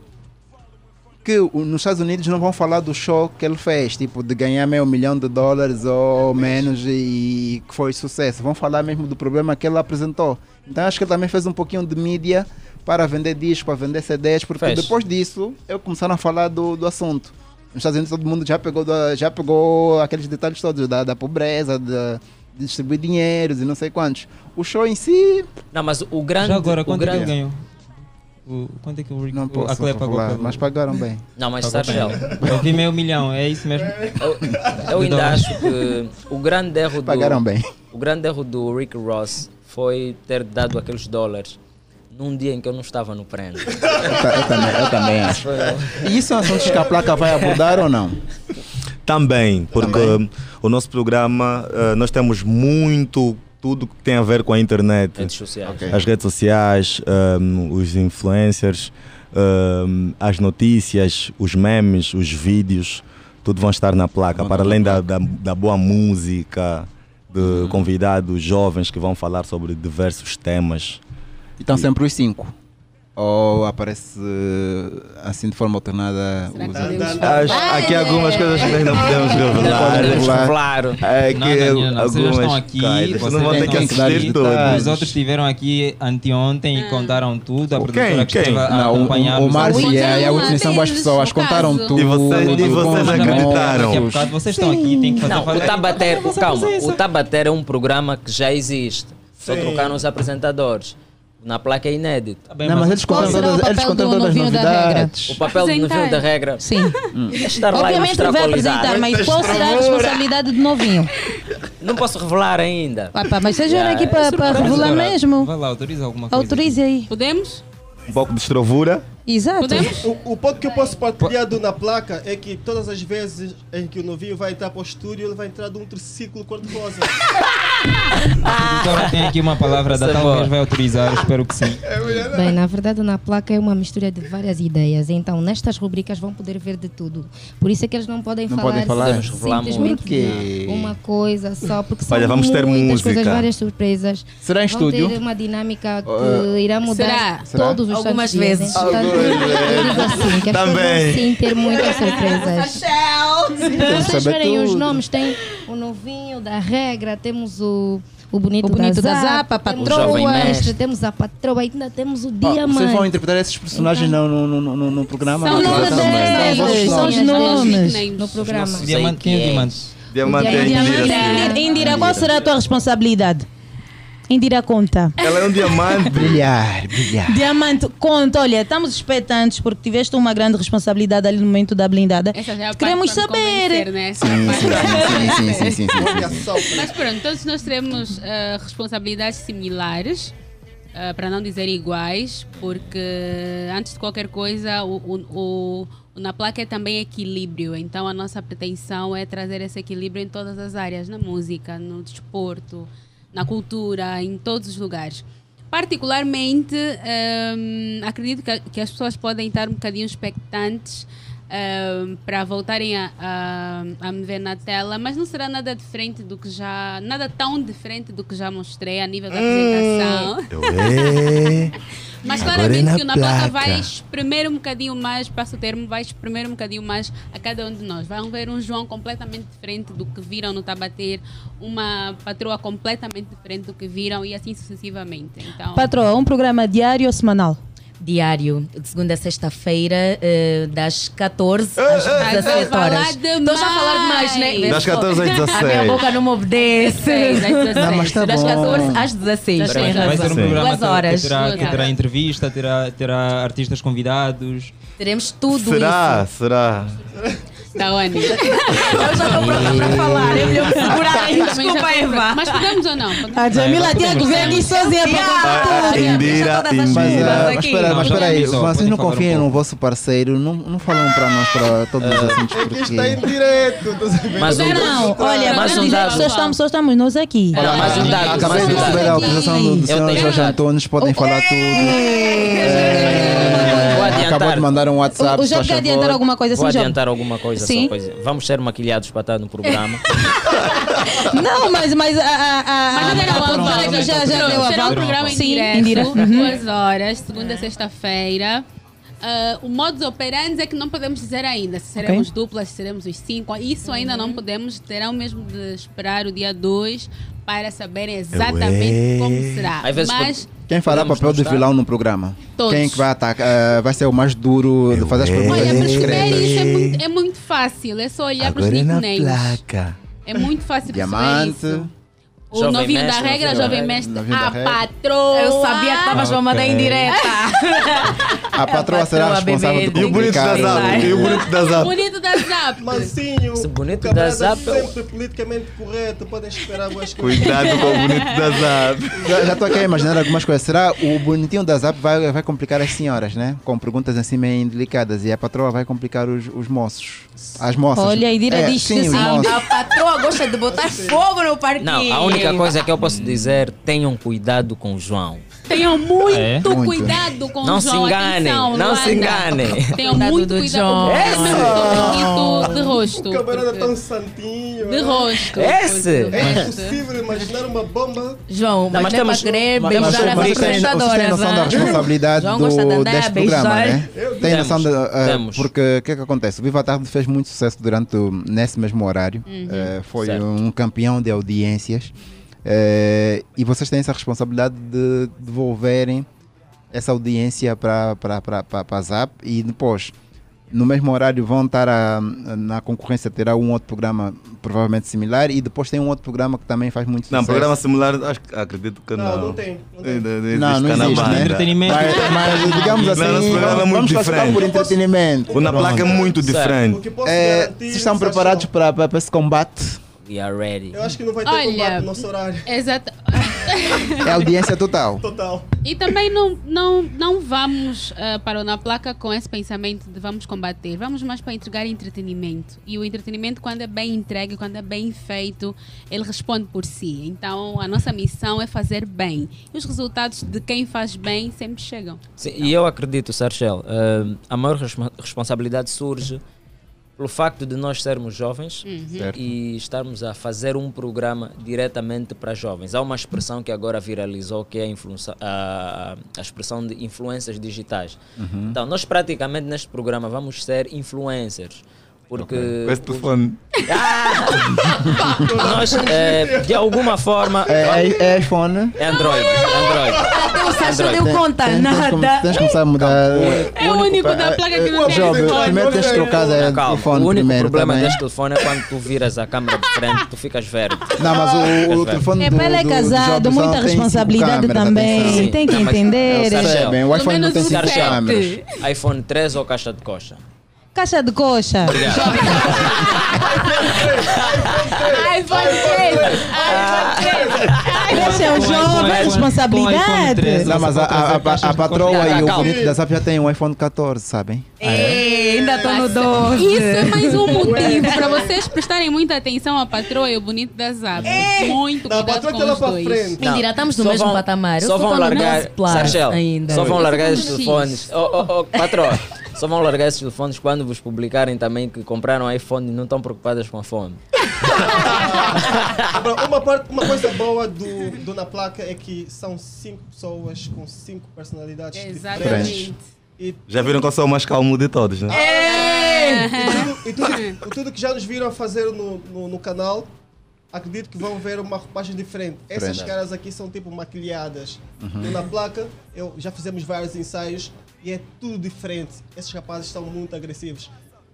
Speaker 20: que o- nos Estados Unidos não vão falar do show que ele fez, tipo de ganhar meio milhão de dólares ou menos e, e que foi sucesso. Vão falar mesmo do problema que ele apresentou. Então acho que ele também fez um pouquinho de mídia para vender disco, para vender CDs, porque
Speaker 28: Fez.
Speaker 20: depois disso eu começaram a falar do, do assunto. Nos Estados Unidos todo mundo já pegou, da- já pegou aqueles detalhes todos da, da pobreza, da- de distribuir dinheiros e não sei quantos. O show em si.
Speaker 28: Não, mas o grande.
Speaker 20: Já agora,
Speaker 28: o
Speaker 20: quanto é que
Speaker 28: grande...
Speaker 20: ele ganhou?
Speaker 12: O, quanto é que o Rick
Speaker 20: Não posso
Speaker 12: a Clé pagou
Speaker 20: falar,
Speaker 12: pelo-
Speaker 20: mas pagaram bem.
Speaker 28: Não, mas
Speaker 12: Pagou
Speaker 28: sabes,
Speaker 12: bem. Eu vi meio milhão, é isso mesmo?
Speaker 28: Eu
Speaker 12: De
Speaker 28: ainda
Speaker 12: dólares.
Speaker 28: acho que o grande erro do.
Speaker 12: Pagaram bem.
Speaker 28: O grande erro do Rick Ross foi ter dado aqueles dólares num dia em que eu não estava no prêmio.
Speaker 20: Eu também, eu também acho. E isso é um assunto que a placa vai abordar ou não?
Speaker 30: Também, porque o nosso programa, eh, nós temos muito tudo que tem a ver com a internet.
Speaker 28: Redes sociais. Ok.
Speaker 30: As redes sociais, ehm, os influencers, ehm, as notícias, os memes, os vídeos, tudo vão estar na placa. Uhum. Para além da, da, da boa música, de convidados jovens que vão falar sobre diversos temas.
Speaker 20: Então sempre os cinco. Ou aparece eh, assim de forma alternada os
Speaker 30: Acho- aqui há algumas coisas que nós não podemos revelar.
Speaker 12: Claro.
Speaker 30: É que
Speaker 12: Não, não, não, não. Ah, Vocês já
Speaker 30: algumas
Speaker 12: estão aqui,
Speaker 30: coisas,
Speaker 12: vocês
Speaker 30: não vão
Speaker 12: já
Speaker 30: ter que
Speaker 12: estão aqui.
Speaker 30: assistir todos.
Speaker 12: Os outros estiveram aqui anteontem
Speaker 25: Hum.
Speaker 12: e contaram tudo. A produtora que
Speaker 30: quem?
Speaker 12: esteve a
Speaker 30: Não, o-
Speaker 12: acompanhar
Speaker 20: o
Speaker 12: os
Speaker 20: Márcio
Speaker 12: outros.
Speaker 20: e a- e a última são as pessoas, contaram E tudo, vocês- e vocês
Speaker 12: Mas também,
Speaker 20: acreditaram.
Speaker 12: daqui a bocado Vocês estão aqui, têm que fazer
Speaker 28: Não, o
Speaker 12: valer.
Speaker 28: Tabater,
Speaker 12: Fazer
Speaker 28: calma,
Speaker 12: presença.
Speaker 28: o Tabater é um programa que já existe. Só
Speaker 20: Sim.
Speaker 28: trocaram os apresentadores. Na placa é inédito.
Speaker 20: bem, Não, mas mas eles qual contaram será o todas- eles papel contaram do todas as novinho da regra? novidades.
Speaker 28: O papel do novinho da regra. Hum.
Speaker 3: Sim.
Speaker 28: Estar lá e
Speaker 3: Obviamente
Speaker 28: mostrar
Speaker 3: ele vai
Speaker 28: qualidade.
Speaker 3: apresentar, mas qual será a responsabilidade do novinho?
Speaker 28: Não posso revelar ainda.
Speaker 3: Ah, pá, mas seja
Speaker 28: Yeah,
Speaker 3: aqui
Speaker 28: é
Speaker 3: para para
Speaker 28: surpresa.
Speaker 3: revelar mesmo.
Speaker 12: Vai lá, autoriza alguma coisa.
Speaker 3: Autorize aí.
Speaker 7: Podemos?
Speaker 30: Um pouco de estrovura.
Speaker 3: Exato.
Speaker 27: O, o ponto que eu posso partilhar do na placa é que todas as vezes em que o novinho vai entrar para o estúdio, ele vai entrar de um triciclo cor-de-rosa.
Speaker 12: Agora tem aqui uma palavra da
Speaker 28: Isso é
Speaker 12: talvez
Speaker 28: boa.
Speaker 12: vai autorizar, espero que sim.
Speaker 6: Bem, na verdade, o na placa é uma mistura de várias ideias. Então, nestas rubricas vão poder ver de tudo. Por isso é que eles não podem
Speaker 30: Não
Speaker 6: falar,
Speaker 30: podem falar? Podemos revelar
Speaker 6: simplesmente
Speaker 30: muito. Por quê?
Speaker 6: de uma coisa só, porque são
Speaker 30: Olha, vamos ter
Speaker 6: muitas
Speaker 30: música.
Speaker 6: coisas, várias surpresas.
Speaker 30: Será em
Speaker 6: vão
Speaker 30: estúdio?
Speaker 6: ter uma dinâmica que
Speaker 30: Uh,
Speaker 6: irá mudar Será? Será? todos os
Speaker 25: Algumas
Speaker 6: santos dias.
Speaker 25: vezes.
Speaker 6: Então, eu digo assim, que as pessoas
Speaker 30: Também.
Speaker 6: vão sim ter muitas surpresas.
Speaker 25: Quero
Speaker 6: Se vocês
Speaker 25: saber
Speaker 6: verem os
Speaker 25: tudo.
Speaker 6: nomes, tem o novinho da regra, temos o. O bonito,
Speaker 3: O bonito da Zapa, a
Speaker 6: temos
Speaker 3: patroa.
Speaker 6: o
Speaker 3: Jovem
Speaker 6: mestre,
Speaker 3: mestre.
Speaker 6: temos a patroa, ainda temos o
Speaker 20: Pá,
Speaker 6: diamante. Então.
Speaker 20: Vocês vão interpretar esses personagens no, no, no, no, no programa?
Speaker 6: São
Speaker 20: Não,
Speaker 6: nomes
Speaker 20: não, não,
Speaker 6: deles,
Speaker 20: não, não,
Speaker 6: são os nomes. no programa.
Speaker 12: Diamante, quem é diamante?
Speaker 30: Diamante
Speaker 3: Indira, Indira, Indira, qual será a tua responsabilidade? Indira, conta.
Speaker 30: Ela é um diamante.
Speaker 20: brilhar, brilhar.
Speaker 3: Diamante, conta, olha, estamos expectantes porque tiveste uma grande responsabilidade ali no momento da blindada. Queremos saber.
Speaker 20: Sim, sim, sim, sim, sim, sim.
Speaker 7: né? Mas pronto, todos nós teremos eh, responsabilidades similares, eh, para não dizer iguais, porque antes de qualquer coisa, o, o- o- o na placa é também equilíbrio. Então a nossa pretensão é trazer esse equilíbrio em todas as áreas, na música, no desporto, na cultura, em todos os lugares. Particularmente, ehm, acredito que, a- que as pessoas podem estar um bocadinho expectantes ehm, para voltarem a, a, a me ver na tela, mas não será nada diferente do que já. nada tão diferente do que já mostrei a nível da apresentação. Mas
Speaker 19: Agora é
Speaker 7: claramente
Speaker 19: na
Speaker 7: que o Na
Speaker 19: placa.
Speaker 7: Placa vai espremer um bocadinho mais, passo o termo, vai espremer um bocadinho mais a cada um de nós. Vão ver um João completamente diferente do que viram no Tabater, uma patroa completamente diferente do que viram e assim sucessivamente. Então,
Speaker 3: Patroa, um programa diário ou semanal?
Speaker 25: diário, de segunda a sexta-feira, eh, das 14
Speaker 20: Eh,
Speaker 25: às
Speaker 7: ei, ei,
Speaker 25: 17
Speaker 7: ei.
Speaker 25: horas. Estou já a falar demais, né?
Speaker 30: Das 14 às
Speaker 25: A minha
Speaker 30: 16.
Speaker 25: boca não me obedece.
Speaker 30: Dezesseis, às Não, mas tá
Speaker 25: das
Speaker 30: bom.
Speaker 25: 14 às 16.
Speaker 12: Vai vai
Speaker 25: Tem
Speaker 12: ser um
Speaker 25: razão.
Speaker 12: programa
Speaker 25: Duas
Speaker 12: que-
Speaker 25: horas.
Speaker 12: que terá, que terá
Speaker 25: Obrigada.
Speaker 12: entrevista, terá, terá artistas convidados.
Speaker 25: Teremos tudo
Speaker 30: Será? Será?
Speaker 25: isso. Tá, Anny. Eu já estou pronta para falar. Eu me lembro segurar aí. Desculpa, Eva.
Speaker 7: Mas podemos ou não? Podemos.
Speaker 25: A
Speaker 30: Jamila
Speaker 25: tinha que ver
Speaker 7: isso sozinha
Speaker 30: Ah, Indira, Indira.
Speaker 20: Mas espera, mas espera aí, vocês não
Speaker 7: um
Speaker 20: confiam no vosso parceiro, não, não falam para nós, para todos os assuntos, porque...
Speaker 27: Está em direto, estás a ver?
Speaker 20: Mas um-
Speaker 3: Não, olha,
Speaker 20: Mas
Speaker 3: mas
Speaker 20: um
Speaker 3: dizer,
Speaker 20: dado.
Speaker 3: só estamos, só estamos nós aqui.
Speaker 20: Olha, mais um dado. Acabei de receber a autorização do, do senhor Jorge Antunes, podem falar tudo. É, acabou de mandar um WhatsApp.
Speaker 3: O- o Jorge
Speaker 20: se faz
Speaker 3: quer adiantar
Speaker 20: favor.
Speaker 3: alguma coisa,
Speaker 20: Vou
Speaker 3: sim, Jorge?
Speaker 20: adiantar
Speaker 28: alguma coisa
Speaker 3: Sim.
Speaker 28: só coisa. Vamos ser maquilhados para estar no programa.
Speaker 3: Não, mas, mas a, a, a, a-
Speaker 7: Ah,
Speaker 3: a produtora já, já deu a
Speaker 7: tá Será um
Speaker 3: volta.
Speaker 7: programa em
Speaker 3: Sim,
Speaker 7: direto,
Speaker 3: Indira. Uhum. É.
Speaker 7: duas horas, segunda a sexta-feira. Ah, o modus operandi é que não podemos dizer ainda se seremos duplas, se seremos os cinco. Isso ainda
Speaker 3: Uhum.
Speaker 7: não podemos. Terão mesmo de esperar o dia 2 para saberem
Speaker 3: é.
Speaker 7: exatamente como será.
Speaker 20: Às vezes
Speaker 7: Mas
Speaker 20: Quem fará papel de vilão no programa?
Speaker 7: Todos.
Speaker 20: Quem que vai atacar? eh, vai ser o mais duro de fazer as perguntas
Speaker 7: Olha, para escolher isso é
Speaker 20: indiscretas.
Speaker 7: muito, é muito fácil. É só olhar para os
Speaker 20: Agora na
Speaker 7: nicknames.
Speaker 20: placa.
Speaker 7: É muito fácil perceber isso.
Speaker 20: Diamante.
Speaker 7: O novinho da regra, jovem mestre,
Speaker 20: Novinho da
Speaker 7: a
Speaker 20: regra.
Speaker 7: patroa.
Speaker 25: Eu sabia que estavas para mandar em direta.
Speaker 20: A patroa será responsável por bebê. E o bonito da publicar Zap, e o bonito da Zap.
Speaker 7: Bonito da Zap.
Speaker 27: Mansinho.
Speaker 28: bonito
Speaker 27: Cabral
Speaker 28: da
Speaker 27: é
Speaker 28: Zap,
Speaker 27: sempre politicamente correto, podem esperar boas coisas.
Speaker 20: Cuidado com o bonito
Speaker 27: da Zap.
Speaker 20: Já estou aqui a imaginar algumas coisas. Será o bonitinho da Zap vai, vai complicar as senhoras, né? Com perguntas assim meio indelicadas. E a patroa vai complicar os, os moços. As moças.
Speaker 25: Olha, a Indira
Speaker 20: é,
Speaker 25: diz
Speaker 20: sim,
Speaker 25: que
Speaker 20: os
Speaker 25: sim.
Speaker 20: moços.
Speaker 25: A patroa gosta de botar fogo no parquinho.
Speaker 28: Não, a única coisa que eu posso dizer, tenham cuidado com o João.
Speaker 7: Tenham muito
Speaker 28: É? Muito.
Speaker 7: cuidado com
Speaker 28: Não
Speaker 7: o
Speaker 28: se
Speaker 7: João.
Speaker 28: enganem,
Speaker 7: atenção,
Speaker 28: não se
Speaker 7: Luanda.
Speaker 28: enganem.
Speaker 7: Tenham muito
Speaker 25: do
Speaker 7: cuidado É com o
Speaker 27: João.
Speaker 7: João. Esse sorriso de rosto.
Speaker 27: O camarada é tão santinho. né?
Speaker 7: De rosto.
Speaker 28: Esse?
Speaker 27: É impossível imaginar uma bomba.
Speaker 25: João,
Speaker 27: Não,
Speaker 25: mas,
Speaker 27: mas
Speaker 25: não é
Speaker 27: temos-
Speaker 25: para querer
Speaker 20: Mas
Speaker 27: mas-
Speaker 25: beijar
Speaker 20: vocês vocês têm,
Speaker 25: as
Speaker 20: vocês têm
Speaker 25: apresentadoras.
Speaker 20: noção da
Speaker 25: ah?
Speaker 20: responsabilidade
Speaker 25: João
Speaker 20: do,
Speaker 25: gosta de andar,
Speaker 20: deste programa,
Speaker 25: beijar.
Speaker 20: né?
Speaker 25: Eu-
Speaker 20: Tem noção da. ah,
Speaker 28: temos.
Speaker 20: porque o que é que acontece? O Viva a Tarde fez muito sucesso durante o- nesse mesmo horário.
Speaker 28: Uhum.
Speaker 20: Eh, foi
Speaker 28: Certo.
Speaker 20: um campeão de audiências. Eh, e vocês têm essa responsabilidade de devolverem essa audiência para a Zap e depois. No mesmo horário vão estar a- na concorrência, terá um outro programa provavelmente similar e depois tem um outro programa que também faz muito
Speaker 30: Não,
Speaker 20: sucesso.
Speaker 30: programa similar, acho que acredito que não.
Speaker 20: Não,
Speaker 27: não tem,
Speaker 30: Não, existe
Speaker 20: Não, não existe,
Speaker 30: Canamanga.
Speaker 20: né? Entretenimento. Mas- mas digamos assim,
Speaker 30: Não, nosso programa é
Speaker 20: vamos
Speaker 30: muito
Speaker 20: classificar
Speaker 30: diferente.
Speaker 20: por entretenimento.
Speaker 30: Uma placa é
Speaker 20: Pronto.
Speaker 30: muito
Speaker 20: Certo.
Speaker 30: diferente.
Speaker 20: É, vocês estão preparados para, para, para esse combate?
Speaker 28: We are ready.
Speaker 27: Eu acho que não vai ter
Speaker 7: Olha,
Speaker 27: combate no nosso horário.
Speaker 7: exato.
Speaker 20: É audiência total.
Speaker 27: Total.
Speaker 7: E também não, não, não vamos ah, para o Na Placa com esse pensamento de vamos combater. Vamos mais para entregar entretenimento. E o entretenimento, quando é bem entregue, quando é bem feito, ele responde por si. Então, a nossa missão é fazer bem. E os resultados de quem faz bem sempre chegam.
Speaker 28: Sim, e eu acredito, Sarchel, eh, a maior resma- responsabilidade surge pelo facto de nós sermos jovens
Speaker 7: Uhum.
Speaker 30: Certo.
Speaker 28: e estarmos a fazer um programa diretamente para jovens. Há uma expressão que agora viralizou que é a, influença- a- a expressão de influências digitais.
Speaker 30: Uhum.
Speaker 28: Então, nós praticamente neste programa vamos ser influencers. Porque Ah!
Speaker 30: Com esse telefone.
Speaker 28: nós, eh, de alguma forma.
Speaker 20: É, é- é iPhone.
Speaker 28: É Android. Android.
Speaker 25: Até o Sacha
Speaker 28: Android.
Speaker 25: deu conta.
Speaker 20: Tens- tens
Speaker 25: Nada.
Speaker 20: como- Tens de começar a mudar.
Speaker 25: É o único da placa que não tem
Speaker 20: Jovem,
Speaker 25: telefone.
Speaker 20: primeiro tens de trocar de
Speaker 28: Não, calma.
Speaker 20: telefone
Speaker 28: o único
Speaker 20: primeiro
Speaker 28: problema
Speaker 20: também.
Speaker 28: deste telefone é quando tu viras a câmera de frente, tu ficas verde.
Speaker 20: Não, mas o- o
Speaker 28: Ficas
Speaker 20: telefone
Speaker 3: É, ele é casado, muita responsabilidade também.
Speaker 28: Sim.
Speaker 3: Tem que
Speaker 28: Não, mas-
Speaker 3: entender.
Speaker 28: Eu sei bem,
Speaker 20: o Pelo iPhone não menos tem o cinco sete. câmeras.
Speaker 28: iPhone 3 ou caixa de coxa?
Speaker 3: Caixa de coxa. Esse é o jovem, a responsabilidade.
Speaker 20: Não, mas a, a, a, a patroa
Speaker 25: Não,
Speaker 20: e o
Speaker 25: calma.
Speaker 20: bonito da Zap já tem um iPhone 14, sabem?
Speaker 25: Ei, ainda estou no 12.
Speaker 7: Isso é mais um motivo para vocês prestarem muita atenção à patroa e o bonito da Zap. Muito cuidado com os dois.
Speaker 25: Mentira, estamos no
Speaker 28: Só
Speaker 25: mesmo
Speaker 28: vão-
Speaker 25: patamar. Eu
Speaker 28: Só
Speaker 25: só
Speaker 28: vão
Speaker 25: tô no
Speaker 28: largar.
Speaker 25: 11 Plus
Speaker 28: Sargel,
Speaker 25: ainda.
Speaker 28: Só vão
Speaker 25: Eu
Speaker 28: largar
Speaker 25: sou
Speaker 28: esses
Speaker 25: X.
Speaker 28: telefones. Oh, oh, oh, patrão, só vão largar esses telefones quando vos publicarem também que compraram iPhone e não estão preocupadas com a fome.
Speaker 27: Agora, uma, parte, uma coisa boa do, do Na Placa é que são cinco pessoas com cinco personalidades
Speaker 30: Diferentes.
Speaker 27: diferentes. E
Speaker 30: Já viram qual sou o mais calmo de todos, né?
Speaker 20: É.
Speaker 27: E tudo, e tudo- tudo que já nos viram fazer no, no, no canal, acredito que vão ver uma roupagem diferente. Essas
Speaker 20: Diferente.
Speaker 27: caras aqui são tipo maquilhadas.
Speaker 20: Uhum.
Speaker 27: Eu na placa, eu, já fizemos vários ensaios. e é tudo diferente. Esses rapazes estão muito agressivos.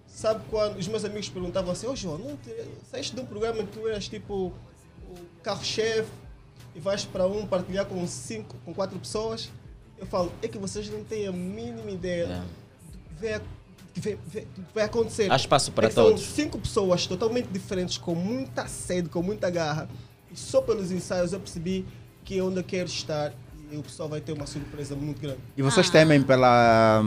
Speaker 27: Sabe quando os meus amigos perguntavam assim: Ô João, não te... saíste de um programa em que tu eras tipo o carro-chefe e vais para um partilhar com cinco, com quatro pessoas? Eu falo: é que vocês não têm a mínima ideia do que vai ac- que vai- vai- do que vai acontecer.
Speaker 28: É. Há espaço para
Speaker 27: É que são
Speaker 28: todos.
Speaker 27: cinco pessoas totalmente diferentes, com muita sede, com muita garra. E só pelos ensaios eu percebi que é onde eu quero estar e o pessoal vai ter uma surpresa muito grande.
Speaker 20: E vocês temem pela.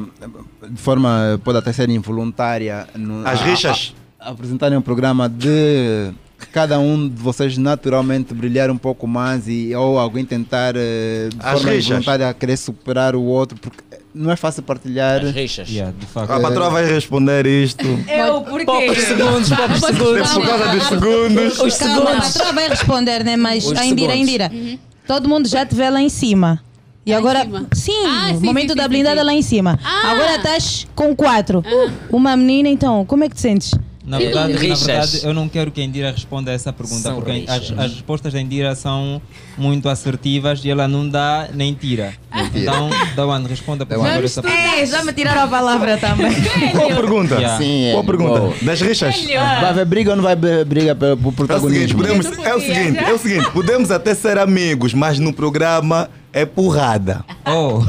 Speaker 20: de forma. pode até ser involuntária. no-
Speaker 30: As
Speaker 20: a-
Speaker 30: rixas.
Speaker 20: a- a- apresentarem um programa de. cada um de vocês naturalmente brilhar um pouco mais e, ou alguém tentar eh, de
Speaker 30: As
Speaker 20: forma
Speaker 30: rixas.
Speaker 20: involuntária querer superar o outro, porque não é fácil partilhar. As
Speaker 28: rixas.
Speaker 30: A patroa vai responder isto.
Speaker 20: É.
Speaker 3: Eu, por quê?
Speaker 30: Poucos segundos, poucos segundos. Por causa dos segundos.
Speaker 3: Os Uhum. Calma, a patroa vai responder, né? Mas
Speaker 30: Os
Speaker 3: a Indira, a
Speaker 30: segundos.
Speaker 3: Indira. Todo mundo já te vê lá em cima. E agora, Ah, sim, Ah. o momento da blindada lá em cima. Agora estás com quatro. Uma menina, então, como é que te sentes?
Speaker 12: Na verdade, na
Speaker 28: Rixas.
Speaker 12: verdade, eu não quero que a Indira responda a essa pergunta,
Speaker 28: São
Speaker 12: porque as,
Speaker 28: rixas.
Speaker 12: as respostas da Indira são muito assertivas e ela não dá nem tira.
Speaker 20: Mentira.
Speaker 12: Então, Dawan, responda por favor essa pergunta.
Speaker 25: É, já me tiraram a palavra também.
Speaker 30: Boa pergunta.
Speaker 12: Yeah.
Speaker 20: Sim, é.
Speaker 30: Boa pergunta.
Speaker 20: Boa.
Speaker 30: Das rixas.
Speaker 20: Velho. Vai haver briga ou não vai haver briga pelo por
Speaker 30: É o seguinte,
Speaker 20: protagonismo?
Speaker 30: podemos, é o seguinte, é o seguinte, podemos até ser amigos, mas no programa é porrada.
Speaker 12: Oh.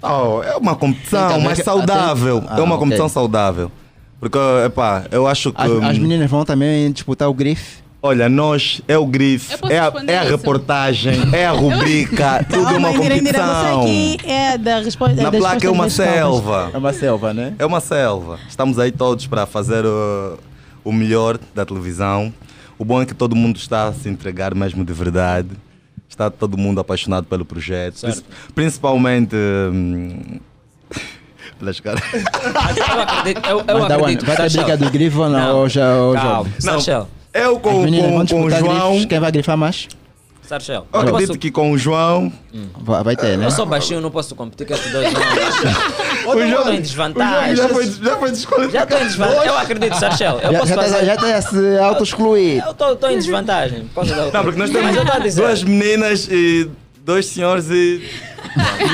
Speaker 20: Oh,
Speaker 30: é uma competição
Speaker 20: Então,
Speaker 30: mais
Speaker 20: até-
Speaker 30: saudável.
Speaker 20: Ah,
Speaker 30: é uma competição
Speaker 20: ok.
Speaker 30: saudável. Porque, epá, eu acho que.
Speaker 20: As, as
Speaker 30: hum,
Speaker 20: meninas vão também disputar o grife.
Speaker 30: Olha, nós é o grife, é a, é a reportagem, é a rubrica, tudo é uma
Speaker 3: Indira, Indira, você
Speaker 30: competição.
Speaker 3: aqui é da resposta.
Speaker 30: Na
Speaker 3: das
Speaker 30: placa é
Speaker 3: respostas
Speaker 30: uma
Speaker 3: das provas.
Speaker 30: selva.
Speaker 20: É uma selva, né?
Speaker 30: É uma selva. Estamos aí todos para fazer uh, o melhor da televisão. O bom é que todo mundo está a se entregar mesmo de verdade. Está todo mundo apaixonado pelo projeto.
Speaker 28: Certo.
Speaker 30: Princi- Principalmente. hum, pelas caras.
Speaker 28: Eu acredito, eu, eu
Speaker 20: Vai dar
Speaker 28: acredito.
Speaker 20: one- vai ter
Speaker 28: Sachel.
Speaker 20: briga do grife ou não? ou já, ou já-
Speaker 28: Calma. Sachel.
Speaker 30: Eu
Speaker 20: As
Speaker 30: com,
Speaker 20: meninas vão
Speaker 30: com, com o
Speaker 20: disputar
Speaker 30: João.
Speaker 20: grifes, Quem vai grifar mais?
Speaker 28: Sachel.
Speaker 30: Eu
Speaker 28: Eu
Speaker 30: acredito
Speaker 28: posso-
Speaker 30: que com o João.
Speaker 20: Vai, vai ter, né?
Speaker 28: Eu sou baixinho, não posso competir com esses dois não.
Speaker 20: O
Speaker 28: Eu
Speaker 20: jogo-
Speaker 28: estou em desvantagem.
Speaker 20: o jogo já foi-
Speaker 30: já foi desqualificado.
Speaker 28: Já estou em desvantagem. Eu acredito, Sachel. Eu
Speaker 20: já,
Speaker 28: posso
Speaker 20: já, tá-
Speaker 28: fazer.
Speaker 20: já tá se auto-excluir.
Speaker 28: Eu estou em desvantagem. por causa da outra.
Speaker 30: Não, porque nós
Speaker 28: Mas eu estou a
Speaker 30: temos
Speaker 28: dizer.
Speaker 30: duas meninas e dois senhores e.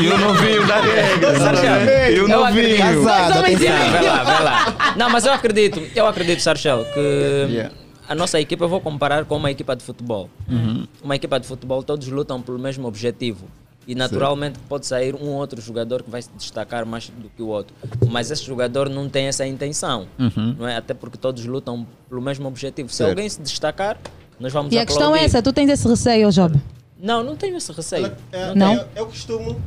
Speaker 30: E um novinho da regra.
Speaker 28: Sarchel,
Speaker 30: E um novinho.
Speaker 28: Vai lá, vai lá. Não, mas eu acredito, eu acredito, Sarchel, que
Speaker 20: Yeah.
Speaker 28: a nossa equipa eu vou comparar com uma equipa de futebol.
Speaker 20: Uhum.
Speaker 28: Uma equipa de futebol, todos lutam pelo mesmo objetivo. E naturalmente pode sair um outro jogador que vai se destacar mais do que o outro. Mas esse jogador não tem essa intenção.
Speaker 20: Uhum.
Speaker 28: Não é? Até porque todos lutam pelo mesmo objetivo. Se
Speaker 20: Certo.
Speaker 28: alguém se destacar, nós vamos
Speaker 3: E a questão é
Speaker 28: aplaudir.
Speaker 3: essa, tu tens esse receio, Job?
Speaker 28: Não, não tenho esse receio.
Speaker 3: Não?
Speaker 28: tenho.
Speaker 3: Não?
Speaker 27: Eu costumo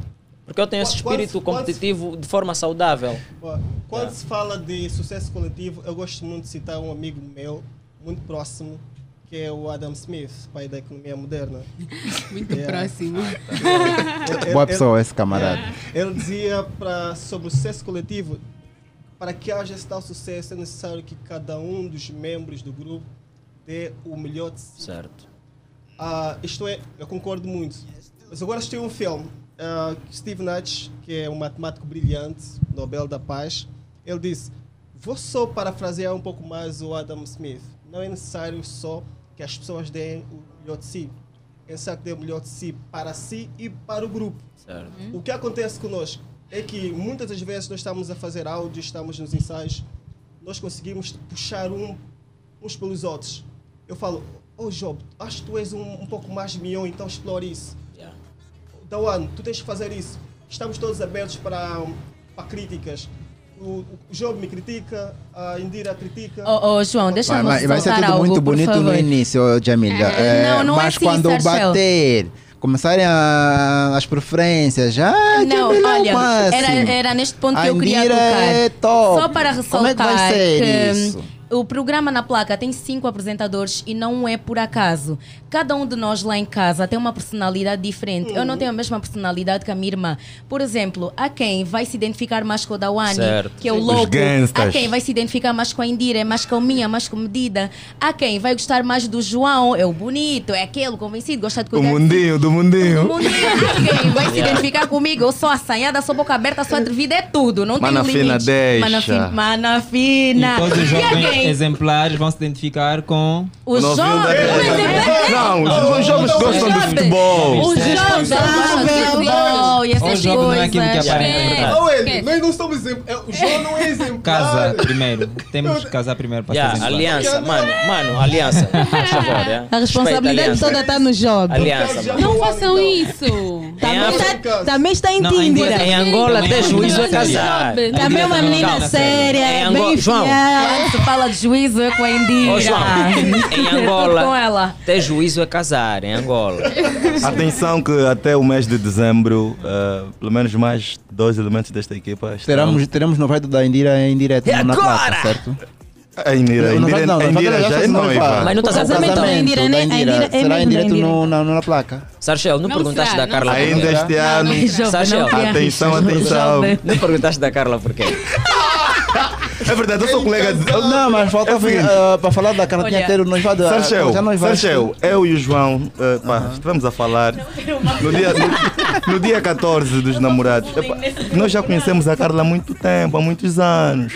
Speaker 28: Porque eu tenho esse espírito competitivo de forma saudável.
Speaker 27: Ó, Quando se fala de sucesso coletivo, eu gosto muito de citar um amigo meu, muito próximo, que é o Adam Smith, pai da economia moderna. É.
Speaker 7: Muito próximo.
Speaker 27: Ele-
Speaker 20: Boa
Speaker 27: ele-
Speaker 20: pessoa esse camarada.
Speaker 27: é, Ele dizia pra, sobre o sucesso coletivo, para que haja esse tal sucesso é necessário que cada um dos membros do grupo dê o melhor de si.
Speaker 28: Certo.
Speaker 27: Ah, isto é, eu concordo muito. Mas agora assisti um filme. ah, que Steve Nash, que é um matemático brilhante, Nobel da Paz, ele disse: Vou só parafrasear um pouco mais o Adam Smith. Não é necessário só que as pessoas deem o melhor de si. É necessário que deem o melhor de si para si e para o grupo.
Speaker 28: Certo.
Speaker 27: O que acontece conosco é que muitas das vezes nós estamos a fazer áudios, estamos nos ensaios, nós conseguimos puxar um, uns pelos outros. Eu falo, oh Job, acho que tu és um, um pouco mais mion, então explore isso.
Speaker 28: Yeah.
Speaker 27: Dawan, tu tens que fazer isso. Estamos todos abertos para, para críticas. O, o Job me critica, a Indira critica.
Speaker 25: Oh, oh, João, deixa
Speaker 20: Vai, vai,
Speaker 25: eu
Speaker 20: vai ser
Speaker 25: soltar
Speaker 20: tudo
Speaker 25: algo,
Speaker 20: muito
Speaker 25: por
Speaker 20: bonito no
Speaker 25: favor.
Speaker 20: início, Jamila.
Speaker 25: É, não, não é
Speaker 20: mas
Speaker 25: assim,
Speaker 20: quando
Speaker 25: Sarcel.
Speaker 20: bater, começarem a- as preferências, já.
Speaker 25: Não,
Speaker 20: Jamila, é o
Speaker 25: olha,
Speaker 20: máximo.
Speaker 25: era, era neste ponto que eu queria
Speaker 20: Andira
Speaker 25: tocar.
Speaker 20: é top.
Speaker 25: Só para
Speaker 20: Como é
Speaker 25: ressaltar
Speaker 20: que vai ser
Speaker 25: que, hum,
Speaker 20: isso?
Speaker 25: o programa na placa tem cinco apresentadores e não é por acaso. Cada um de nós lá em casa tem uma personalidade diferente.
Speaker 20: Hum.
Speaker 25: Eu não tenho a mesma personalidade que a minha irmã. Por exemplo, há quem vai se identificar mais com o Dawani,
Speaker 4: Certo.
Speaker 25: que é o
Speaker 4: Os
Speaker 25: lobo. Há
Speaker 4: gangsters.
Speaker 25: quem vai se identificar mais com a Indira, é mais calminha, mais comedida. Há quem vai gostar mais do João, é o bonito, é aquele convencido, gosta de
Speaker 30: Do
Speaker 25: cuidar de
Speaker 30: mundinho, do mundinho.
Speaker 25: Ninguém vai se
Speaker 30: Yeah.
Speaker 25: identificar comigo. Eu sou assanhada, sou boca aberta, sou atrevida, é tudo. Não
Speaker 30: Mana
Speaker 25: tenho
Speaker 30: fina,
Speaker 25: limites.
Speaker 30: deixa.
Speaker 25: Mana fina. Mana fina.
Speaker 12: Todos os
Speaker 25: E
Speaker 12: jovens
Speaker 25: alguém?
Speaker 12: exemplares vão se identificar com.
Speaker 25: Os Novinho da jovens
Speaker 30: Terra. Não, os- os jovens gostam do futebol.
Speaker 25: Os jovens
Speaker 30: Sim.
Speaker 25: gostam de futebol. e essas
Speaker 2: Ou
Speaker 25: coisas.
Speaker 2: o jovem não é aquilo que aparenta, é verdade.
Speaker 14: Oh, Eli, nós não somos exemplo. é, O João não é exemplo.
Speaker 2: Casa primeiro. Temos que casar primeiro para
Speaker 28: Yeah,
Speaker 2: ser exemplar.
Speaker 28: aliança, mano, mano, aliança. Por favor, yeah.
Speaker 3: A responsabilidade
Speaker 28: Respeita a aliança.
Speaker 3: toda está no jogo.
Speaker 28: Aliança, mano.
Speaker 7: Não façam isso.
Speaker 3: Também está, também está em
Speaker 28: Não, em-
Speaker 3: Tinder.
Speaker 28: em Angola, até juízo é casar.
Speaker 25: Também uma menina
Speaker 28: Em
Speaker 25: séria,
Speaker 28: Angola-
Speaker 25: bem
Speaker 28: João.
Speaker 25: fiel. Quando se fala de juízo, eu com a Indira.
Speaker 28: Ô, João, em
Speaker 25: Tô com ela.
Speaker 28: Angola, ter juízo é casar, em Angola.
Speaker 30: Atenção que até o mês de dezembro, eh, pelo menos mais dois elementos desta equipa estarão...
Speaker 20: Teremos, teremos noivado da Indira em direto
Speaker 30: E
Speaker 20: na
Speaker 30: agora?
Speaker 20: placa, certo?
Speaker 30: A Indira,
Speaker 20: Não, não,
Speaker 30: Indira-
Speaker 20: não, não,
Speaker 30: a Indira
Speaker 20: não, não,
Speaker 30: já
Speaker 20: não,
Speaker 30: é
Speaker 20: não, não,
Speaker 30: noiva.
Speaker 20: não.
Speaker 30: Mas não
Speaker 20: O
Speaker 30: tá casado.
Speaker 20: casamento
Speaker 30: Casamento
Speaker 20: da Indira,
Speaker 30: da
Speaker 20: né?
Speaker 30: Indira
Speaker 20: Será em
Speaker 30: é mesmo da
Speaker 25: né,
Speaker 20: direto
Speaker 30: Indira.
Speaker 20: no- na na placa.
Speaker 28: Sarchel, não, perguntaste da Carla
Speaker 20: será.
Speaker 28: porquê?
Speaker 20: Ainda este Não, ano. não, jovem,
Speaker 28: Sarchel,
Speaker 20: não, não. Atenção, atenção.
Speaker 28: Não perguntaste da Carla porquê?
Speaker 30: É verdade, eu sou colega de.
Speaker 20: Não, mas falta
Speaker 30: É o seguinte.
Speaker 20: para falar da cara tinha que ter o noivado. ah,
Speaker 30: Sarchel,
Speaker 20: já noivado.
Speaker 30: Sarchel, eu e o João, eh, pá, estivemos a falar no dia, no, no dia 14 dos namorados. Epá, nós já conhecemos a Carla há muito tempo, há muitos anos.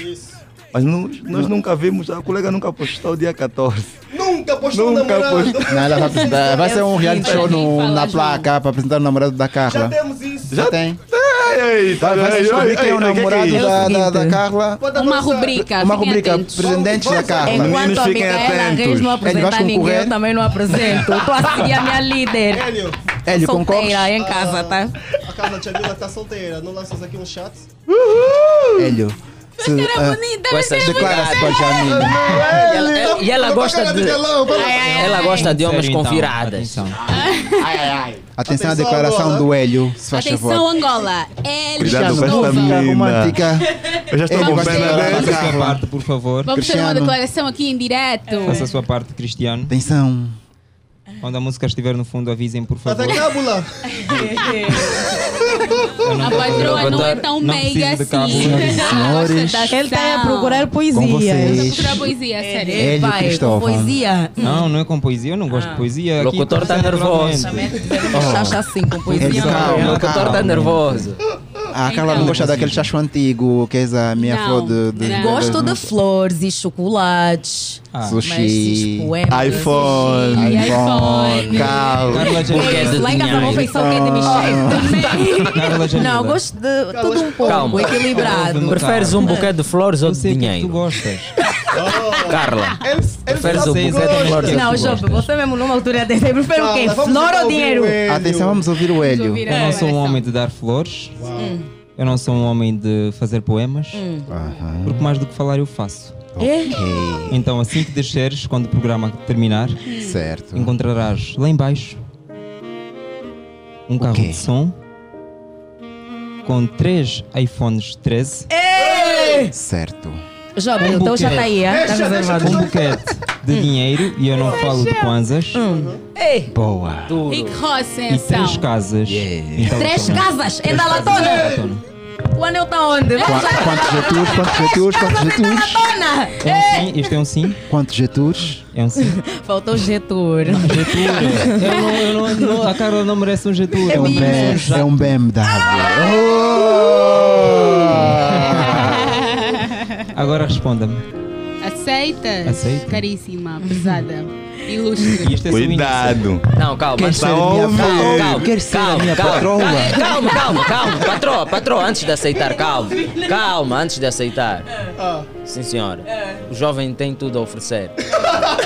Speaker 30: Mas nós, nós nunca vimos, a colega nunca postou o dia 14.
Speaker 14: Nunca postou um
Speaker 30: Nunca
Speaker 14: namorado.
Speaker 20: Não, ela vai, apresentar- vai ser um reality show no- na placa para apresentar o namorado da Carla.
Speaker 14: Temos isso.
Speaker 20: Já tem.
Speaker 30: Ei,
Speaker 20: Vai, vai
Speaker 30: ei,
Speaker 20: descobrir
Speaker 30: ei,
Speaker 20: quem é
Speaker 30: ei,
Speaker 20: o
Speaker 30: que que
Speaker 20: namorado
Speaker 30: isso?
Speaker 20: da, da, da Carla.
Speaker 7: Uma rubrica.
Speaker 20: Uma
Speaker 7: fiquem
Speaker 20: rubrica,
Speaker 7: atentos.
Speaker 20: presidente da
Speaker 30: é
Speaker 20: Carla.
Speaker 25: Enquanto a Micaela Reis não
Speaker 20: Ele um vai
Speaker 25: apresentar ninguém, eu
Speaker 20: concorrer.
Speaker 25: também não apresento. Eu Tô a seguir a minha um líder.
Speaker 20: Hélio,
Speaker 25: Solteira em casa, tá?
Speaker 14: A Carla Tchavila tá solteira. Não lanças aqui um chat?
Speaker 20: Hélio. Se, Hum. ah,
Speaker 28: Com essas
Speaker 20: declara-se para Jamila.
Speaker 28: E ela- é ela- E ela gosta de. Ela gosta de homens
Speaker 20: Sério,
Speaker 28: com
Speaker 20: então,
Speaker 28: viradas.
Speaker 7: Ai, ai, ai.
Speaker 20: Atenção à
Speaker 7: Atenção,
Speaker 20: declaração
Speaker 7: Angola.
Speaker 20: do Hélio, se faz
Speaker 7: Atenção,
Speaker 20: favor.
Speaker 7: Angola. É Ele
Speaker 30: Cuidado com esta
Speaker 20: romântica.
Speaker 30: menina. Eu já estou
Speaker 2: Vamos
Speaker 30: com
Speaker 2: fazer-
Speaker 30: pena
Speaker 2: Faça a sua
Speaker 30: dela.
Speaker 2: parte, por favor.
Speaker 7: Vamos fazer uma declaração aqui em direto.
Speaker 14: É.
Speaker 2: Faça a sua parte, Cristiano.
Speaker 20: Atenção.
Speaker 2: Quando a música estiver no fundo, avisem, por favor.
Speaker 14: Tá Até cábula.
Speaker 2: Eu não
Speaker 7: A
Speaker 2: vou-
Speaker 7: patroa não é tão
Speaker 2: Não preciso
Speaker 7: meiga
Speaker 2: de
Speaker 7: assim.
Speaker 2: cabo. Senhoras e senhores,
Speaker 25: Ele tá a procurar poesia.
Speaker 2: Com vocês.
Speaker 7: Vamos procurar poesia, sério.
Speaker 2: Hélio
Speaker 25: Vai,
Speaker 2: Cristóvão.
Speaker 25: é poesia. Ah.
Speaker 2: Não, não é com poesia, eu não gosto de poesia.
Speaker 28: O locutor
Speaker 2: está
Speaker 28: tá nervoso.
Speaker 20: Oh.
Speaker 25: Chacha assim, com poesia.
Speaker 20: Ele
Speaker 28: O
Speaker 20: calma,
Speaker 28: locutor tá
Speaker 20: calma.
Speaker 28: nervoso.
Speaker 20: A Carla não gosta daquele chacho antigo, que é a minha
Speaker 25: Então. Não,
Speaker 20: flor de... de- Ah,
Speaker 25: Gosto de flores e chocolates. Mas esses
Speaker 20: Sushi,
Speaker 25: poemas,
Speaker 20: iPhone,
Speaker 25: sushi,
Speaker 20: iPhone,
Speaker 25: iPhone.
Speaker 20: Carla
Speaker 25: Pois, Lá em casa vão pensar o que é de
Speaker 28: Carla
Speaker 25: mexer.
Speaker 28: Janela.
Speaker 25: Não, gosto de tudo um pouco,
Speaker 28: Calma.
Speaker 25: equilibrado.
Speaker 28: Preferes um buquê de flores ou de dinheiro? Tu
Speaker 2: gostas.
Speaker 28: Carla. Preferes
Speaker 20: sabe
Speaker 28: um buquê
Speaker 20: que gosta.
Speaker 28: de flores ou
Speaker 25: Não,
Speaker 28: de dinheiro?
Speaker 25: Job, você mesmo numa altura dessa, aí prefere o quê?
Speaker 20: Fala, vamos
Speaker 25: Flor
Speaker 20: ouvir
Speaker 25: ou
Speaker 20: o
Speaker 25: dinheiro?
Speaker 20: Hélio. Atenção, vamos ouvir o Hélio.
Speaker 2: Eu não sou um homem de dar flores. Eu não sou um homem de fazer poemas.
Speaker 25: Hum.
Speaker 2: Porque mais do que falar, eu faço.
Speaker 25: É? Hum.
Speaker 2: Então, assim que desceres, quando o programa terminar,
Speaker 20: Certo.
Speaker 2: encontrarás lá embaixo um carro de som com três iPhones 13.
Speaker 20: Certo.
Speaker 25: Job, então É! já tá aí, ah? Tá reservado. é.
Speaker 2: Um buquete de dinheiro, e eu não falo de kwanzas.
Speaker 25: Hum. Ei!
Speaker 2: Boa.
Speaker 7: E que
Speaker 2: E três
Speaker 7: roça,
Speaker 2: casas. Então,
Speaker 25: Três
Speaker 2: então,
Speaker 25: casas, é da
Speaker 2: Três
Speaker 25: latona.
Speaker 2: casas.
Speaker 25: O anel tá onde? Vamos já.
Speaker 20: Quantos getúrs, quantos getúrs, quantos getúrs?
Speaker 25: Latona!
Speaker 2: É um sim, este é um sim.
Speaker 20: Quantos getúrs?
Speaker 2: É um sim.
Speaker 25: Faltou o Getur.
Speaker 2: Eu não, eu não, não- a Carla não merece um Getúlio.
Speaker 20: É um
Speaker 2: Ela merece um
Speaker 20: BMW.
Speaker 2: Jack.
Speaker 20: É um BMW.
Speaker 7: Oh!
Speaker 2: Agora responda-me.
Speaker 7: Aceitas?
Speaker 2: Aceito.
Speaker 7: Caríssima, pesada, ilustre.
Speaker 2: E este é o seu
Speaker 30: Cuidado.
Speaker 28: Não, calma.
Speaker 30: Quer
Speaker 28: antes-
Speaker 30: ser a minha
Speaker 28: calma,
Speaker 30: patroa?
Speaker 28: calma,
Speaker 30: Quer ser a
Speaker 28: calma,
Speaker 30: minha
Speaker 28: calma,
Speaker 30: patroa?
Speaker 28: calma, Calma, calma, calma. Patroa, patroa, antes de aceitar, calma. Calma, antes de aceitar. Sim, senhora. O jovem tem tudo a oferecer.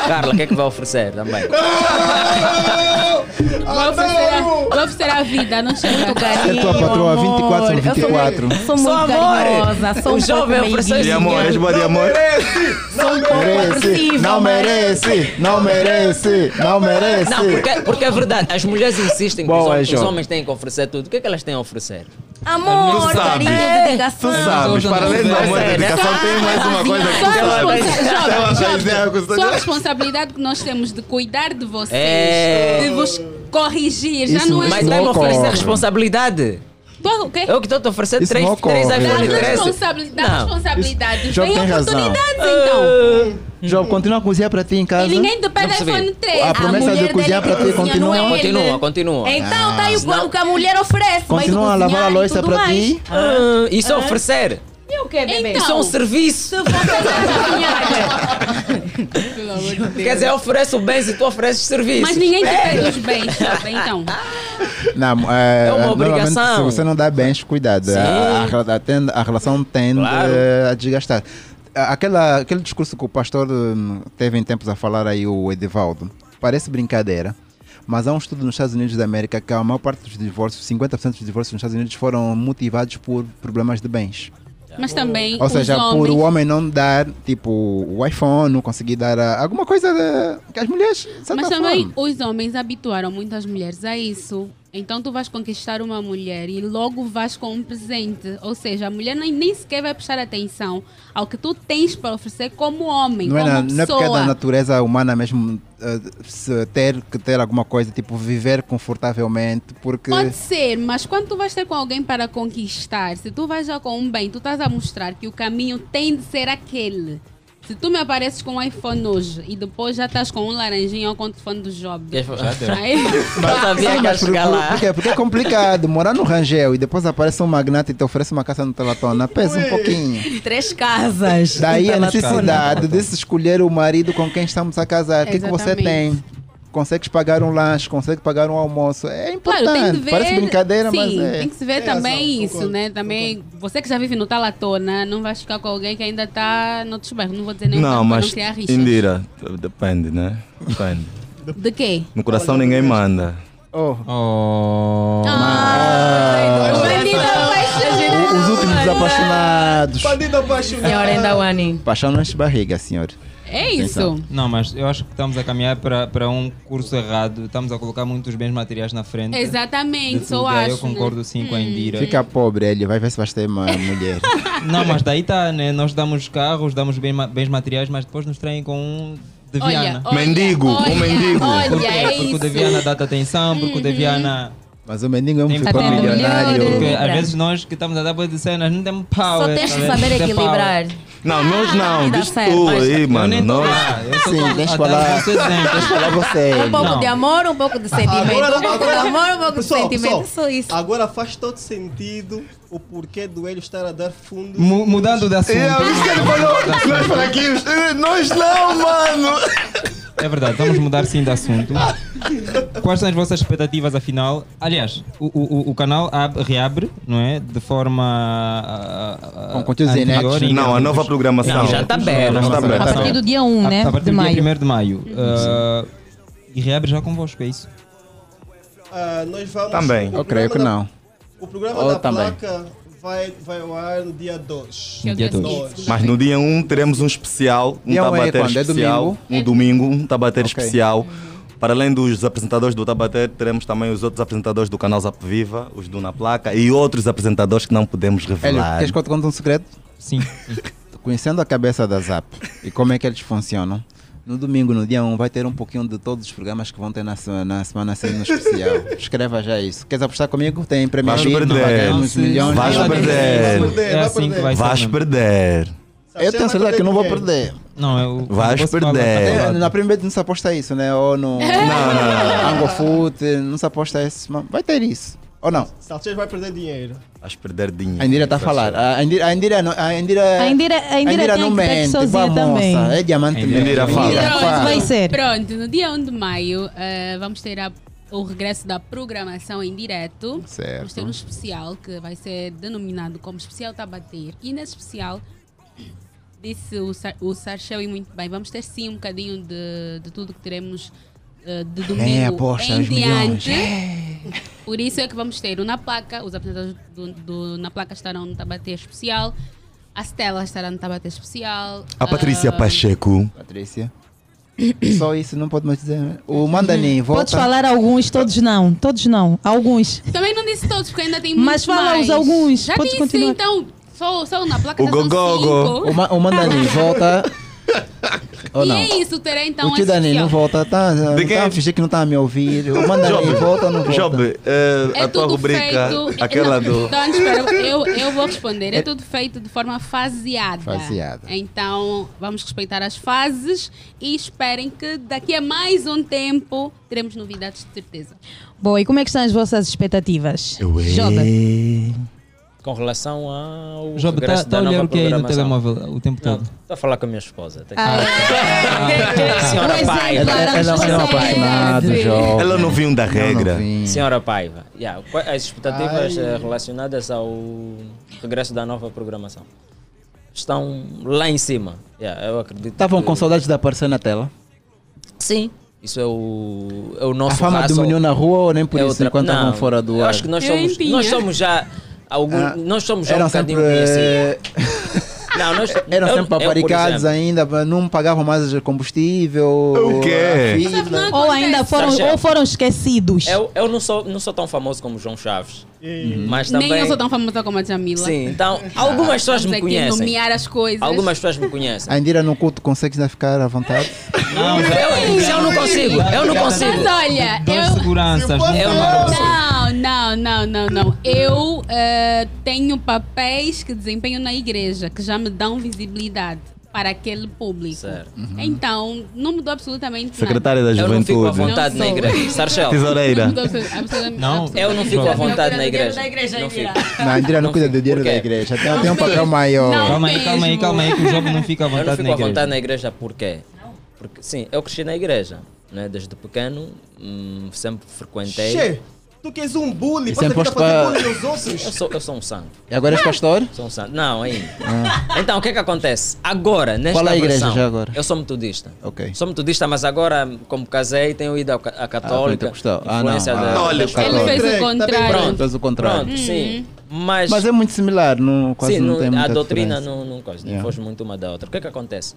Speaker 28: Carla, o que é que vai oferecer
Speaker 14: Ah!
Speaker 28: também?
Speaker 7: Vou oferecer, a, vou oferecer a vida, não chega. Muito
Speaker 20: É tua patroa, 24 ou 24.
Speaker 25: Sou muito
Speaker 7: amor.
Speaker 25: carinhosa, sou um
Speaker 7: O jovem
Speaker 25: pouco
Speaker 7: ofereceu
Speaker 20: De
Speaker 25: meiguinha.
Speaker 20: amor, és boa de amor.
Speaker 25: Sou um pouco
Speaker 20: Merece,
Speaker 25: agressiva,
Speaker 20: não
Speaker 25: mas-
Speaker 20: merece, não merece, não merece.
Speaker 28: Não, porque, porque é verdade, as mulheres insistem que os,
Speaker 20: Boa,
Speaker 28: hom- os
Speaker 20: João.
Speaker 28: homens têm que oferecer tudo. O que é que elas têm a oferecer?
Speaker 25: Amor,
Speaker 28: Tu sabes.
Speaker 25: carinho,
Speaker 28: É,
Speaker 7: Ah,
Speaker 25: dedicação.
Speaker 28: tu sabes, para além do amor e da dedicação,
Speaker 30: tem mais uma coisa que
Speaker 7: Só
Speaker 30: tu
Speaker 7: a
Speaker 30: sabes.
Speaker 7: responsa-
Speaker 30: Ela
Speaker 7: jovens,
Speaker 30: vai dizer
Speaker 7: jovens,
Speaker 30: algo,
Speaker 7: só a
Speaker 30: sabe?
Speaker 7: responsabilidade que nós temos de cuidar de vocês,
Speaker 28: É.
Speaker 7: de vos corrigir, já não é
Speaker 28: Mas vai-me oferecer responsabilidade.
Speaker 7: Tô- o quê?
Speaker 28: Eu que estou a te oferecer
Speaker 20: Isso
Speaker 28: três,
Speaker 20: não ocorre.
Speaker 28: três iPhone
Speaker 20: Dá
Speaker 28: 13.
Speaker 7: Responsabili- dá
Speaker 28: Não.
Speaker 7: responsabilidade,
Speaker 20: Job
Speaker 7: vem
Speaker 20: tem razão.
Speaker 7: oportunidades então.
Speaker 20: Job, continua a cozinhar para ti em casa.
Speaker 7: E ninguém te
Speaker 20: Não
Speaker 7: pede
Speaker 20: percebi.
Speaker 7: iPhone 13.
Speaker 20: A promessa de cozinhar para ti continua.
Speaker 28: Continua, continua.
Speaker 25: Então tá aí o- o é que a mulher oferece. vai
Speaker 20: Continua a lavar a
Speaker 25: cozinhar e
Speaker 20: louça
Speaker 25: tudo
Speaker 20: para
Speaker 25: mais.
Speaker 20: ti.
Speaker 28: Ah, isso é oferecer.
Speaker 25: E o quê, bebê?
Speaker 28: Isso é um serviço.
Speaker 25: Se vocês não cozinharem,
Speaker 7: Pelo amor de Deus.
Speaker 28: Quer dizer, eu ofereço bens e tu ofereces serviços.
Speaker 7: Mas ninguém te
Speaker 28: É.
Speaker 7: pede os bens, sabe? Então.
Speaker 20: Não, é,
Speaker 28: É uma
Speaker 20: normalmente,
Speaker 28: obrigação.
Speaker 20: Se você não dá bens, cuidado.
Speaker 28: Sim.
Speaker 20: A, a rela- a tende- a relação tende
Speaker 28: Claro.
Speaker 20: eh, a desgastar. A- Aquela, aquele discurso que o pastor hum, teve em tempos a falar aí, o Edivaldo, parece brincadeira. Mas há um estudo nos Estados Unidos da América que a maior parte dos divórcios, 50% dos divórcios nos Estados Unidos foram motivados por problemas de bens.
Speaker 7: Mas também
Speaker 20: Ou seja,
Speaker 7: os
Speaker 20: por
Speaker 7: homens.
Speaker 20: o homem não dar, tipo, o iPhone, não conseguir dar ah, alguma coisa ah, que as mulheres. de certa
Speaker 7: Mas também
Speaker 20: forma.
Speaker 7: os homens habituaram muitas mulheres a isso. Então tu vais conquistar uma mulher e logo vais com um presente. Ou seja, a mulher nem, nem sequer vai prestar atenção ao que tu tens para oferecer como homem,
Speaker 20: Não é,
Speaker 7: como
Speaker 20: na- não é porque é
Speaker 7: pessoa.
Speaker 20: da natureza humana mesmo eh, se ter que ter alguma coisa, tipo viver confortavelmente, porque.
Speaker 7: Pode ser, mas quando tu vais ter com alguém para conquistar, se tu vais já com um bem, tu estás a mostrar que o caminho tem de ser aquele. Se tu me apareces com um iPhone hoje e depois já estás com um laranjinho ou com o telefone do Job.
Speaker 28: Já deu.
Speaker 7: Aí-
Speaker 28: Não sabia
Speaker 20: Sim,
Speaker 28: tá que ia
Speaker 20: mas por-
Speaker 28: chegar
Speaker 20: por-
Speaker 28: lá.
Speaker 20: por quê? Porque é complicado morar no Rangel e depois aparece um magnata e te oferece uma casa no Telatona. Pesa um pouquinho.
Speaker 25: Três casas.
Speaker 20: Daí a
Speaker 25: Tá lá
Speaker 20: necessidade de se escolher o marido com quem estamos a casar. O que, que você
Speaker 7: Exatamente.
Speaker 20: tem? Consegues pagar um lanche, consegue pagar um almoço. É importante.
Speaker 7: Claro, tem que ver.
Speaker 20: Parece brincadeira,
Speaker 7: sim,
Speaker 20: mas é.
Speaker 7: Tem que se ver também isso, né? Também você que já vive no Talatona, não vai ficar com alguém que ainda está noutros bairros. Não vou dizer nenhum
Speaker 30: Não,
Speaker 7: bairro pra
Speaker 30: mas
Speaker 7: não
Speaker 20: é
Speaker 7: criar rixa.
Speaker 30: Indira, depende, né? Depende.
Speaker 7: De quê?
Speaker 30: No coração ninguém manda.
Speaker 20: Oh.
Speaker 30: Oh.
Speaker 20: Ah,
Speaker 7: é
Speaker 20: Os últimos apaixonados.
Speaker 27: Bandido apaixonado.
Speaker 25: Senhora Endawani.
Speaker 20: Paixão não enche barriga, senhor.
Speaker 7: É
Speaker 20: isso.
Speaker 12: Não, mas eu acho que estamos a caminhar para, para um curso errado. Estamos a colocar muitos bens materiais na frente.
Speaker 7: Exatamente,
Speaker 12: de
Speaker 7: só
Speaker 12: tudo. E aí
Speaker 7: acho.
Speaker 12: Eu concordo
Speaker 7: né?
Speaker 12: sim com a Indira.
Speaker 20: Fica pobre, ele vai ver se vai ter uma mulher.
Speaker 12: Não, mas daí está, né? Nós damos carros, damos bem ma- bens materiais, mas depois nos traem com um de
Speaker 7: Olha,
Speaker 12: Viana.
Speaker 7: olha, Mendigo, um olha, mendigo. olha,
Speaker 12: Por quê?
Speaker 7: é
Speaker 12: porque o de
Speaker 7: isso.
Speaker 12: Viana dá atenção, porque o
Speaker 25: Uhum.
Speaker 12: de Viana.
Speaker 20: Mas o mendigo é um
Speaker 12: ficou
Speaker 20: futuro milionário.
Speaker 12: Porque às
Speaker 20: Lembra?
Speaker 12: vezes nós que estamos a dar boas de cenas não temos power.
Speaker 25: Só tens
Speaker 12: tá
Speaker 25: que
Speaker 12: vendo?
Speaker 25: saber
Speaker 12: Não tem
Speaker 25: equilibrar. Ah,
Speaker 12: power.
Speaker 30: Não, nós não.
Speaker 25: Dá
Speaker 30: Diz
Speaker 25: certo.
Speaker 30: tu é
Speaker 25: Mas-
Speaker 30: aí,
Speaker 25: Eu
Speaker 30: mano.
Speaker 25: nem tô
Speaker 30: Nós.
Speaker 25: lá,
Speaker 28: é
Speaker 25: eu
Speaker 20: Sim, assim,
Speaker 28: assim,
Speaker 20: deixa
Speaker 30: Ah, eu
Speaker 20: pra lá. Deixa pra lá
Speaker 30: É.
Speaker 20: você.
Speaker 25: Um pouco de amor, um pouco de sentimento. um pouco de amor, um pouco
Speaker 27: Pessoal,
Speaker 25: de sentimento.
Speaker 27: pessoal,
Speaker 25: Só isso.
Speaker 27: Agora faz todo sentido o porquê do Hélio estar a dar fundo.
Speaker 12: Mu- mudando de assunto.
Speaker 27: É, por isso que ele falou, nós fraquinhos,
Speaker 20: nós eh, não, mano.
Speaker 12: É verdade, vamos mudar sim de assunto. Quais são as vossas expectativas afinal? Aliás, o, o, o- o canal ab- reabre, não é? De forma. ah, ah,
Speaker 30: Com conteúdos
Speaker 12: anterior,
Speaker 30: inéditos.
Speaker 12: em
Speaker 30: Não, a
Speaker 12: termos-
Speaker 30: nova programação.
Speaker 12: Não,
Speaker 30: Já tá aberto.
Speaker 12: nova
Speaker 30: Já tá
Speaker 12: programação.
Speaker 30: aberto. A partir
Speaker 3: do dia 1,
Speaker 12: A-
Speaker 3: né?
Speaker 12: A partir
Speaker 3: De
Speaker 12: do
Speaker 3: maio.
Speaker 12: dia 1 de maio. Ah, e reabre já convosco, é isso?
Speaker 27: Ah, nós vamos.
Speaker 12: Também.
Speaker 27: o
Speaker 12: Eu creio
Speaker 27: programa
Speaker 12: que
Speaker 27: da-
Speaker 12: não.
Speaker 27: O programa
Speaker 30: Ou
Speaker 27: da
Speaker 30: também.
Speaker 27: placa vai, vai ao ar no dia 2.
Speaker 30: No dia dois. Mas no dia 1 um, teremos um especial, um
Speaker 20: Dia um é
Speaker 30: Tabater
Speaker 20: quando? É
Speaker 30: especial,
Speaker 20: domingo?
Speaker 30: um domingo, Uhum. um Tabater
Speaker 20: Ok.
Speaker 30: especial. Para além dos apresentadores do Tabater, teremos também os outros apresentadores do canal Zap Viva, os do Na Placa e outros apresentadores que não podemos
Speaker 20: Hélio,
Speaker 30: revelar.
Speaker 20: queres que eu te conte um segredo?
Speaker 12: Sim.
Speaker 20: Conhecendo a cabeça da Zap e como é que eles funcionam, no domingo, no dia 1, vai ter um pouquinho de todos os programas que vão ter na, se- na semana assim no especial. Escreva já isso. Queres apostar comigo? Tem prémio
Speaker 30: Vais
Speaker 20: VIP,
Speaker 30: perder.
Speaker 20: uns milhões.
Speaker 30: Vais perder.
Speaker 12: É assim que vai ser
Speaker 30: Vais
Speaker 12: mesmo.
Speaker 30: perder.
Speaker 20: Eu tenho certeza que não vou perder.
Speaker 12: Não, é eu.
Speaker 30: Vais perder.
Speaker 20: É, na primeira não se aposta isso, né? Ou no.
Speaker 30: não.
Speaker 20: Angofoot, não se aposta isso. mas Vai ter isso. Ou não?
Speaker 27: Salsichas vai perder dinheiro.
Speaker 30: Vais perder dinheiro.
Speaker 20: A Indira está a falar. A Indira, a Indira, não- a Indira,
Speaker 3: A Indira- a Indira tem
Speaker 20: não
Speaker 3: que estar
Speaker 20: mente.
Speaker 3: sozinha
Speaker 20: vá,
Speaker 3: também.
Speaker 20: moça. É diamante
Speaker 30: Indira
Speaker 20: mesmo.
Speaker 30: fala.
Speaker 20: Indira,
Speaker 7: Pronto,
Speaker 20: fala.
Speaker 7: Pronto, no dia 1 de maio eh, vamos ter a- o regresso da programação em direto.
Speaker 20: Certo.
Speaker 7: Vamos ter um especial que vai ser denominado como Especial Tabater. E nesse especial, disse o, Sar, o Sarchel e muito bem, vamos ter sim um bocadinho de, de tudo que teremos eh, de domingo
Speaker 20: aposta,
Speaker 7: em
Speaker 20: É, os milhões. É.
Speaker 7: diante. Por isso é que vamos ter o Na Placa, os apresentadores do, do Na Placa estarão no Tabater Especial. A Stella estará no Tabater Especial.
Speaker 30: A Patrícia
Speaker 7: ah,
Speaker 30: Pacheco.
Speaker 20: Patrícia. Só isso, não pode mais dizer. né? O Mandani, volta.
Speaker 3: Podes falar alguns, todos não. Todos não. Alguns.
Speaker 7: Também não disse todos, porque ainda tem
Speaker 3: Mas
Speaker 7: muitos
Speaker 3: fala
Speaker 7: mais.
Speaker 3: os alguns,
Speaker 7: Já
Speaker 3: podes
Speaker 7: disse,
Speaker 3: continuar.
Speaker 7: então. Só, só na placa
Speaker 20: O
Speaker 7: já são
Speaker 20: Gogogo.
Speaker 7: cinco.
Speaker 20: O, Ma o Mandani, volta. Ou
Speaker 7: E
Speaker 20: não?
Speaker 7: é isso, terá então
Speaker 20: o tio
Speaker 7: esse
Speaker 20: Dani não
Speaker 7: especial.
Speaker 20: volta, tá? Não tá a fingir que não tá a me ouvir. O Mandani, volta ou não volta?
Speaker 30: Job, eh,
Speaker 7: É
Speaker 30: a tua
Speaker 7: tudo
Speaker 30: rubrica,
Speaker 7: feito...
Speaker 30: aquela
Speaker 7: Não,
Speaker 30: do.
Speaker 7: Então, espera, eu, eu vou responder. É tudo feito de forma faseada.
Speaker 30: Faseada.
Speaker 7: Então, vamos respeitar as fases e esperem que daqui a mais um tempo teremos novidades de certeza.
Speaker 3: Boa, e como é que estão as vossas expectativas?
Speaker 30: Eu
Speaker 3: Joba.
Speaker 30: é.
Speaker 28: Com relação ao
Speaker 2: Job, está
Speaker 28: regresso
Speaker 2: tá
Speaker 28: da
Speaker 2: a olhar
Speaker 28: nova
Speaker 2: o que é aí no
Speaker 28: programação.
Speaker 2: telemóvel o tempo todo?
Speaker 28: Estou a falar com a minha esposa. Tá
Speaker 2: Ah, é.
Speaker 12: Ah.
Speaker 28: aqui.
Speaker 12: Um
Speaker 28: Senhora Paiva.
Speaker 30: Ela- ela- ela é uma apaixonada, João. Ela não viu um da regra.
Speaker 20: Hum.
Speaker 28: Senhora Paiva. Yeah, qua- as expectativas
Speaker 30: Ai.
Speaker 28: eh, relacionadas ao regresso da nova programação estão lá em cima. Yeah, eu acredito
Speaker 20: Estavam
Speaker 28: que-
Speaker 20: com saudades de aparecer na tela.
Speaker 28: Sim. Isso é o, é o
Speaker 20: A
Speaker 28: nosso
Speaker 20: fama
Speaker 28: hustle.
Speaker 20: diminuiu na rua ou nem por
Speaker 28: É
Speaker 20: isso,
Speaker 28: outra-
Speaker 20: enquanto
Speaker 28: Não,
Speaker 20: estavam fora do
Speaker 28: eu
Speaker 20: ar?
Speaker 28: acho que nós
Speaker 20: Eu
Speaker 28: somos,
Speaker 20: empinha.
Speaker 28: nós somos já algum,
Speaker 20: Ah,
Speaker 28: nós somos já um
Speaker 20: eram
Speaker 28: bocadinho
Speaker 20: sempre,
Speaker 28: conhecidos. Não, nós,
Speaker 20: Eram
Speaker 28: eu-
Speaker 20: sempre
Speaker 28: eu, por
Speaker 20: paparicados
Speaker 28: exemplo,
Speaker 20: ainda, não pagavam mais combustível.
Speaker 30: O quê?
Speaker 20: a fibra.
Speaker 3: Ou ainda foram,
Speaker 28: Sabe,
Speaker 3: ou foram esquecidos.
Speaker 28: Eu, eu não, sou, não sou tão famoso como João Chaves. Mas também.
Speaker 7: Nem eu sou tão famosa como a Jamila.
Speaker 28: Sim, então algumas pessoas
Speaker 7: Estamos
Speaker 28: me
Speaker 7: aqui
Speaker 28: conhecem.
Speaker 7: a nomear as coisas.
Speaker 28: Algumas pessoas me conhecem.
Speaker 20: A Indira no culto consegue ainda ficar à vontade?
Speaker 28: Não, eu, isso eu não consigo. Eu não consigo.
Speaker 7: Mas olha, eu...
Speaker 2: seguranças.
Speaker 28: Eu não consigo.
Speaker 7: Não, não, não, não, não. Eu eh, tenho papéis que desempenho na igreja que já me dão visibilidade para aquele público. Então, não mudou absolutamente
Speaker 30: Secretária da
Speaker 7: nada.
Speaker 28: Eu não
Speaker 30: Juventude.
Speaker 28: fico à vontade na igreja. Sarchel.
Speaker 30: Tesoureira.
Speaker 7: Mudou absolu- absolutamente
Speaker 28: Não, eu não fico à vontade na igreja. Não fico.
Speaker 20: Não, a Indira não cuida do dinheiro da igreja. Tem, tem um papel maior.
Speaker 2: Calma aí, calma aí, calma aí, que o Job não fica à
Speaker 28: Eu não
Speaker 2: vontade
Speaker 28: fico
Speaker 2: na
Speaker 28: à vontade
Speaker 2: igreja.
Speaker 28: na igreja porquê? Porque, sim, eu cresci na igreja, né? Desde pequeno, hum, sempre frequentei.
Speaker 31: Che, tu que és um
Speaker 28: E
Speaker 31: bully,
Speaker 20: é
Speaker 31: passa a
Speaker 28: sempre
Speaker 31: vida a fazer
Speaker 28: posta-
Speaker 31: bullying aos outros.
Speaker 28: Eu sou, eu sou um santo.
Speaker 20: E agora és pastor? Ah.
Speaker 28: Sou um santo. Não, ainda. Então, o que é que acontece? Agora, nesta
Speaker 20: Qual é a igreja
Speaker 28: versão,
Speaker 20: já agora?
Speaker 28: Eu sou metodista.
Speaker 20: Ok.
Speaker 28: Sou metodista, mas agora, como casei, tenho ido à ca- à católica.
Speaker 20: pentecostal. Ah,
Speaker 28: influência
Speaker 20: não.
Speaker 28: da-
Speaker 20: Católico,
Speaker 28: da-
Speaker 20: Ele fez o
Speaker 28: Tá bem,
Speaker 20: contrário.
Speaker 28: Pronto,
Speaker 20: Fez o contrário.
Speaker 28: Pronto, sim. Mas,
Speaker 20: Mas, é muito similar, não, quase
Speaker 28: Sim,
Speaker 20: não,
Speaker 28: não-
Speaker 20: tem muita
Speaker 28: a doutrina
Speaker 20: diferença.
Speaker 28: não, não, coisa, não
Speaker 20: Yeah.
Speaker 28: foge muito uma da outra. O que é que acontece?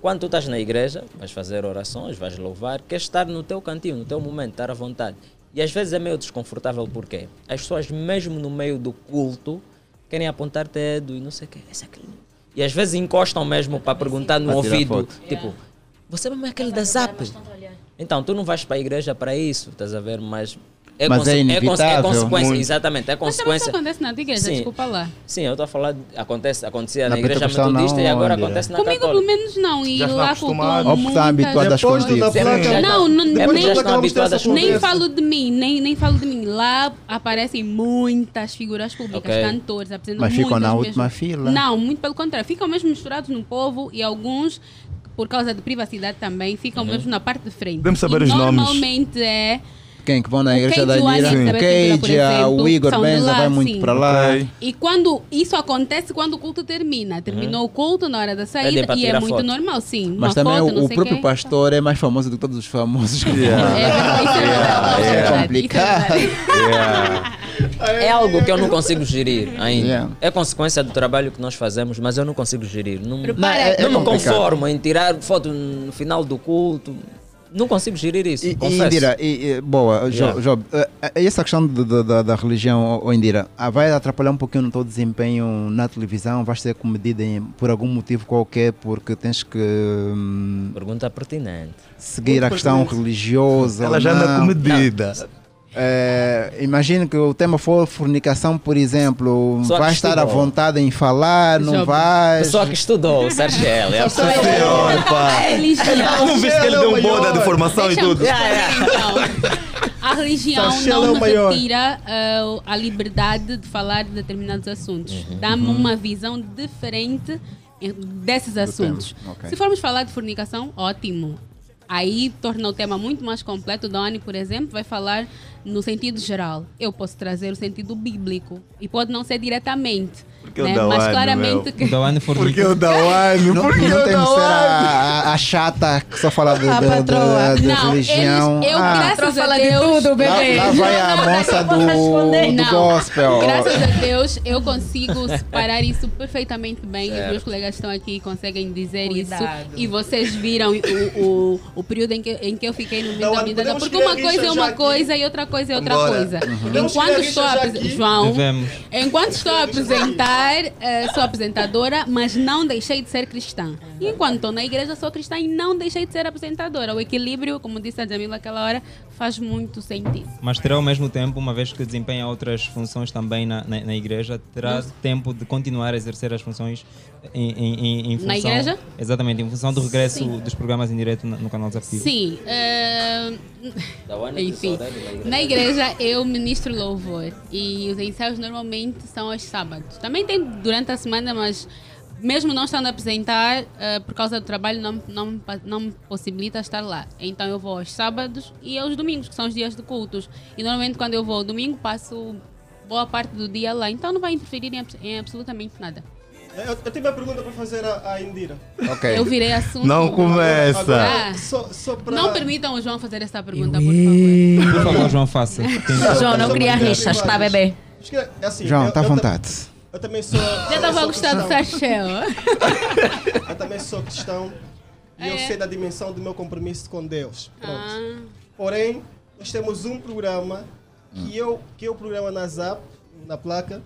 Speaker 28: Quando tu estás na igreja, vais fazer orações, vais louvar, queres estar no teu cantinho, no teu momento, estar à vontade. E às vezes é meio desconfortável porque as pessoas, mesmo no meio do culto, querem apontar dedo e não sei o quê. Esse é aquele. E às vezes encostam mesmo para perguntar no
Speaker 20: Pra tirar
Speaker 28: ouvido.
Speaker 20: foto.
Speaker 28: Tipo, você mesmo é aquele da Zap. Então, tu não vais para a igreja para isso, estás a ver? Mas é,
Speaker 20: Mas
Speaker 28: conse-
Speaker 20: é
Speaker 28: é conse- é
Speaker 20: inevitável,
Speaker 28: consequência,
Speaker 20: muito.
Speaker 28: exatamente, é
Speaker 7: Mas também isso
Speaker 28: consequência.
Speaker 7: acontece na tua igreja,
Speaker 28: Sim.
Speaker 7: desculpa lá.
Speaker 28: Sim, eu estou a falar, de- acontece, acontecia na,
Speaker 20: Na
Speaker 28: igreja
Speaker 20: pentecostal
Speaker 28: metodista
Speaker 20: não,
Speaker 28: e agora
Speaker 20: Andira.
Speaker 28: acontece na
Speaker 7: Comigo,
Speaker 28: católica.
Speaker 7: pelo menos, não. E
Speaker 28: Já está
Speaker 7: lá
Speaker 28: acostumado.
Speaker 7: cultuou
Speaker 20: Ou porque está habituado às
Speaker 28: Depois
Speaker 20: coisas
Speaker 28: do da placa,
Speaker 20: disso.
Speaker 7: Não, não,
Speaker 28: Depois
Speaker 7: nem,
Speaker 28: já estão habituadas com
Speaker 7: nem
Speaker 28: isso.
Speaker 7: falo de mim, nem, nem falo de mim. Lá aparecem muitas figuras públicas,
Speaker 20: Ok.
Speaker 7: cantores, apresentam
Speaker 20: Mas ficam
Speaker 7: muitas
Speaker 20: na
Speaker 7: mesmo.
Speaker 20: última fila.
Speaker 7: Não, muito pelo contrário. Ficam mesmo misturados no povo e alguns, por causa de privacidade também, ficam
Speaker 20: Uhum.
Speaker 7: mesmo na parte de frente.
Speaker 20: Vamos saber
Speaker 7: E
Speaker 20: os nomes.
Speaker 7: Normalmente é...
Speaker 20: Quem é que vão na
Speaker 7: O
Speaker 20: igreja
Speaker 7: Keiji
Speaker 20: da Indira? O
Speaker 7: Sim.
Speaker 20: Cage,
Speaker 7: Exemplo,
Speaker 20: o Igor
Speaker 7: são de
Speaker 20: Benza
Speaker 7: lá,
Speaker 20: vai muito
Speaker 7: sim.
Speaker 28: assim.
Speaker 20: para lá.
Speaker 7: E quando isso acontece, quando o culto termina.
Speaker 20: Uhum.
Speaker 7: Terminou o culto na hora da
Speaker 20: Pedem
Speaker 7: saída
Speaker 20: pra
Speaker 7: e é
Speaker 20: tirar
Speaker 7: muito
Speaker 20: foto.
Speaker 7: normal, sim.
Speaker 20: Mas
Speaker 7: Uma
Speaker 20: também
Speaker 7: foto, não
Speaker 20: o, o
Speaker 7: sei
Speaker 20: próprio
Speaker 7: quê.
Speaker 20: pastor é mais famoso do que todos os famosos.
Speaker 28: Yeah.
Speaker 20: Yeah,
Speaker 28: é Isso é
Speaker 20: yeah.
Speaker 28: verdade.
Speaker 20: complicado.
Speaker 28: É algo que eu não consigo gerir ainda. É consequência do trabalho que nós fazemos, mas eu não consigo gerir. Não, não,
Speaker 20: Prepara- é- é
Speaker 28: me
Speaker 20: complicado.
Speaker 28: conformo em tirar foto no final do culto. Não consigo gerir isso.
Speaker 20: E-
Speaker 28: confesso.
Speaker 20: Indira, e- e- boa, Jo-
Speaker 28: Yeah.
Speaker 20: Job, eh, eh, essa questão do- do- da, da religião, oh, Indira, ah, vai atrapalhar um pouquinho no teu desempenho na televisão? Vais ser comedida em- por algum motivo qualquer porque tens que hum,
Speaker 28: Pergunta pertinente.
Speaker 20: seguir a questão religiosa?
Speaker 28: Ela
Speaker 20: ou
Speaker 28: já anda
Speaker 20: não?
Speaker 28: comedida.
Speaker 20: Eh, imagino que o tema for fornicação, por exemplo,
Speaker 28: Só
Speaker 20: vais
Speaker 28: que
Speaker 20: estar à
Speaker 28: estudou.
Speaker 20: vontade em falar, não
Speaker 28: Job,
Speaker 20: vais?
Speaker 28: Pessoa que estudou, Sérgio. É a pessoa que
Speaker 30: Senhor, pá.
Speaker 7: A religião.
Speaker 30: Ele- Não viste que ele deu um boda de formação e tudo.
Speaker 25: Então.
Speaker 7: A religião
Speaker 30: Sachela é o
Speaker 7: não nos
Speaker 30: maior.
Speaker 7: retira ah, a liberdade de falar de determinados assuntos. Dá-me uma visão diferente em- desses assuntos.
Speaker 14: tema, ok.
Speaker 7: Se formos falar de fornicação, ótimo. Aí torna o tema muito mais completo. O Doni, por exemplo, vai falar no sentido geral. Eu posso trazer o sentido bíblico. E pode não ser diretamente.
Speaker 20: o
Speaker 7: né?
Speaker 20: Dawani,
Speaker 7: Mas
Speaker 20: meu?
Speaker 7: claramente que.
Speaker 12: Então,
Speaker 20: Porque o Dawane, não,
Speaker 7: porque
Speaker 20: não tem
Speaker 7: o
Speaker 20: que ser
Speaker 7: Dawane.
Speaker 20: a, a- a chata que só fala de,
Speaker 7: A
Speaker 20: de- de-
Speaker 7: patroa.
Speaker 20: de
Speaker 7: Não,
Speaker 20: religião.
Speaker 7: eles- eu,
Speaker 20: Ah,
Speaker 7: graças a
Speaker 14: fala de
Speaker 7: Deus.
Speaker 14: tudo,
Speaker 20: lá, lá vai a moça do, do
Speaker 7: Não.
Speaker 20: gospel.
Speaker 7: Graças a Deus eu consigo separar isso perfeitamente bem. Os
Speaker 20: Certo.
Speaker 7: meus colegas estão aqui e conseguem dizer
Speaker 14: Cuidado.
Speaker 7: isso. E vocês viram o, o, o período em que, em que eu fiquei no meio
Speaker 14: Não,
Speaker 7: da vida.
Speaker 14: podemos
Speaker 7: Porque
Speaker 14: criar
Speaker 7: uma coisa é
Speaker 14: rixa já
Speaker 7: uma
Speaker 14: aqui.
Speaker 7: coisa e outra coisa é outra
Speaker 14: Vambora.
Speaker 7: coisa.
Speaker 14: Uhum. Podemos criar
Speaker 7: Enquanto
Speaker 14: rixa
Speaker 7: estou a
Speaker 14: já
Speaker 7: apresen-
Speaker 14: aqui.
Speaker 7: João,
Speaker 2: Devemos.
Speaker 7: Enquanto estou a apresentar, eh, sou apresentadora, mas não deixei de ser cristã. E enquanto estou na igreja, sou cristã e não deixei de ser apresentadora. O equilíbrio, como disse a Jamila aquela hora, faz muito sentido.
Speaker 12: Mas terá ao mesmo tempo, uma vez que desempenha outras funções também na, na, na igreja, terá
Speaker 3: Hum?
Speaker 7: Nossa.
Speaker 12: tempo de continuar a exercer as funções em, em- em- em função...
Speaker 7: Na igreja?
Speaker 12: Exatamente, em função do regresso
Speaker 7: Sim.
Speaker 12: dos programas em direto no, no canal Desafio.
Speaker 7: Sim. eh, enfim, na igreja eu ministro louvor e os ensaios normalmente são aos sábados. Também tem durante a semana, mas mesmo não estando a apresentar, eh, por causa do trabalho, não, não, me pa- não me possibilita estar lá. Então eu vou aos sábados e aos domingos, que são os dias de cultos. E normalmente quando eu vou ao domingo, passo boa parte do dia lá. Então não vai interferir em, abs- em absolutamente nada.
Speaker 27: Eu, eu tive uma pergunta para fazer à, à Indira.
Speaker 20: Ok.
Speaker 7: Eu virei assunto.
Speaker 20: Não começa.
Speaker 7: Agora,
Speaker 27: só, só pra...
Speaker 7: Não permitam o João fazer essa pergunta,
Speaker 12: Por favor, João, faça.
Speaker 3: João, não queria rixas, tá, bebê?
Speaker 27: Acho que é assim,
Speaker 20: João,
Speaker 27: eu-
Speaker 2: tá
Speaker 20: está à
Speaker 27: eu ta-
Speaker 20: vontade.
Speaker 27: Eu também sou.
Speaker 7: Já
Speaker 27: eu
Speaker 7: estava a
Speaker 27: sou
Speaker 7: gostar do
Speaker 27: cristão.
Speaker 7: Sachel.
Speaker 27: Eu também sou cristão e eu sei da dimensão do meu compromisso com Deus. Pronto. Porém, nós temos um programa
Speaker 4: Hum.
Speaker 27: que, eu, que é o programa na ZAP, na placa,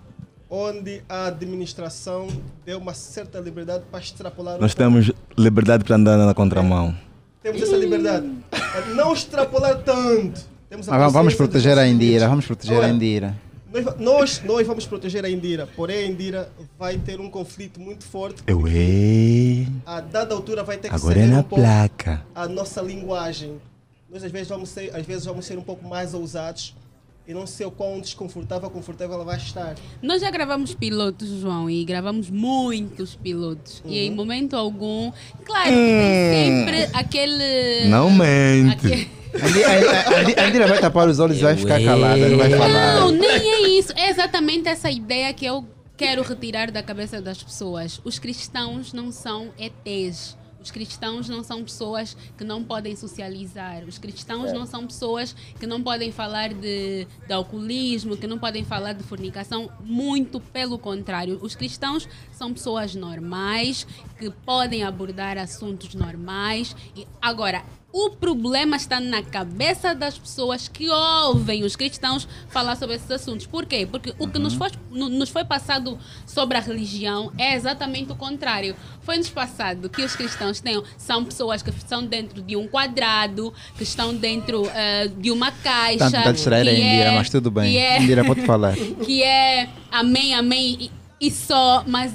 Speaker 27: onde a administração deu uma certa liberdade para extrapolar.
Speaker 30: Nós
Speaker 27: um
Speaker 30: temos liberdade para andar na contramão.
Speaker 27: pouco. Temos essa liberdade. É Não extrapolar tanto. Temos a
Speaker 4: Ah, vamos-
Speaker 27: consciência
Speaker 4: vamos
Speaker 27: de
Speaker 4: proteger a
Speaker 27: nossos
Speaker 4: Indira,
Speaker 27: limites.
Speaker 4: vamos proteger a
Speaker 27: Olha,
Speaker 4: Indira.
Speaker 27: Nós, va- nós, nós vamos proteger a Indira, porém a Indira vai ter um conflito muito forte.
Speaker 30: Eu ei.
Speaker 27: A dada altura vai ter que
Speaker 30: Agora é
Speaker 27: ceder
Speaker 30: na
Speaker 27: um pouco
Speaker 30: placa.
Speaker 27: a nossa linguagem. Nós às vezes, vamos ser, às vezes vamos ser um pouco mais ousados e não sei o quão desconfortável ou confortável ela vai estar.
Speaker 7: Nós já gravamos pilotos, João, e gravamos muitos pilotos. E em momento algum, claro, que tem
Speaker 4: Uhum. Hum.
Speaker 7: sempre aquele.
Speaker 4: Não mente.
Speaker 7: Aquele...
Speaker 4: A Andira vai tapar os olhos e vai ficar
Speaker 20: Ué.
Speaker 4: calada, não vai falar.
Speaker 7: Não, nem é isso. É exatamente essa ideia que eu quero retirar da cabeça das pessoas. Os cristãos não são ETs. Os cristãos não são pessoas que não podem socializar. Os cristãos
Speaker 9: É.
Speaker 7: não são pessoas que não podem falar de, de alcoolismo, que não podem falar de fornicação. Muito pelo contrário. Os cristãos são pessoas normais, que podem abordar assuntos normais. E agora, o problema está na cabeça das pessoas que ouvem os cristãos falar sobre esses assuntos. Por quê? Porque o que nos
Speaker 4: Uhum.
Speaker 7: foi, no- nos foi passado sobre a religião é exatamente o contrário. Foi-nos passado que os cristãos têm, são pessoas que estão dentro de um quadrado, que estão dentro eh, de uma caixa.
Speaker 4: Tanto está a distrair a
Speaker 7: que
Speaker 4: Indira,
Speaker 7: é-
Speaker 4: mas tudo bem.
Speaker 7: que é-
Speaker 4: Indira, pode falar.
Speaker 7: que é amém, amém e, e só, mas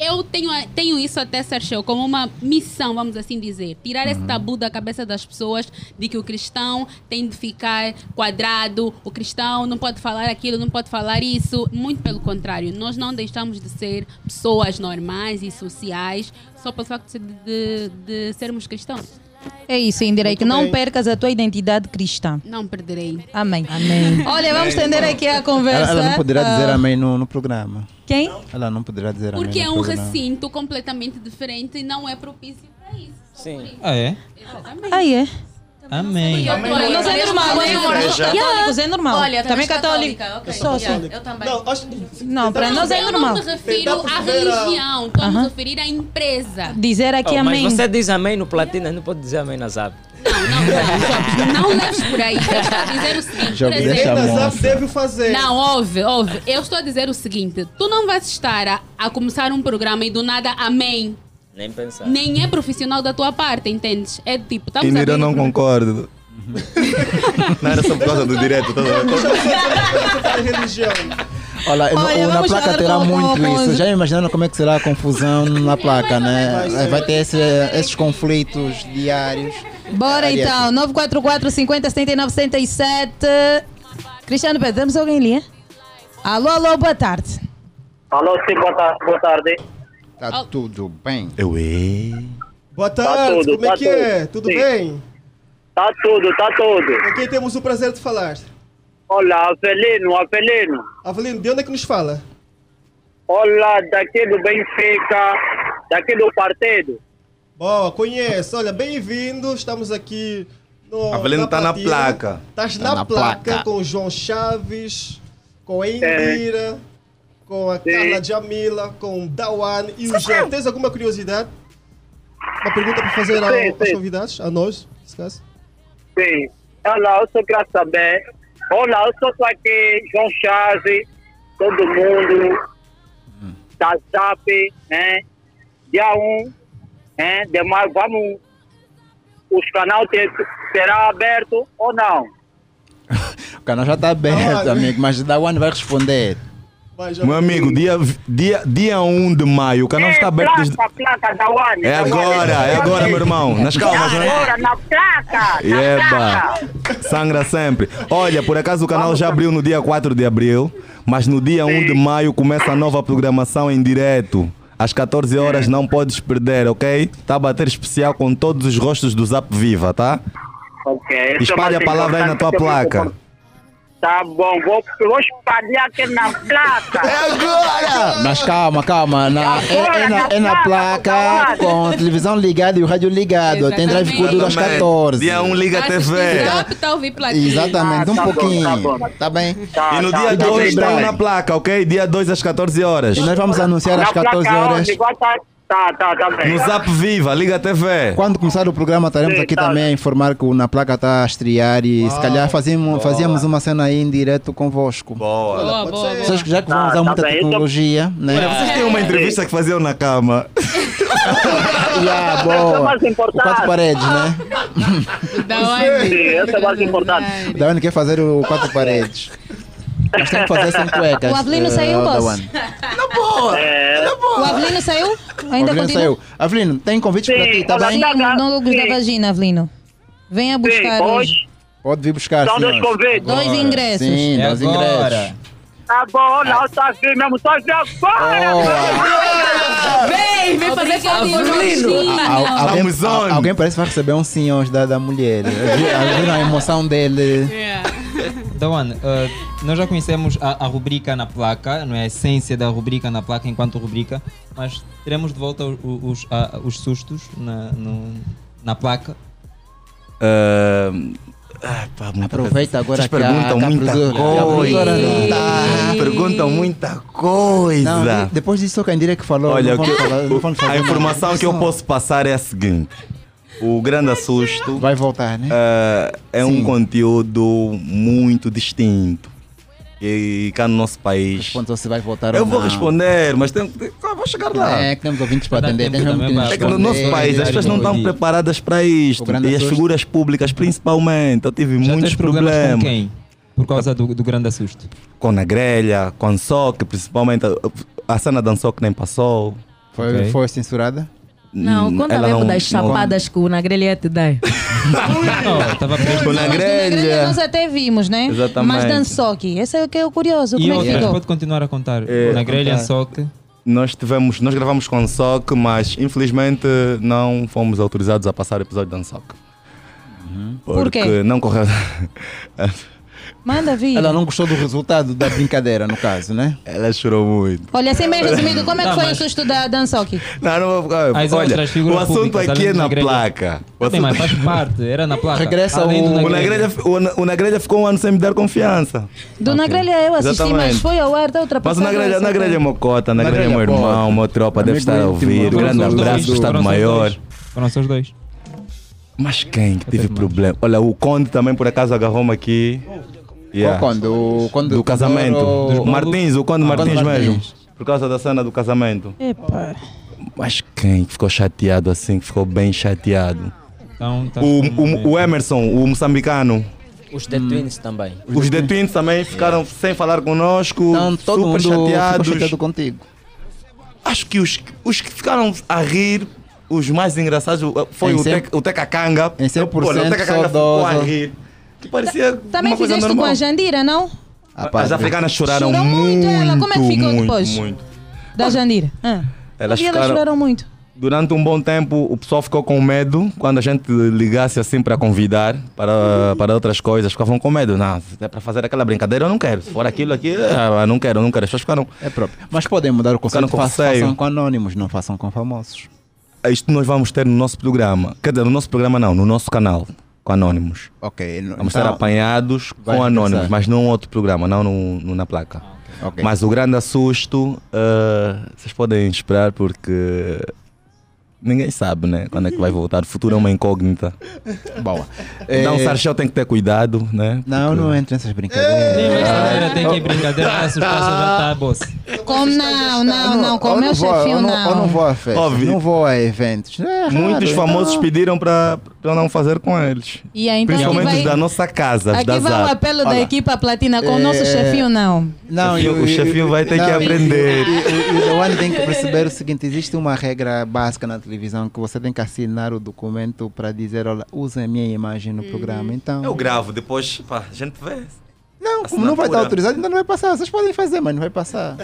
Speaker 7: eu tenho, a- tenho isso até, Sérgio, como uma missão, vamos assim dizer. Tirar
Speaker 4: Uhum.
Speaker 7: esse tabu da cabeça das pessoas de que o cristão tem de ficar quadrado, o cristão não pode falar aquilo, não pode falar isso. Muito pelo contrário, nós não deixamos de ser pessoas normais e sociais só pelo facto de, de- de sermos cristãos.
Speaker 3: É isso, Indira, que
Speaker 7: Muito
Speaker 3: não
Speaker 7: bem.
Speaker 3: percas a tua identidade cristã.
Speaker 7: Não perderei.
Speaker 3: Amém. Amém. Olha, vamos
Speaker 4: Amém,
Speaker 3: estender
Speaker 4: irmão.
Speaker 3: aqui a
Speaker 4: Ela,
Speaker 3: conversa.
Speaker 4: ela não poderá
Speaker 3: Ah,
Speaker 4: dizer amém no, no programa.
Speaker 3: Quem?
Speaker 4: Ela não poderá dizer amém.
Speaker 7: Porque é
Speaker 4: no
Speaker 7: um
Speaker 4: programa.
Speaker 7: recinto completamente diferente e não é propício para isso. Sim.
Speaker 12: Ah, é?
Speaker 7: Exatamente.
Speaker 3: Ah, é?
Speaker 12: Amém.
Speaker 3: Mas é normal, é normal. Católicos, é normal.
Speaker 9: Olha,
Speaker 3: também
Speaker 9: também
Speaker 3: católico.
Speaker 9: católica, ok.
Speaker 3: Eu sou
Speaker 9: Yeah,
Speaker 3: assim.
Speaker 9: eu também.
Speaker 27: Não, acho-
Speaker 3: Não, para nós é
Speaker 7: eu
Speaker 3: normal.
Speaker 7: não me refiro à religião, estou a me referir à empresa.
Speaker 3: Dizer aqui
Speaker 28: Oh,
Speaker 3: amém.
Speaker 28: Mas você diz amém no platina, não pode dizer amém na zap.
Speaker 7: Não leves por aí. Eu estou a dizer o seguinte.
Speaker 28: Já
Speaker 7: por
Speaker 28: me deixa
Speaker 7: exemplo-
Speaker 28: moça.
Speaker 27: Deve fazer.
Speaker 7: Não, ouve, ouve. Eu estou a dizer o seguinte: tu não vais estar a, a começar um programa e do nada amém.
Speaker 28: Nem pensar.
Speaker 7: Nem é profissional da tua parte, entendes? É do tipo, estamos a
Speaker 30: Indira,
Speaker 7: abrir
Speaker 30: não
Speaker 7: um programa-
Speaker 30: concordo. não era só por causa do direto. Tá
Speaker 27: religião.
Speaker 20: É,
Speaker 4: Olha, no-
Speaker 27: Olha,
Speaker 4: na
Speaker 27: vamos
Speaker 4: placa
Speaker 27: jogar
Speaker 4: terá
Speaker 27: com-
Speaker 4: muito
Speaker 27: com-
Speaker 4: isso. Já imaginaram como é que será a confusão na placa, né? Vai ter esse- esses conflitos diários.
Speaker 3: Bora
Speaker 4: Aliás,
Speaker 20: assim.
Speaker 3: então, 944 50 79 77. Cristiano Pedro, temos alguém em linha? Alô, alô, boa tarde.
Speaker 14: Alô, sim, boa tarde. Boa tarde.
Speaker 20: assim,
Speaker 4: Tá tudo bem?
Speaker 30: Eu ei.
Speaker 27: Boa
Speaker 14: Tá
Speaker 27: tarde,
Speaker 14: tudo,
Speaker 27: como é
Speaker 14: tá
Speaker 27: que é?
Speaker 14: tudo.
Speaker 27: Tudo
Speaker 14: Sim.
Speaker 27: bem?
Speaker 14: Tá tudo, tá tudo.
Speaker 27: Com quem temos o prazer de falar?
Speaker 14: Olá, Avelino, Avelino.
Speaker 27: Avelino, de onde é que nos fala?
Speaker 14: Olá, daqui do Benfica, daqui do partido.
Speaker 27: Boa, conheço. Olha, bem-vindo. Estamos aqui no.
Speaker 30: Avelino tá na
Speaker 27: platina.
Speaker 30: placa.
Speaker 27: Estás
Speaker 30: Tá
Speaker 27: na,
Speaker 30: na
Speaker 27: placa,
Speaker 30: placa.
Speaker 27: com o João Chaves, com
Speaker 14: É.
Speaker 27: a Indira, com a Carla Jamila, com o Dawan e o Jean. Tens alguma curiosidade? Uma pergunta para fazer ao,
Speaker 14: Sim,
Speaker 27: aos
Speaker 14: sim.
Speaker 27: convidados, a nós, nesse caso?
Speaker 14: Sim. Olá, eu sou graças a Deus. Olá, eu sou aqui, João Chaves, todo mundo, da ZAP, né? Dia 1 né? de maio, vamos. Os canal te- terá aberto ou não?
Speaker 20: canal já está aberto, amigo, mas da One vai responder.
Speaker 30: Meu amigo, dia, dia, dia 1 de maio, o canal está aberto desde.
Speaker 14: É, placa, placa da Wani.
Speaker 30: É agora, é agora, meu irmão. Nas calmas, né?
Speaker 14: Agora, na placa. Na
Speaker 30: Eba!
Speaker 14: placa.
Speaker 30: Sangra sempre. Olha, por acaso o canal já abriu no dia 4 de abril, mas no dia 1 de maio começa a nova programação em direto. Às 14 horas não podes perder, ok? Tá a bater especial com todos os rostos do Zap Viva, tá?
Speaker 14: Ok. isso é
Speaker 30: Espalha a
Speaker 14: mais
Speaker 30: palavra aí na tua
Speaker 14: importante que eu
Speaker 30: placa.
Speaker 14: Tá bom, vou, vou espalhar aqui na placa. É
Speaker 20: agora! Mas calma, calma. Na, é, é na, é na placa, com a televisão ligada e o rádio ligado. Tem drive cultura às
Speaker 30: Exatamente.
Speaker 20: 14.
Speaker 30: Dia 1 liga a TV.
Speaker 26: Está a ouvir platina.
Speaker 5: Ah,
Speaker 20: Exatamente, um pouquinho. Tá, bem?
Speaker 30: E no dia 2 estão na placa, ok? Dia 2 às 14 horas.
Speaker 20: E nós vamos anunciar às 14 horas.
Speaker 14: Tá, tá, tá bem.
Speaker 30: No Zap Viva, liga a TV.
Speaker 20: Quando começar o programa, estaremos aqui também a informar que o Na Placa está a estrear e se calhar fazíamos, fazíamos uma cena aí em direto convosco.
Speaker 30: Boa,
Speaker 14: Boa, boa, boa.
Speaker 20: Vocês que já que vão
Speaker 14: Tá,
Speaker 20: usar
Speaker 14: tá
Speaker 20: muita
Speaker 14: bem, então-
Speaker 20: tecnologia, né?
Speaker 30: Olha, vocês têm uma entrevista que faziam na cama.
Speaker 20: Yeah,
Speaker 14: Ah, Essa é
Speaker 20: ah, boa.
Speaker 14: mais importante.
Speaker 20: Quatro paredes, né?
Speaker 14: Sim, essa é mais importante.
Speaker 20: Dawane quer fazer o quatro paredes. Mas tem que fazer sem cuecas.
Speaker 25: O Avelino
Speaker 20: eh,
Speaker 25: saiu, boss?
Speaker 20: Dawane.
Speaker 25: Na boa! Na boa! O Avelino saiu?
Speaker 20: Ainda Avelino saiu. Avelino, tem convites para ti, tá bem?
Speaker 25: Monólogos da vagina, Avelino.
Speaker 3: Venha buscar hoje.
Speaker 20: Pode vir buscar.
Speaker 14: São
Speaker 20: sim,
Speaker 14: dois
Speaker 20: ó.
Speaker 14: convites. Dois
Speaker 20: Agora.
Speaker 14: ingressos.
Speaker 20: Sim,
Speaker 14: É
Speaker 20: dois
Speaker 14: agora.
Speaker 20: ingressos.
Speaker 14: Tá
Speaker 20: É.
Speaker 14: bom, não, tá aqui mesmo, só de agora.
Speaker 25: Vem, vem fazer carinho no
Speaker 20: Al-
Speaker 14: Ah,
Speaker 25: Avelino.
Speaker 20: al- alguém, al- alguém parece que vai receber um sim hoje da, da mulher. Viram a emoção dele.
Speaker 2: Dawan, eh,
Speaker 12: uh,
Speaker 2: nós já conhecemos a, a rubrica na placa, não é a essência da rubrica na placa enquanto rubrica, mas teremos de volta o- o- os, a- os sustos na, no- na placa.
Speaker 30: Ah, ah, pá, muita
Speaker 20: Aproveita
Speaker 30: coisa.
Speaker 20: agora
Speaker 30: Vocês
Speaker 20: que a-
Speaker 30: perguntam
Speaker 20: que a
Speaker 30: muita
Speaker 20: produtora- que a produtora não tá.
Speaker 30: coisa. Perguntam muita coisa.
Speaker 20: Não, de- depois disso, só quem diria que falou.
Speaker 30: Olha,
Speaker 20: não
Speaker 30: o que-
Speaker 20: vamos falar- não
Speaker 30: o-
Speaker 20: vamos falar
Speaker 30: a
Speaker 20: nada.
Speaker 30: informação que eu posso passar é a seguinte. O grande assusto
Speaker 20: vai voltar, né?
Speaker 30: é um conteúdo muito distinto. E cá no nosso país.
Speaker 20: Responde se vai voltar
Speaker 30: Eu
Speaker 20: ou
Speaker 30: vou
Speaker 20: não.
Speaker 30: responder, mas tem, tem- vou chegar lá.
Speaker 20: É, que temos ouvintes para
Speaker 30: Dá
Speaker 20: atender.
Speaker 30: tempo
Speaker 20: tens mesmo
Speaker 30: também
Speaker 20: que nos
Speaker 30: para- É que no
Speaker 20: responder.
Speaker 30: nosso país as pessoas não estão preparadas para isto.
Speaker 20: O grande
Speaker 30: E as
Speaker 20: assusto.
Speaker 30: figuras públicas, principalmente. Eu tive muitos
Speaker 2: tens problemas com
Speaker 30: problemas.
Speaker 2: quem? Por causa do, do grande assusto.
Speaker 30: Com a grelha, com soc, principalmente. A, a cena de Ansoc nem passou.
Speaker 20: Foi,
Speaker 30: Ok.
Speaker 20: foi censurada?
Speaker 25: Não,
Speaker 30: Hum,
Speaker 25: conta
Speaker 30: ela
Speaker 25: mesmo
Speaker 30: não-
Speaker 25: das
Speaker 30: não-
Speaker 25: chapadas que o Nagrelha te dá.
Speaker 30: Com a
Speaker 20: é-
Speaker 30: grelha.
Speaker 3: Nós até vimos, né?
Speaker 30: Exatamente.
Speaker 3: Mas Dansoki, esse é o que é o curioso.
Speaker 2: E
Speaker 3: Como é que
Speaker 2: outras,
Speaker 3: ficou?
Speaker 2: pode continuar a contar.
Speaker 30: É,
Speaker 2: na grelha, um
Speaker 30: contar.
Speaker 2: só que.
Speaker 30: Nós tivemos, nós gravamos com SOC, mas infelizmente não fomos autorizados a passar o episódio da SOC. Porque
Speaker 3: Por quê?
Speaker 30: não correu.
Speaker 3: Manda vir.
Speaker 20: Ela não gostou do resultado da brincadeira, no caso, né?
Speaker 30: Ela chorou muito.
Speaker 3: Olha, assim bem resumido, como é que
Speaker 20: Não,
Speaker 3: foi
Speaker 20: mas-
Speaker 3: o susto da Dansoki?
Speaker 30: Não, não vou ficar.
Speaker 2: As
Speaker 30: Olha,
Speaker 2: outras figuras
Speaker 30: o assunto
Speaker 2: públicas,
Speaker 30: aqui é
Speaker 2: além
Speaker 30: na
Speaker 2: da grelha.
Speaker 30: placa. O
Speaker 2: Tá bem, mas
Speaker 30: assunto-
Speaker 2: faz parte, era na placa. Além do
Speaker 30: o, na
Speaker 2: grelha.
Speaker 30: grelha, o, na, o na grelha ficou um ano sem me dar confiança.
Speaker 3: Do Nagrelha eu assisti, mas
Speaker 30: Exatamente.
Speaker 3: foi ao ar da
Speaker 28: Tá
Speaker 3: outra né?
Speaker 30: Mas o na grelha, na grelha é uma cota, na,
Speaker 2: Na
Speaker 30: grelha é meu
Speaker 2: grelha é
Speaker 30: irmão,
Speaker 2: cota.
Speaker 30: uma tropa
Speaker 2: Amigo
Speaker 30: deve estar a
Speaker 2: íntimo.
Speaker 30: ouvir.
Speaker 2: Foram
Speaker 30: Grande
Speaker 2: só os dois,
Speaker 30: abraço do Estado
Speaker 2: foram só os
Speaker 30: Maior.
Speaker 2: dois. Foram só os dois.
Speaker 30: Mas quem que teve problema? Olha, o Conde também por acaso agarrou-me aqui.
Speaker 20: Qual Conde? O Conde
Speaker 30: do casamento.
Speaker 20: Teodoro-
Speaker 30: Dos Martins, o Conde
Speaker 20: Ah,
Speaker 30: Martins,
Speaker 20: Conde Martins.
Speaker 30: mesmo. Por causa da cena do casamento.
Speaker 3: Epa.
Speaker 30: Mas quem que ficou chateado assim, que ficou bem chateado?
Speaker 2: Então, tá
Speaker 30: o,
Speaker 2: bom, né?
Speaker 30: o, o Emerson, o moçambicano.
Speaker 28: Os The Twins também.
Speaker 30: Os The Twins também ficaram sem falar conosco,
Speaker 28: Então, todo
Speaker 30: super
Speaker 28: mundo ficou
Speaker 30: chateados.
Speaker 28: chateado
Speaker 20: contigo.
Speaker 30: Acho que os, os que ficaram a rir, os mais engraçados, uh, foi
Speaker 20: Em
Speaker 30: o,
Speaker 20: cem-
Speaker 30: Teca- o Teca Canga.
Speaker 20: em 100%
Speaker 30: Olha, o Teca Canga ficou a
Speaker 20: saudosa.
Speaker 30: rir. Que parecia
Speaker 3: Tá, Também
Speaker 30: uma coisa
Speaker 3: fizeste com
Speaker 30: normal.
Speaker 3: a Jandira, não?
Speaker 30: As africanas choraram
Speaker 3: Chorou
Speaker 30: muito,
Speaker 3: ela. Como é que ficou
Speaker 30: muito,
Speaker 3: depois?
Speaker 30: muito.
Speaker 3: Da Jandira. Ah.
Speaker 30: Elas
Speaker 3: e elas
Speaker 30: ficaram-
Speaker 3: choraram muito.
Speaker 30: Durante um bom tempo, o pessoal ficou com medo quando a gente ligasse assim para convidar para, para outras coisas. Ficavam com medo. Não, se é para fazer aquela brincadeira, eu não quero. Se for aquilo aqui, eu não quero, eu não quero. As pessoas ficaram.
Speaker 20: É próprio. Mas podem mudar o conceito.
Speaker 30: Ficaram com
Speaker 20: Fa- Façam
Speaker 30: receio.
Speaker 20: com anónimos, não façam com famosos.
Speaker 30: Isto nós vamos ter no nosso programa. Quer dizer, no nosso programa não, no nosso canal, com Anónimos.
Speaker 20: Ok. n-
Speaker 30: Vamos ser
Speaker 20: então-
Speaker 30: apanhados
Speaker 20: vai
Speaker 30: com Anónimos,
Speaker 20: regressar. Ah,
Speaker 30: mas não outro programa, não no- no- na placa.
Speaker 20: ok.
Speaker 30: Mas o grande assusto, ah, vocês podem esperar porque ninguém sabe, né? Quando é que vai voltar. O futuro é uma incógnita.
Speaker 20: Boa.
Speaker 30: Então o
Speaker 20: É-
Speaker 30: Sarchel tem que ter cuidado, né?
Speaker 20: Não, não entra nessas brincadeiras. Eh,
Speaker 2: é tá, Brincadeira, tem que ir brincadeira, a suspensa já está a bolsa.
Speaker 3: Como não, não, não, como
Speaker 20: Ou
Speaker 3: é o
Speaker 20: vou,
Speaker 3: chefinho
Speaker 20: ou
Speaker 3: não.
Speaker 20: Ou não vou a festas,
Speaker 30: Óbvio.
Speaker 20: não vou a eventos. É raro,
Speaker 30: Muitos famosos
Speaker 20: então.
Speaker 30: pediram para eu não fazer com eles.
Speaker 3: E aí, então,
Speaker 30: Principalmente
Speaker 3: aqui
Speaker 30: os
Speaker 3: vai-
Speaker 30: da nossa casa, os
Speaker 3: Aqui
Speaker 30: da
Speaker 3: vai o
Speaker 30: Zap.
Speaker 3: apelo da
Speaker 30: Olha,
Speaker 3: equipa platina com o
Speaker 20: É,
Speaker 3: nosso chefinho não.
Speaker 20: Não,
Speaker 30: O chefinho-
Speaker 20: e-
Speaker 30: o
Speaker 20: e-
Speaker 30: chefinho vai ter que
Speaker 20: e-
Speaker 30: aprender.
Speaker 20: E, e, e o Leone tem que perceber o seguinte: existe uma regra básica na televisão que você tem que assinar o documento para dizer, olha, usa a minha imagem
Speaker 30: Uhum.
Speaker 20: no programa. Então,
Speaker 30: Eu gravo, depois pá, a gente vê.
Speaker 20: não, como não vai estar
Speaker 30: assinatura.
Speaker 20: autorizado, ainda não vai passar. Vocês podem fazer, mas não vai passar.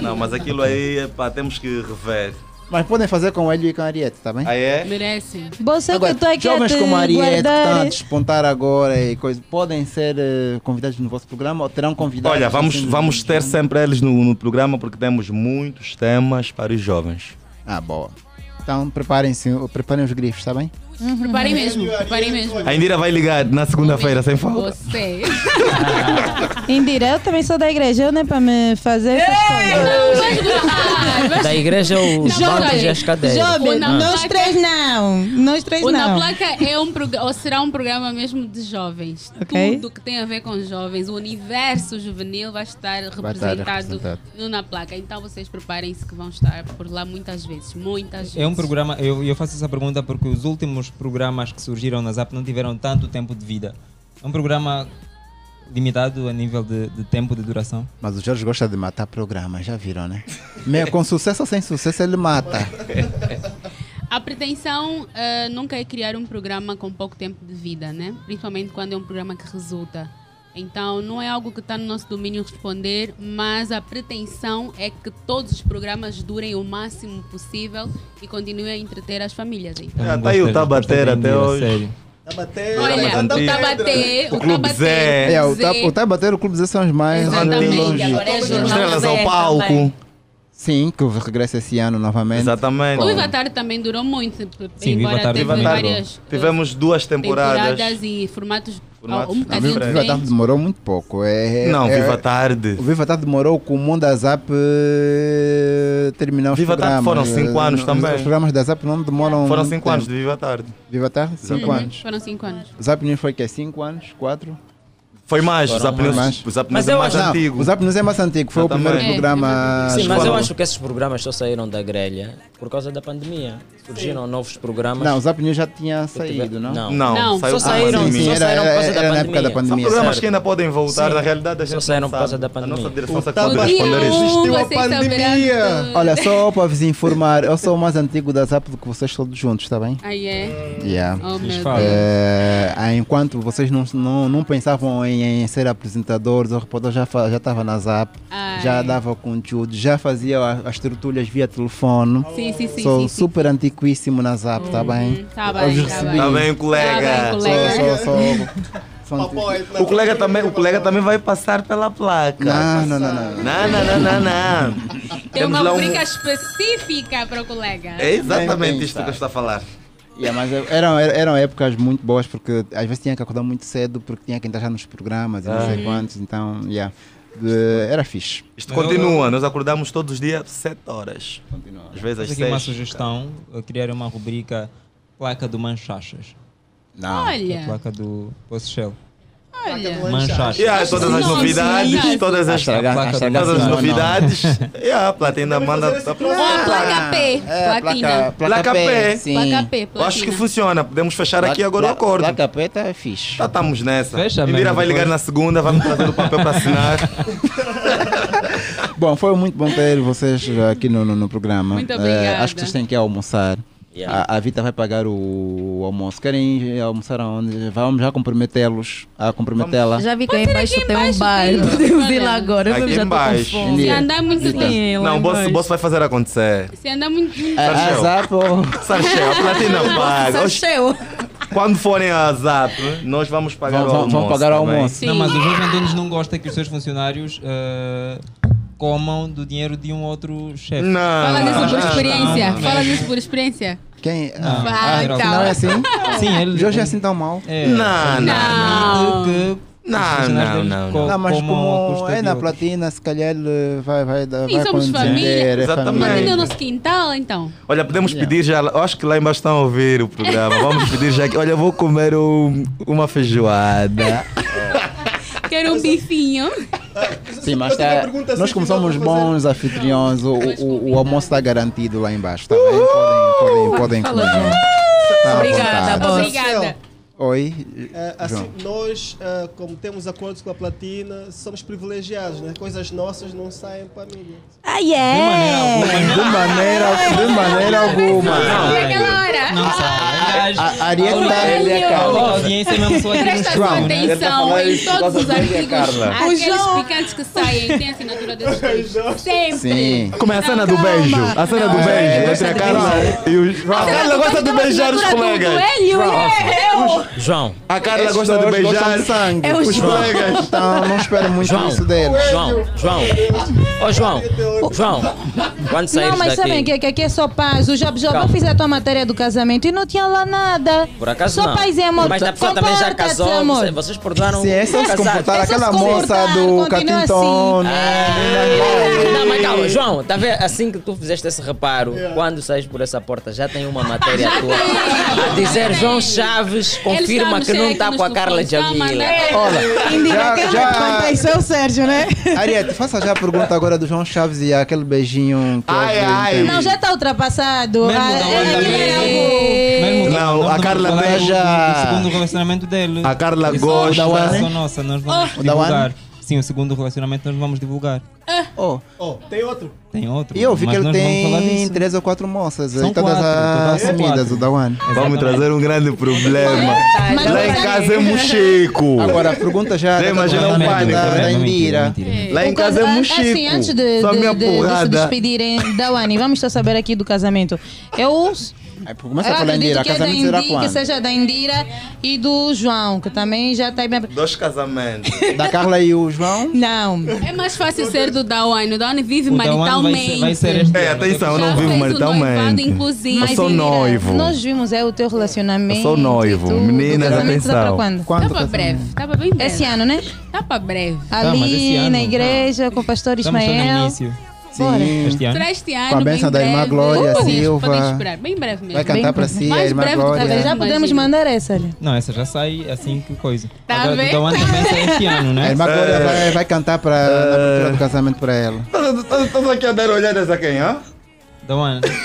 Speaker 30: Não, mas aquilo aí, pá, temos que rever.
Speaker 20: Mas podem fazer com o Hélio e com a Ariete, tá bem?
Speaker 30: Ah, é?
Speaker 7: Merece.
Speaker 3: Você
Speaker 20: Agora,
Speaker 3: que tu é que
Speaker 20: jovens
Speaker 3: é te
Speaker 20: como a Ariete, que tá estão
Speaker 3: guardar.
Speaker 20: a despontar agora e coisa, podem ser eh, convidados no vosso programa ou terão convidados?
Speaker 30: Olha, vamos,
Speaker 20: assim,
Speaker 30: vamos ter sempre eles no, no programa porque temos muitos temas para os jovens.
Speaker 20: Ah, boa. Então preparem-se, preparem os grifos, tá bem?
Speaker 27: Uhum.
Speaker 7: Preparem mesmo, preparem mesmo.
Speaker 30: A Indira vai ligar na segunda-feira, sem falta.
Speaker 7: Você.
Speaker 3: Indira, eu também sou da igreja, eu não é para me fazer essas coisas.
Speaker 28: Da igreja, os
Speaker 3: É. Jovem,
Speaker 28: bancos e as cadeiras.
Speaker 3: Jovem,
Speaker 28: Ah.
Speaker 3: nós três não. Nós três
Speaker 7: O Na
Speaker 3: não.
Speaker 7: Placa é um programa, ou será um programa mesmo de jovens.
Speaker 3: Ok.
Speaker 7: Tudo que tem a ver com jovens, o universo juvenil vai estar representado
Speaker 2: representado.
Speaker 7: no Na Placa. Então vocês preparem-se que vão estar por lá muitas vezes, muitas vezes.
Speaker 2: É um programa, eu, eu faço essa pergunta porque os últimos programas que surgiram na Zap não tiveram tanto tempo de vida. É um programa limitado a nível de, de tempo de duração.
Speaker 20: Mas o Jorge gosta de matar programa, já viram, né? Meio com sucesso ou sem sucesso, ele mata.
Speaker 30: É,
Speaker 7: A pretensão ah, nunca é criar um programa com pouco tempo de vida, né? Principalmente quando é um programa que resulta. Então, não é algo que está no nosso domínio responder, mas a pretensão é que todos os programas durem o máximo possível e continuem a entreter as famílias. Então.
Speaker 30: Ah, tá aí o Tabater até hoje.
Speaker 27: Tabater,
Speaker 20: tá
Speaker 7: Olha,
Speaker 30: Programa
Speaker 7: É, o
Speaker 30: antigo.
Speaker 7: Tabater, o tá
Speaker 30: Clube
Speaker 7: Tabater,
Speaker 30: Zé.
Speaker 20: É, o, ta, o Tabater e o Clube Zé são os mais
Speaker 7: Exatamente,
Speaker 20: longe.
Speaker 7: agora é Jornal
Speaker 30: Estrelas ao
Speaker 7: Zé
Speaker 30: palco.
Speaker 7: também.
Speaker 20: Sim, que regressa esse ano novamente.
Speaker 30: Exatamente.
Speaker 7: O Viva Tarde também durou muito,
Speaker 20: Sim, Viva
Speaker 7: embora
Speaker 20: Tarde
Speaker 7: teve
Speaker 20: durou.
Speaker 7: várias
Speaker 30: Tivemos duas temporadas.
Speaker 7: temporadas e formatos,
Speaker 28: Ah,
Speaker 30: Formatos
Speaker 7: um
Speaker 20: Não,
Speaker 7: bocadinho
Speaker 20: Viva- Viva Tarde
Speaker 7: diferentes.
Speaker 20: demorou muito pouco. É,
Speaker 30: Não,
Speaker 20: é-
Speaker 30: Viva Tarde.
Speaker 20: O Viva Tarde demorou com o mundo da Zap eh, terminar os
Speaker 30: Viva Tarde
Speaker 20: programas.
Speaker 30: foram cinco
Speaker 20: Eh,
Speaker 30: anos
Speaker 20: os-
Speaker 30: também.
Speaker 20: Os programas da Zap não demoram.
Speaker 30: Foram
Speaker 20: muito
Speaker 30: cinco anos de
Speaker 20: tempo.
Speaker 30: Viva Tarde.
Speaker 20: Viva Tarde? Cinco
Speaker 7: Uhum,
Speaker 20: anos.
Speaker 7: Foram cinco anos.
Speaker 20: Zap News foi o quê? Cinco anos? Quatro?
Speaker 30: Foi mais, o
Speaker 20: Foram
Speaker 30: Zap News- o Zap Mas News é eu mais acho- antigo.
Speaker 20: O Zap News é mais antigo, foi
Speaker 30: Exatamente.
Speaker 20: o primeiro
Speaker 30: É,
Speaker 20: programa.
Speaker 28: Sim, mas eu
Speaker 20: escolar.
Speaker 28: acho que esses programas só saíram da grelha por causa da pandemia. Surgiram novos programas.
Speaker 20: Não, o Zap News já tinha saído, não?
Speaker 28: Não. Não, Não. saiu
Speaker 20: Ah,
Speaker 28: só saíram-
Speaker 20: sim, sim,
Speaker 28: só
Speaker 20: era-
Speaker 28: saíram por causa
Speaker 20: era
Speaker 28: da
Speaker 20: na época da
Speaker 28: pandemia.
Speaker 20: pandemia.
Speaker 30: São programas
Speaker 20: certo.
Speaker 30: que ainda podem voltar,
Speaker 20: Sim.
Speaker 30: na realidade a gente
Speaker 28: Só saíram
Speaker 30: não
Speaker 28: por causa
Speaker 30: sabe.
Speaker 28: da
Speaker 30: A nossa
Speaker 28: pandemia. Tá
Speaker 30: direção só
Speaker 27: Tabater.
Speaker 30: pode responder
Speaker 27: Existiu
Speaker 30: isso.
Speaker 27: a
Speaker 7: vocês saberão
Speaker 27: pandemia.
Speaker 7: tudo.
Speaker 20: Ah, Olha, só para vos informar, eu sou o mais antigo da Zap do que vocês todos juntos, está bem?
Speaker 7: Aí é.
Speaker 20: Yeah.
Speaker 7: Oh, meu Deus.
Speaker 20: É, ah, enquanto vocês não, não, não pensavam em, em ser apresentadores, o repórter já fa- já estava na Zap,
Speaker 7: Ai.
Speaker 20: já dava conteúdo, já fazia a- as tertúlias via telefone.
Speaker 7: Sim, sim, sim,
Speaker 20: Sou
Speaker 7: sim, sim.
Speaker 20: super antiquíssimo na Zap, está bem?
Speaker 7: tá
Speaker 20: Eu
Speaker 7: bem,
Speaker 20: vos
Speaker 7: tá
Speaker 20: recebi.
Speaker 7: bem. Tá bem, colega. Tá bem, colega.
Speaker 20: Sou- sou- sou- um
Speaker 30: O colega, também, o colega também vai passar pela placa.
Speaker 20: Não, não, não, não.
Speaker 30: Não, não, não, não, não.
Speaker 7: Tem
Speaker 30: Temos
Speaker 7: uma
Speaker 30: lá um-
Speaker 7: rubrica específica para o colega.
Speaker 30: É
Speaker 20: Nem
Speaker 30: exatamente isto
Speaker 20: pensar.
Speaker 30: que eu estou a falar.
Speaker 20: Yeah, mas eu- eram, er- eram épocas muito boas porque às vezes tinha que acordar muito cedo porque tinha que entrar já nos programas e não
Speaker 30: Ah.
Speaker 7: Uhum.
Speaker 20: sei quantos, então yeah. De- era fixe.
Speaker 30: Isto continua, nós acordamos todos os dias 7 horas. Continua. Às vezes
Speaker 2: Mas
Speaker 30: às
Speaker 2: aqui uma
Speaker 30: 6.
Speaker 2: sugestão, eh, criar uma rubrica placa do Manchachas.
Speaker 20: Não.
Speaker 7: Olha.
Speaker 2: A placa do Postichel.
Speaker 7: Olha.
Speaker 2: Manchachas.
Speaker 30: Yeah, todas as novidades, todas as, todas as novidades. yeah, a platina manda.
Speaker 7: Ou a placa
Speaker 20: É,
Speaker 7: P, platina.
Speaker 30: Placa P.
Speaker 7: Placa P,
Speaker 30: Eu acho que
Speaker 7: platina.
Speaker 30: funciona. Podemos fechar aqui agora o acordo. Placa
Speaker 20: P tá fixe.
Speaker 30: Já estamos nessa. Fecha
Speaker 20: mesmo,
Speaker 30: vai ligar
Speaker 20: depois.
Speaker 30: na segunda, vai me trazer o papel para assinar.
Speaker 20: Bom, foi muito bom ter vocês aqui no, no, no programa.
Speaker 7: Muito
Speaker 20: Eh,
Speaker 7: obrigada.
Speaker 20: acho que vocês têm que almoçar.
Speaker 28: Yeah.
Speaker 20: A, a Vita vai pagar o almoço. Querem almoçar aonde? Vamos já comprometê-los. A comprometê-la.
Speaker 25: Já vi que aí embaixo tem um bar. Podemos ir lá agora.
Speaker 30: Aqui
Speaker 25: eu já tô
Speaker 30: embaixo. é.
Speaker 25: com fome.
Speaker 7: Se andar É muito tempo.
Speaker 30: Não, o
Speaker 20: é
Speaker 30: boss, o boss vai fazer acontecer.
Speaker 7: Se andar muito, muito
Speaker 30: Sarchel. Sarchel, a platina paga. Oxe,
Speaker 25: Sarchel.
Speaker 30: Quando forem a Zap, nós vamos pagar
Speaker 20: Vão-
Speaker 30: o
Speaker 20: vão-
Speaker 30: almoço.
Speaker 20: vão pagar o
Speaker 30: também.
Speaker 20: almoço.
Speaker 2: Não, mas os Jorge Antunes não gosta que os seus funcionários eh, comam do dinheiro de um outro chefe.
Speaker 30: Não.
Speaker 7: Fala
Speaker 2: Não,
Speaker 7: disso por
Speaker 30: ah,
Speaker 2: não,
Speaker 7: experiência.
Speaker 2: não.
Speaker 7: Fala disso por experiência.
Speaker 20: Quem?
Speaker 2: Não.
Speaker 7: Ah, então.
Speaker 20: não é assim?
Speaker 2: Sim, ele.
Speaker 20: Jorge é assim tão mal.
Speaker 2: É.
Speaker 30: Não,
Speaker 7: não,
Speaker 2: Que-
Speaker 30: Não, não, não.
Speaker 20: Não, mas
Speaker 2: como a
Speaker 20: como
Speaker 2: custa
Speaker 20: é na
Speaker 2: de
Speaker 20: platina, se calhar ele vai, vai, dar-
Speaker 7: Sim,
Speaker 20: vai
Speaker 7: somos família.
Speaker 20: é
Speaker 30: Exatamente.
Speaker 7: Platina é o nosso quintal, então.
Speaker 30: Olha, podemos pedir já. eu Acho que lá embaixo estão a ouvir o programa. Vamos pedir já aqui. Olha, eu vou comer um- uma feijoada.
Speaker 7: Quero um bifinho.
Speaker 20: Sim, mas tá- nós como somos bons anfitriões, o, o, o almoço está garantido lá embaixo, tá bem? Podem, podem, podem
Speaker 27: Fala,
Speaker 20: comer. Tá à vontade.
Speaker 27: Obrigada.
Speaker 20: Oi,
Speaker 27: É,
Speaker 20: João.
Speaker 27: assim, nós, é, como temos acordos com a platina, somos privilegiados, né? Coisas nossas não saem para mim.
Speaker 3: Ah, é!
Speaker 20: De maneira, de maneira alguma.
Speaker 2: Não sai.
Speaker 20: A Ariel tá
Speaker 2: A audiência mesmo só aqui no
Speaker 7: Presta
Speaker 2: estúdio,
Speaker 7: sua
Speaker 2: né?
Speaker 7: atenção em todos os artigos.
Speaker 2: Carla.
Speaker 7: Aqueles
Speaker 20: tá-
Speaker 7: picantes que saem têm assinatura desses dois. Sempre.
Speaker 20: Sim.
Speaker 30: Como é a cena do beijo? A cena do
Speaker 7: é,
Speaker 30: beijo. Entre a Carla e os. A Carla gosta de beijar os colegas.
Speaker 7: é,
Speaker 28: João.
Speaker 30: A Carla gosta de beijar
Speaker 3: É
Speaker 20: sangue.
Speaker 30: os colegas.
Speaker 20: Então não espero muito
Speaker 28: João,
Speaker 20: isso dele.
Speaker 28: João, João. Ó, João. João. Quando saíres
Speaker 3: Não, mas sabem
Speaker 28: daqui.
Speaker 3: que, que aqui é só paz. O Job Job, eu
Speaker 28: Calma.
Speaker 3: fiz a tua matéria do casamento e não tinha lá nada.
Speaker 28: Por acaso
Speaker 3: só
Speaker 28: não.
Speaker 3: paz e amor.
Speaker 28: Mas a pessoa também já
Speaker 3: Comporta-te,
Speaker 28: casou.
Speaker 3: amor.
Speaker 28: vocês- Vocês perdoaram
Speaker 20: Sim, é só se
Speaker 28: casar.
Speaker 20: comportar aquela
Speaker 28: se
Speaker 20: moça do né? Catintone.
Speaker 28: Não, mas calma, João, tá vendo? Assim que tu fizeste esse reparo, quando sais por essa porta, já tem uma matéria tua a dizer João Chaves confirma
Speaker 26: Eles
Speaker 28: que não
Speaker 26: sabem,
Speaker 28: está
Speaker 26: sei
Speaker 28: com a
Speaker 26: que
Speaker 28: Carla
Speaker 26: nos confundem.
Speaker 28: Jamila.
Speaker 20: Olha,
Speaker 26: Indica
Speaker 20: já,
Speaker 26: aquela
Speaker 20: já...
Speaker 26: conta, isso é o Sérgio, né?
Speaker 20: Ariete, faça já a pergunta agora do João Chaves e aquele beijinho que
Speaker 3: Ai,
Speaker 20: eu
Speaker 3: ai. Não, já está ultrapassado. Ah, é, é, é, é.
Speaker 30: Não, a Carla
Speaker 2: Qual é o-
Speaker 30: beija-
Speaker 2: O segundo relacionamento dele.
Speaker 30: A Carla
Speaker 2: Isso
Speaker 30: gosta-
Speaker 2: É uma
Speaker 30: O da
Speaker 2: relação
Speaker 30: One?
Speaker 2: nossa, nós vamos
Speaker 20: O da
Speaker 2: divulgar.
Speaker 20: One?
Speaker 2: Sim, o segundo relacionamento nós vamos divulgar.
Speaker 20: Oh.
Speaker 27: Oh, tem outro?
Speaker 2: Tem outro.
Speaker 20: E eu vi
Speaker 2: mas
Speaker 20: que ele
Speaker 2: nós vamos falar
Speaker 20: tem
Speaker 2: disso.
Speaker 20: três ou quatro moças
Speaker 2: São
Speaker 20: em todas
Speaker 2: quatro,
Speaker 20: as
Speaker 2: total são
Speaker 20: comidas,
Speaker 2: quatro.
Speaker 20: o Dawan.
Speaker 30: Vamos trazer um grande problema.
Speaker 20: Mas
Speaker 30: Lá
Speaker 20: não
Speaker 30: em
Speaker 20: vai-
Speaker 30: casa é muxico.
Speaker 20: Agora, a pergunta já tá
Speaker 30: Já
Speaker 20: da-
Speaker 30: imagina
Speaker 20: da-
Speaker 30: o pânico,
Speaker 20: da-
Speaker 30: né?
Speaker 20: da Indira.
Speaker 30: Lá em
Speaker 3: O
Speaker 30: casa é
Speaker 3: casa-
Speaker 30: muxico.
Speaker 3: Assim, antes de,
Speaker 30: Só
Speaker 3: de-
Speaker 30: minha
Speaker 3: de- de se
Speaker 30: porrada.
Speaker 3: despedirem da Wani, vamos só saber aqui do casamento. Eu.
Speaker 20: começa
Speaker 7: Ah,
Speaker 3: eu
Speaker 20: a falar,
Speaker 3: acredito
Speaker 20: Indira,
Speaker 3: que é da
Speaker 20: casamento será
Speaker 3: Indi- Que
Speaker 20: quando?
Speaker 3: seja da Indira e do João, que também já tá está bem.
Speaker 30: Dois casamentos.
Speaker 20: Da Carla e o João?
Speaker 3: Não.
Speaker 7: É mais fácil ser do Dawane. O Dawane vive
Speaker 20: O Dawane
Speaker 7: maritalmente.
Speaker 30: É, atenção, eu
Speaker 7: Já
Speaker 30: não
Speaker 7: fez
Speaker 30: vivo
Speaker 7: o noivado,
Speaker 30: maritalmente.
Speaker 7: inclusive.
Speaker 30: Eu sou
Speaker 3: Indira,
Speaker 30: noivo.
Speaker 3: Nós vimos é o teu relacionamento.
Speaker 30: Eu sou noivo.
Speaker 3: e tu-
Speaker 30: Meninas,
Speaker 3: o casamento dá
Speaker 30: atenção.
Speaker 3: Pra quando?
Speaker 30: Quando
Speaker 20: tá
Speaker 7: Tava breve, tava bem breve.
Speaker 3: Esse ano, né?
Speaker 7: Tá para breve.
Speaker 20: Ah,
Speaker 3: Ali na igreja com o pastor
Speaker 2: Estamos só no
Speaker 3: Ismael.
Speaker 2: início.
Speaker 3: Bora.
Speaker 2: Este ano.
Speaker 7: Para este ano,
Speaker 20: Com a bênção
Speaker 7: bem
Speaker 20: da irmã
Speaker 7: breve.
Speaker 20: Glória
Speaker 7: Vocês
Speaker 20: Silva.
Speaker 7: podem esperar, bem breve mesmo.
Speaker 20: Vai cantar pra si, a
Speaker 7: Mais
Speaker 20: irmã
Speaker 7: breve do que
Speaker 20: Glória.
Speaker 7: talvez
Speaker 3: Já podemos mandar essa, olha.
Speaker 2: Não, essa já sai assim que coisa.
Speaker 3: Tá
Speaker 2: a da-
Speaker 3: vendo?
Speaker 2: da One também sai este ano, né?
Speaker 20: A irmã
Speaker 30: É.
Speaker 20: Glória É, vai, vai cantar para a abertura do casamento para ela.
Speaker 30: Estás aqui a dar olhadas a quem, ó?
Speaker 2: Da One.
Speaker 30: Assim,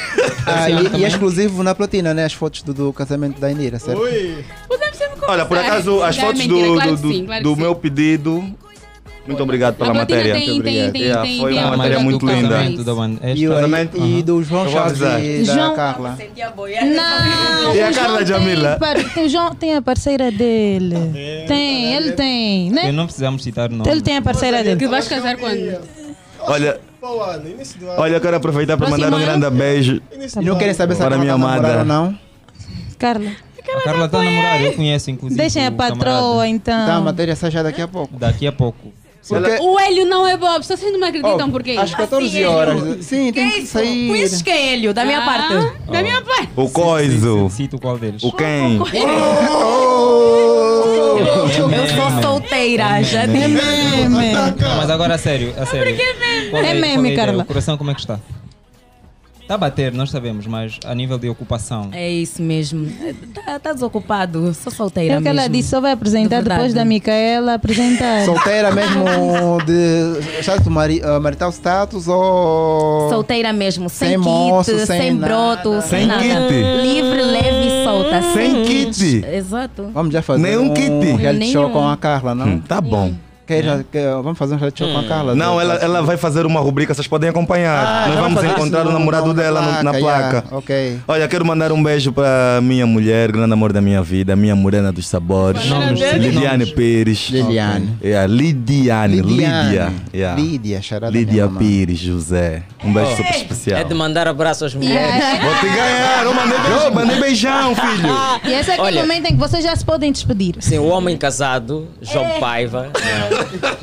Speaker 20: Ah,
Speaker 2: ano
Speaker 20: e, e
Speaker 2: também?
Speaker 20: é exclusivo na platina, né? As fotos do, do casamento da Indira, certo?
Speaker 7: Podemos sempre conversar.
Speaker 30: Olha, por acaso, as
Speaker 7: Não, é
Speaker 30: fotos
Speaker 7: mentira,
Speaker 30: do,
Speaker 7: claro
Speaker 30: do,
Speaker 7: que
Speaker 30: do-
Speaker 7: sim, claro
Speaker 30: do
Speaker 7: que
Speaker 30: meu pedido. Muito obrigado pela
Speaker 7: A platina
Speaker 30: matéria.
Speaker 7: tem-
Speaker 30: Muito obrigado.
Speaker 7: tem-
Speaker 30: Yeah,
Speaker 7: tem-
Speaker 30: foi
Speaker 7: tem
Speaker 30: uma
Speaker 7: a
Speaker 30: matéria
Speaker 7: matéria
Speaker 30: muito
Speaker 7: do
Speaker 30: linda.
Speaker 7: casamento
Speaker 2: da One.
Speaker 20: E,
Speaker 2: Este-
Speaker 20: o- e do João
Speaker 30: Eu vou
Speaker 20: Chaves
Speaker 30: avisar.
Speaker 20: e da
Speaker 3: João-
Speaker 20: Carla.
Speaker 3: Não,
Speaker 30: E a
Speaker 3: o João
Speaker 30: Carla
Speaker 3: tem
Speaker 30: Jamila?
Speaker 3: par- o João tem a parceira dele. Tem, ele tem,
Speaker 2: Eu
Speaker 3: né?
Speaker 2: não precisamos citar nomes.
Speaker 3: Ele tem a parceira dele.
Speaker 7: Que vais casar quando?
Speaker 30: Olha,
Speaker 27: Qual ano? Início do ano.
Speaker 30: olha, eu quero aproveitar para
Speaker 27: Próximo
Speaker 30: mandar um
Speaker 27: ano?
Speaker 30: grande beijo.
Speaker 20: E não querem saber se
Speaker 30: para
Speaker 20: a
Speaker 30: minha
Speaker 20: Carla tá namorada
Speaker 30: amada.
Speaker 20: ou não?
Speaker 3: Carla,
Speaker 2: A Carla está a namorar, eu conheço, inclusive.
Speaker 3: deixem a
Speaker 2: o
Speaker 3: patroa
Speaker 2: camarada.
Speaker 3: então.
Speaker 20: Tá, a matéria sai já daqui a pouco.
Speaker 2: Daqui a pouco.
Speaker 7: O Hélio não é Bob, vocês não me acreditam por quê? Ah,
Speaker 20: Às 14
Speaker 7: Hélio.
Speaker 20: horas. Sim, tem que sair.
Speaker 25: Conheces quem é Hélio? Da minha
Speaker 7: Ah,
Speaker 25: parte.
Speaker 7: Da minha parte.
Speaker 30: O coiso.
Speaker 2: Cito qual deles.
Speaker 30: O quem?
Speaker 2: Oh. É
Speaker 25: Eu sou solteira, já
Speaker 14: é
Speaker 25: disse.
Speaker 2: Não, mas agora a sério, a sério. Qual
Speaker 25: É
Speaker 2: qual
Speaker 25: meme,
Speaker 2: a ideia?
Speaker 25: Carla.
Speaker 2: O coração como é que está? Está a bater, nós sabemos, mas a nível de ocupação.
Speaker 25: É isso mesmo. Tá, tá desocupado, sou solteira
Speaker 3: É o que
Speaker 25: mesmo.
Speaker 3: ela disse, só vai apresentar
Speaker 25: De
Speaker 3: depois
Speaker 25: verdade.
Speaker 3: da Micaela apresentar.
Speaker 20: Solteira mesmo de status mari, ah, marital status ou.
Speaker 25: Solteira mesmo, sem,
Speaker 20: Sem
Speaker 25: kit,
Speaker 20: moço,
Speaker 25: sem,
Speaker 20: sem
Speaker 25: broto, sem,
Speaker 20: Sem
Speaker 25: nada.
Speaker 20: kit.
Speaker 25: Livre, leve e solta.
Speaker 20: Sem kit.
Speaker 25: Exato.
Speaker 20: Vamos já fazer
Speaker 30: Nenhum
Speaker 20: um
Speaker 30: kit.
Speaker 20: reality show
Speaker 25: Nenhum.
Speaker 20: com a Carla, não?
Speaker 30: tá bom.
Speaker 20: Quer,
Speaker 28: Hum.
Speaker 20: já- quer- vamos fazer um reality show com a Carla?
Speaker 30: Não,
Speaker 20: né?
Speaker 30: ela, ela vai fazer uma rubrica, vocês podem acompanhar.
Speaker 20: Ah,
Speaker 30: Nós
Speaker 20: ela
Speaker 30: vamos
Speaker 20: vai fazer
Speaker 30: encontrar
Speaker 20: isso
Speaker 30: o
Speaker 20: no-
Speaker 30: namorado
Speaker 20: no- na
Speaker 30: dela no-
Speaker 27: Ah,
Speaker 30: na
Speaker 20: placa,
Speaker 30: placa.
Speaker 20: yeah, ok.
Speaker 30: Olha, quero mandar um beijo para minha mulher, grande amor da minha vida, minha morena dos sabores,
Speaker 20: Nomes,
Speaker 30: Lidiane
Speaker 20: nomes.
Speaker 30: Pires.
Speaker 20: Liliane.
Speaker 30: É, a Lidiane,
Speaker 20: Lidiane.
Speaker 30: Lídia. Yeah.
Speaker 20: Lídia, charada
Speaker 30: Lídia
Speaker 20: minha mamãe.
Speaker 30: Pires, José. Um beijo super especial.
Speaker 28: É de mandar abraço às mulheres.
Speaker 30: Vou te ganhar, eu mandei beijão, mandei beijão, filho.
Speaker 3: E esse é aquele
Speaker 28: Olha.
Speaker 3: momento em que vocês já se podem despedir.
Speaker 28: Sim, o homem casado, João
Speaker 25: É.
Speaker 28: Paiva,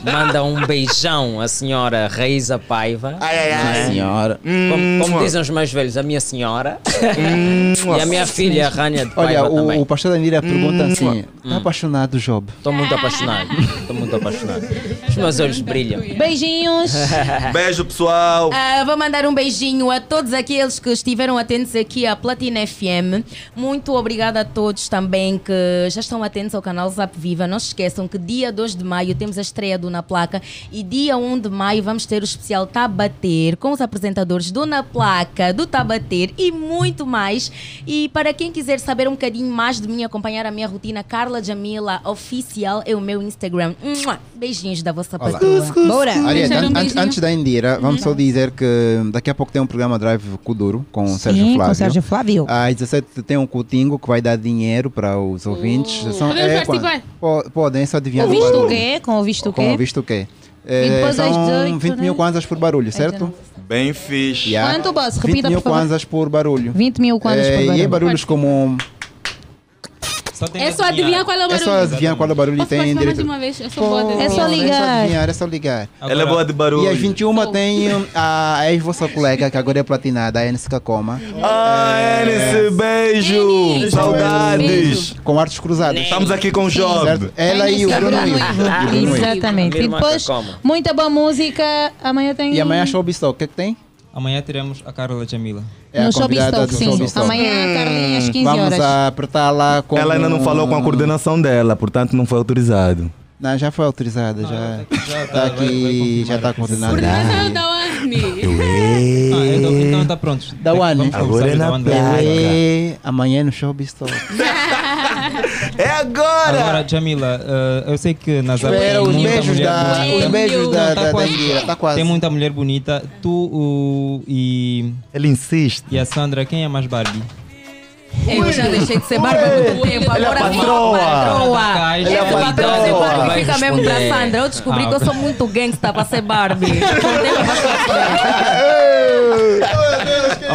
Speaker 28: né, manda um beijão à senhora Raíza Paiva.
Speaker 30: Ai, ai, ai.
Speaker 28: né?
Speaker 20: Senhora.
Speaker 28: Como, como dizem os mais velhos, a minha senhora.
Speaker 20: Hum,
Speaker 28: e a minha filha, a Rania de Paiva
Speaker 20: Olha,
Speaker 28: também.
Speaker 20: o, o pastor da Indira pergunta assim:
Speaker 28: Hum.
Speaker 20: tá apaixonado, Job?
Speaker 28: Estou muito apaixonado. Estou muito apaixonado. Os meus olhos brilham.
Speaker 25: Beijinhos.
Speaker 30: Beijo, pessoal.
Speaker 25: Ah, vou mandar um beijinho a todos aqueles que estiveram atentos aqui à Platina FM. Muito obrigada a todos também que já estão atentos ao canal Zap Viva. Não se esqueçam que dia 2 de maio temos a a estreia do Na Placa. E dia 1 de maio vamos ter o especial Tabater com os apresentadores do Na Placa, do Tabater e muito mais. E para quem quiser saber um bocadinho mais de mim, acompanhar a minha rotina, Carla Jamila Oficial é o meu Instagram. Mua! Beijinhos da vossa
Speaker 20: Olá.
Speaker 25: patroa. Bora!
Speaker 20: Ariete, an- antes, antes da Indira, vamos
Speaker 25: Uhum.
Speaker 20: só dizer que daqui a pouco tem um programa Drive Kuduro com o Sérgio
Speaker 25: com o
Speaker 20: Flávio.
Speaker 25: Sérgio Flávio.
Speaker 20: Às 17 tem um Coutinho que vai dar dinheiro para os ouvintes.
Speaker 25: Oh.
Speaker 20: São-
Speaker 3: Podemos
Speaker 20: quando-
Speaker 3: participar?
Speaker 20: po- podem, é só adivinhar
Speaker 3: Com
Speaker 20: do
Speaker 3: visto o
Speaker 20: barulho.
Speaker 3: quê? Com visto o
Speaker 20: Com
Speaker 3: quê?
Speaker 20: visto o quê? É,
Speaker 3: E depois às
Speaker 20: são
Speaker 3: 18,
Speaker 20: 20 mil
Speaker 3: né?
Speaker 20: kwanzas por barulho, certo?
Speaker 30: Bem fixe.
Speaker 20: Yeah.
Speaker 3: Quanto, boss?
Speaker 20: 20
Speaker 3: Repita,
Speaker 20: mil
Speaker 3: por favor.
Speaker 20: kwanzas por barulho.
Speaker 3: 20 mil kwanzas por
Speaker 20: E é
Speaker 3: barulho.
Speaker 20: barulhos como... um-
Speaker 7: É só adivinhar qual é o
Speaker 20: É
Speaker 7: barulho.
Speaker 20: só adivinhar qual é o barulho e tem
Speaker 7: mais
Speaker 20: direito...
Speaker 7: uma vez, eu sou boa de
Speaker 3: É só
Speaker 20: É só adivinhar, é só ligar.
Speaker 30: Ela é boa de barulho.
Speaker 20: E às 21 tem um, a a ex-vossa colega, que agora é platinada, a Enes Kakoma. Eh,
Speaker 30: Ah, Enes, beijo! Saudades!
Speaker 20: Com artes cruzadas.
Speaker 30: Estamos aqui com o Job.
Speaker 20: Certo? Ela e o
Speaker 3: Enes
Speaker 20: Bruno
Speaker 3: Kakoma.
Speaker 20: Ivo. E o Bruno Ivo.
Speaker 3: Exatamente. E depois, muita boa música. Amanhã tem.
Speaker 20: E amanhã showbistock, o que é que tem?
Speaker 2: Amanhã teremos a Carla Jamila.
Speaker 20: É a
Speaker 3: No
Speaker 20: convidada
Speaker 3: Showbistock,
Speaker 20: do
Speaker 3: sim.
Speaker 20: Showbistock.
Speaker 3: Amanhã, Carlinhos, 15
Speaker 20: Vamos
Speaker 3: horas.
Speaker 20: a apertar lá com...
Speaker 30: Ela ainda não falou com a coordenação dela, portanto não foi autorizado.
Speaker 20: Não, já foi autorizada, já. Tá aqui, já tá coordenada.
Speaker 7: Mas é o da Orne.
Speaker 2: Então tá pronto.
Speaker 20: Da One.
Speaker 2: é. Agora é na Vamos começar a dar One.
Speaker 20: Ué, Amanhã no Showbistock.
Speaker 30: É agora!
Speaker 2: Agora, Jamila, eh, eu sei que nas
Speaker 20: Espera,
Speaker 2: tem
Speaker 20: os
Speaker 2: muita
Speaker 20: beijos
Speaker 2: mulher
Speaker 20: da-
Speaker 2: bonita.
Speaker 20: os beijos da-
Speaker 2: Não,
Speaker 20: da- da Indira, tá quase.
Speaker 2: Tem muita mulher bonita. Tu o- e.
Speaker 30: Ele insiste.
Speaker 2: E a Sandra, quem é mais Barbie?
Speaker 25: Eu já deixei de ser barba há muito tempo.
Speaker 2: Ela é
Speaker 25: Agora
Speaker 2: patroa.
Speaker 25: sou patroa.
Speaker 2: Ela é
Speaker 25: Essa patroa
Speaker 2: patroa.
Speaker 25: de Barbie
Speaker 2: Vai
Speaker 25: fica mesmo
Speaker 2: responder.
Speaker 25: da Sandra. Eu descobri
Speaker 2: Ah,
Speaker 25: que eu
Speaker 2: ok.
Speaker 25: sou muito gangsta para ser Barbie.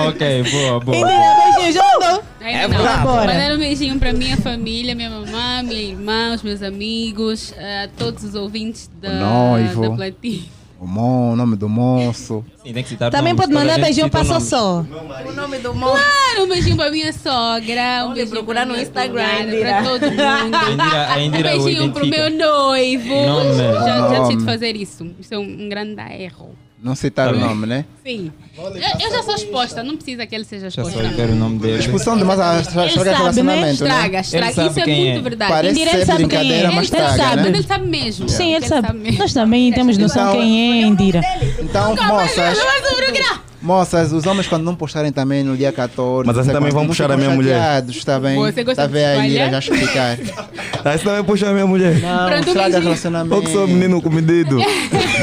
Speaker 2: ok, boa, boa.
Speaker 25: beijinho, junto!
Speaker 7: É
Speaker 2: brava.
Speaker 7: Mandar um beijinho pra minha família, minha mamãe, minha irmã, os meus amigos, a todos os ouvintes da,
Speaker 20: noivo.
Speaker 7: da platina.
Speaker 20: O mon, o nome do moço.
Speaker 2: Sim, tem que citar
Speaker 3: Também pode mandar beijinho pra Sossó.
Speaker 25: O nome do monstro.
Speaker 7: Claro, um beijinho pra minha sogra. Um beijinho procurar no
Speaker 25: Instagram,
Speaker 7: pra todo
Speaker 2: A
Speaker 7: mundo.
Speaker 2: Indira, a
Speaker 7: Um
Speaker 2: Indira o
Speaker 7: beijinho pro
Speaker 2: identifica.
Speaker 7: meu noivo.
Speaker 2: Nome.
Speaker 7: Já, já decidi
Speaker 20: Nome.
Speaker 7: fazer isso. Isso é um, um grande erro.
Speaker 20: Não citar
Speaker 2: Tá
Speaker 20: o nome, né?
Speaker 7: Sim. Eu, eu já sou exposta, não precisa que ele seja
Speaker 20: Já
Speaker 7: exposta.
Speaker 20: sou
Speaker 2: Quero o nome dele.
Speaker 20: Expulsão demais a
Speaker 7: Ele
Speaker 20: estraga
Speaker 7: sabe, né?
Speaker 20: relacionamento, né?
Speaker 7: Estraga, estraga. Isso é muito verdade.
Speaker 20: Parece
Speaker 7: Indira, ele
Speaker 20: ser
Speaker 7: sabe quem
Speaker 20: brincadeira,
Speaker 7: é.
Speaker 20: mas
Speaker 7: Ele
Speaker 20: estraga,
Speaker 7: sabe,
Speaker 20: né?
Speaker 7: Ele sabe mesmo.
Speaker 3: Sim, ele
Speaker 7: Ele
Speaker 3: sabe. Nós também temos noção quem é Indira.
Speaker 20: Então,
Speaker 7: é
Speaker 20: moças,
Speaker 7: sabe.
Speaker 20: moças, os homens quando não postarem também no dia 14...
Speaker 30: Mas assim também vão puxar a minha mulher.
Speaker 20: Está tá bem?
Speaker 30: Você gosta
Speaker 20: Está
Speaker 30: de
Speaker 20: bem a Indira
Speaker 30: espalhar?
Speaker 20: já explicar.
Speaker 30: Aí você também puxa a minha mulher.
Speaker 20: Não, Pronto, estraga beijinho. relacionamento.
Speaker 30: Eu que sou menino comedido.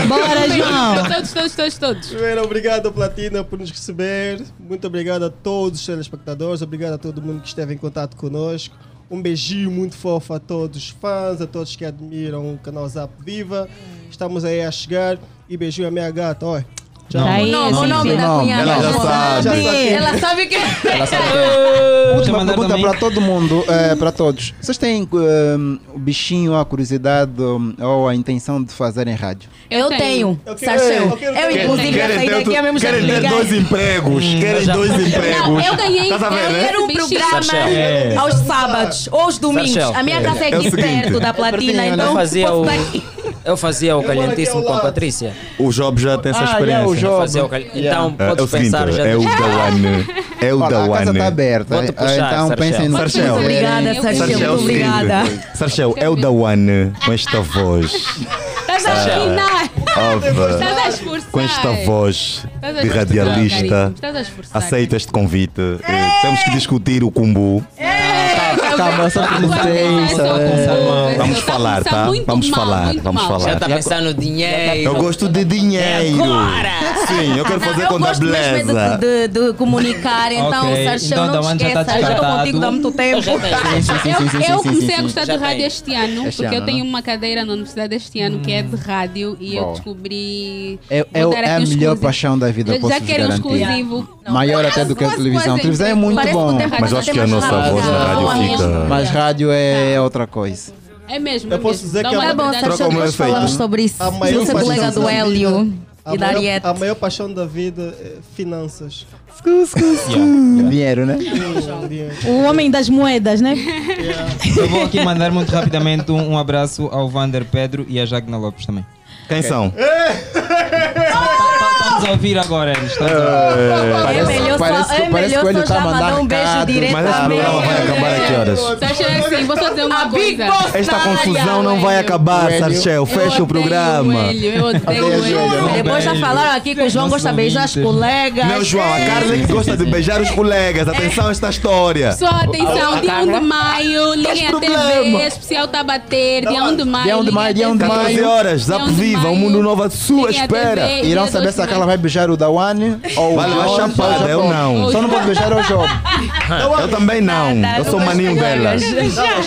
Speaker 3: Bora,
Speaker 7: João. Todos, todos, todos, todos.
Speaker 27: Primeiro, obrigado, Platina, por nos receber. Muito obrigado a todos os telespectadores. Obrigado a todo mundo que esteve em contato conosco. Um beijinho muito fofo a todos os fãs, a todos que admiram o canal Zap Viva. Estamos aí a chegar. E beijinho a minha gata, olha.
Speaker 3: Tá aí, Não, assim, o nome sim. da cunhada.
Speaker 20: Ela já sabe.
Speaker 25: Ela sabe que.
Speaker 7: é.
Speaker 20: Ela sabe.
Speaker 2: Deixa eu
Speaker 20: Última
Speaker 2: mandar
Speaker 20: pergunta
Speaker 2: também.
Speaker 20: para todo mundo, é, para todos. Vocês têm um, o bichinho, a curiosidade um, ou a intenção de fazerem rádio?
Speaker 25: Eu tenho, Eu
Speaker 1: É,
Speaker 25: quero- Sacheu. eu quero- Eu,
Speaker 20: Querem-
Speaker 25: inclusive,
Speaker 20: querem
Speaker 25: saí
Speaker 20: ter
Speaker 25: daqui
Speaker 20: outro-
Speaker 25: a mesmo já
Speaker 30: Querem ter
Speaker 25: liguei.
Speaker 30: dois empregos. Querem
Speaker 25: já-
Speaker 30: dois
Speaker 25: Não,
Speaker 30: empregos.
Speaker 25: Hum, eu ganhei.
Speaker 30: Tá a ver,
Speaker 25: eu
Speaker 30: né?
Speaker 25: quero um programa
Speaker 30: Sachel. É.
Speaker 25: aos sábados ou aos domingos.
Speaker 28: Sachel.
Speaker 25: A minha casa é
Speaker 28: É o
Speaker 25: aqui
Speaker 28: seguinte.
Speaker 25: perto da platina, então.
Speaker 28: Eu fazia o,
Speaker 25: posso estar aqui.
Speaker 28: eu fazia o
Speaker 25: aqui
Speaker 28: calientíssimo
Speaker 25: ao
Speaker 28: com a
Speaker 25: lado.
Speaker 28: Patrícia.
Speaker 30: O Job já tem
Speaker 20: é
Speaker 30: essa
Speaker 28: Ah,
Speaker 30: experiência.
Speaker 28: yeah, o Job. Fazer o cal- Então,
Speaker 30: É,
Speaker 28: podes
Speaker 30: é o seguinte,
Speaker 28: pensar já
Speaker 30: É o
Speaker 28: desde-
Speaker 30: da One. É o
Speaker 20: Olha,
Speaker 30: da
Speaker 20: a
Speaker 30: One.
Speaker 20: casa tá aberta.
Speaker 30: Vou-te
Speaker 20: Ah, então
Speaker 30: Sarchel.
Speaker 20: pensem no que
Speaker 30: Sarchel.
Speaker 20: quiserem.
Speaker 25: Obrigada, Sarchel,
Speaker 30: Sarchel,
Speaker 25: muito
Speaker 30: sim.
Speaker 25: obrigada.
Speaker 30: Sarchel, é o da One com esta voz.
Speaker 7: Estás a
Speaker 30: Sarchel.
Speaker 7: afinar.
Speaker 30: Ova.
Speaker 7: Estás a esforçar.
Speaker 30: Com esta voz
Speaker 7: Estás a
Speaker 30: de
Speaker 7: esforçar,
Speaker 30: radialista,
Speaker 7: caríssimo. Estás a esforçar.
Speaker 30: aceito este convite. Eh, Temos que discutir o cumbu.
Speaker 20: Calma, só por
Speaker 14: É.
Speaker 20: licença.
Speaker 30: Vamos falar, tá? Vamos falar, vamos falar.
Speaker 28: Já tá está a pensar no dinheiro.
Speaker 30: Eu gosto de dinheiro.
Speaker 25: É. Agora!
Speaker 30: Sim, eu quero fazer com da
Speaker 25: gosto mesmo é
Speaker 30: beleza.
Speaker 25: de, de- de comunicar, então,
Speaker 30: Ok,
Speaker 25: Sarchel,
Speaker 30: então da
Speaker 25: não te
Speaker 30: onde já tá
Speaker 25: esqueças. Eu já estou
Speaker 30: descartado.
Speaker 25: contigo há muito tempo.
Speaker 7: eu comecei a gostar de rádio este ano,
Speaker 20: Este
Speaker 7: porque eu
Speaker 20: ano,
Speaker 7: tenho
Speaker 20: né?
Speaker 7: uma cadeira na universidade este ano que é de rádio e eu
Speaker 20: Bom.
Speaker 7: descobri.
Speaker 20: É, é,
Speaker 7: vou
Speaker 20: o-
Speaker 7: dar
Speaker 20: é a
Speaker 7: aqui um
Speaker 20: melhor
Speaker 7: exclusivo.
Speaker 20: paixão da vida,
Speaker 7: Eu
Speaker 20: posso
Speaker 7: já
Speaker 20: vos
Speaker 7: quero um
Speaker 20: garantir.
Speaker 7: exclusivo.
Speaker 20: Maior até do que a televisão. A televisão é muito
Speaker 7: Parece que
Speaker 20: bom.
Speaker 7: o terra Mas eu acho que a nossa voz na rádio fica-
Speaker 20: Mas rádio é outra coisa.
Speaker 7: É mesmo.
Speaker 27: Eu posso dizer que
Speaker 25: Não é bom, Sarchel,
Speaker 7: um
Speaker 20: Troca o
Speaker 25: nós
Speaker 20: meu
Speaker 25: falamos
Speaker 20: efeito.
Speaker 25: sobre isso.
Speaker 27: A maior
Speaker 25: Você é
Speaker 27: paixão
Speaker 25: colega do
Speaker 27: da
Speaker 25: Hélio
Speaker 27: A
Speaker 25: e da
Speaker 27: maior,
Speaker 25: Ariete.
Speaker 27: a maior paixão da vida é finanças.
Speaker 20: Dinheiro, né?
Speaker 3: O homem das moedas, né?
Speaker 14: Hum,
Speaker 2: Eu vou aqui mandar muito rapidamente um, um
Speaker 22: É.
Speaker 2: abraço ao Vander Pedro e à Jagna Lopes também.
Speaker 30: Quem são?
Speaker 2: Estamos a ouvir agora, Elis. Estamos a
Speaker 20: É,
Speaker 2: ouvir.
Speaker 20: parece-
Speaker 25: melhor só-
Speaker 20: parece que-
Speaker 25: é
Speaker 20: parece que
Speaker 25: melhor
Speaker 20: o Hélio
Speaker 25: só
Speaker 20: tá a
Speaker 25: já
Speaker 20: mandar
Speaker 25: mandar um beijo
Speaker 20: recado.
Speaker 25: direto
Speaker 20: Mas esse
Speaker 25: à
Speaker 20: programa vai
Speaker 25: mesa.
Speaker 20: acabar a que horas?
Speaker 7: Só achei assim, vou só dizer uma coisa.
Speaker 20: Esta
Speaker 30: confusão não vai acabar, Sarchel. Fecha o programa.
Speaker 25: Eu odeio ele. Depois já falaram aqui que o João gosta de beijar as colegas.
Speaker 30: Não, João, a Carla é que gosta de beijar os colegas. Atenção a esta história.
Speaker 7: Pessoal, atenção, um dia 1 de maio, liguem a TV,
Speaker 30: problema.
Speaker 7: especial tá a bater, dia 1 de maio.
Speaker 20: Dia 1 de
Speaker 7: liguem
Speaker 20: maio,
Speaker 7: a
Speaker 20: dia 1 de
Speaker 7: TV.
Speaker 20: maio.
Speaker 30: horas, Zap Viva, um mundo novo à sua
Speaker 7: Liguem à
Speaker 20: espera.
Speaker 7: TV,
Speaker 20: Irão
Speaker 7: dia
Speaker 20: saber
Speaker 7: dois
Speaker 20: se
Speaker 7: de
Speaker 20: aquela vai beijar o Dawane ou
Speaker 30: Vai
Speaker 20: o
Speaker 30: levar
Speaker 20: João,
Speaker 30: chapada,
Speaker 20: só-
Speaker 30: eu não.
Speaker 20: Só não pode beijar o Então, João.
Speaker 30: Eu também não. Eu sou o maninho dela.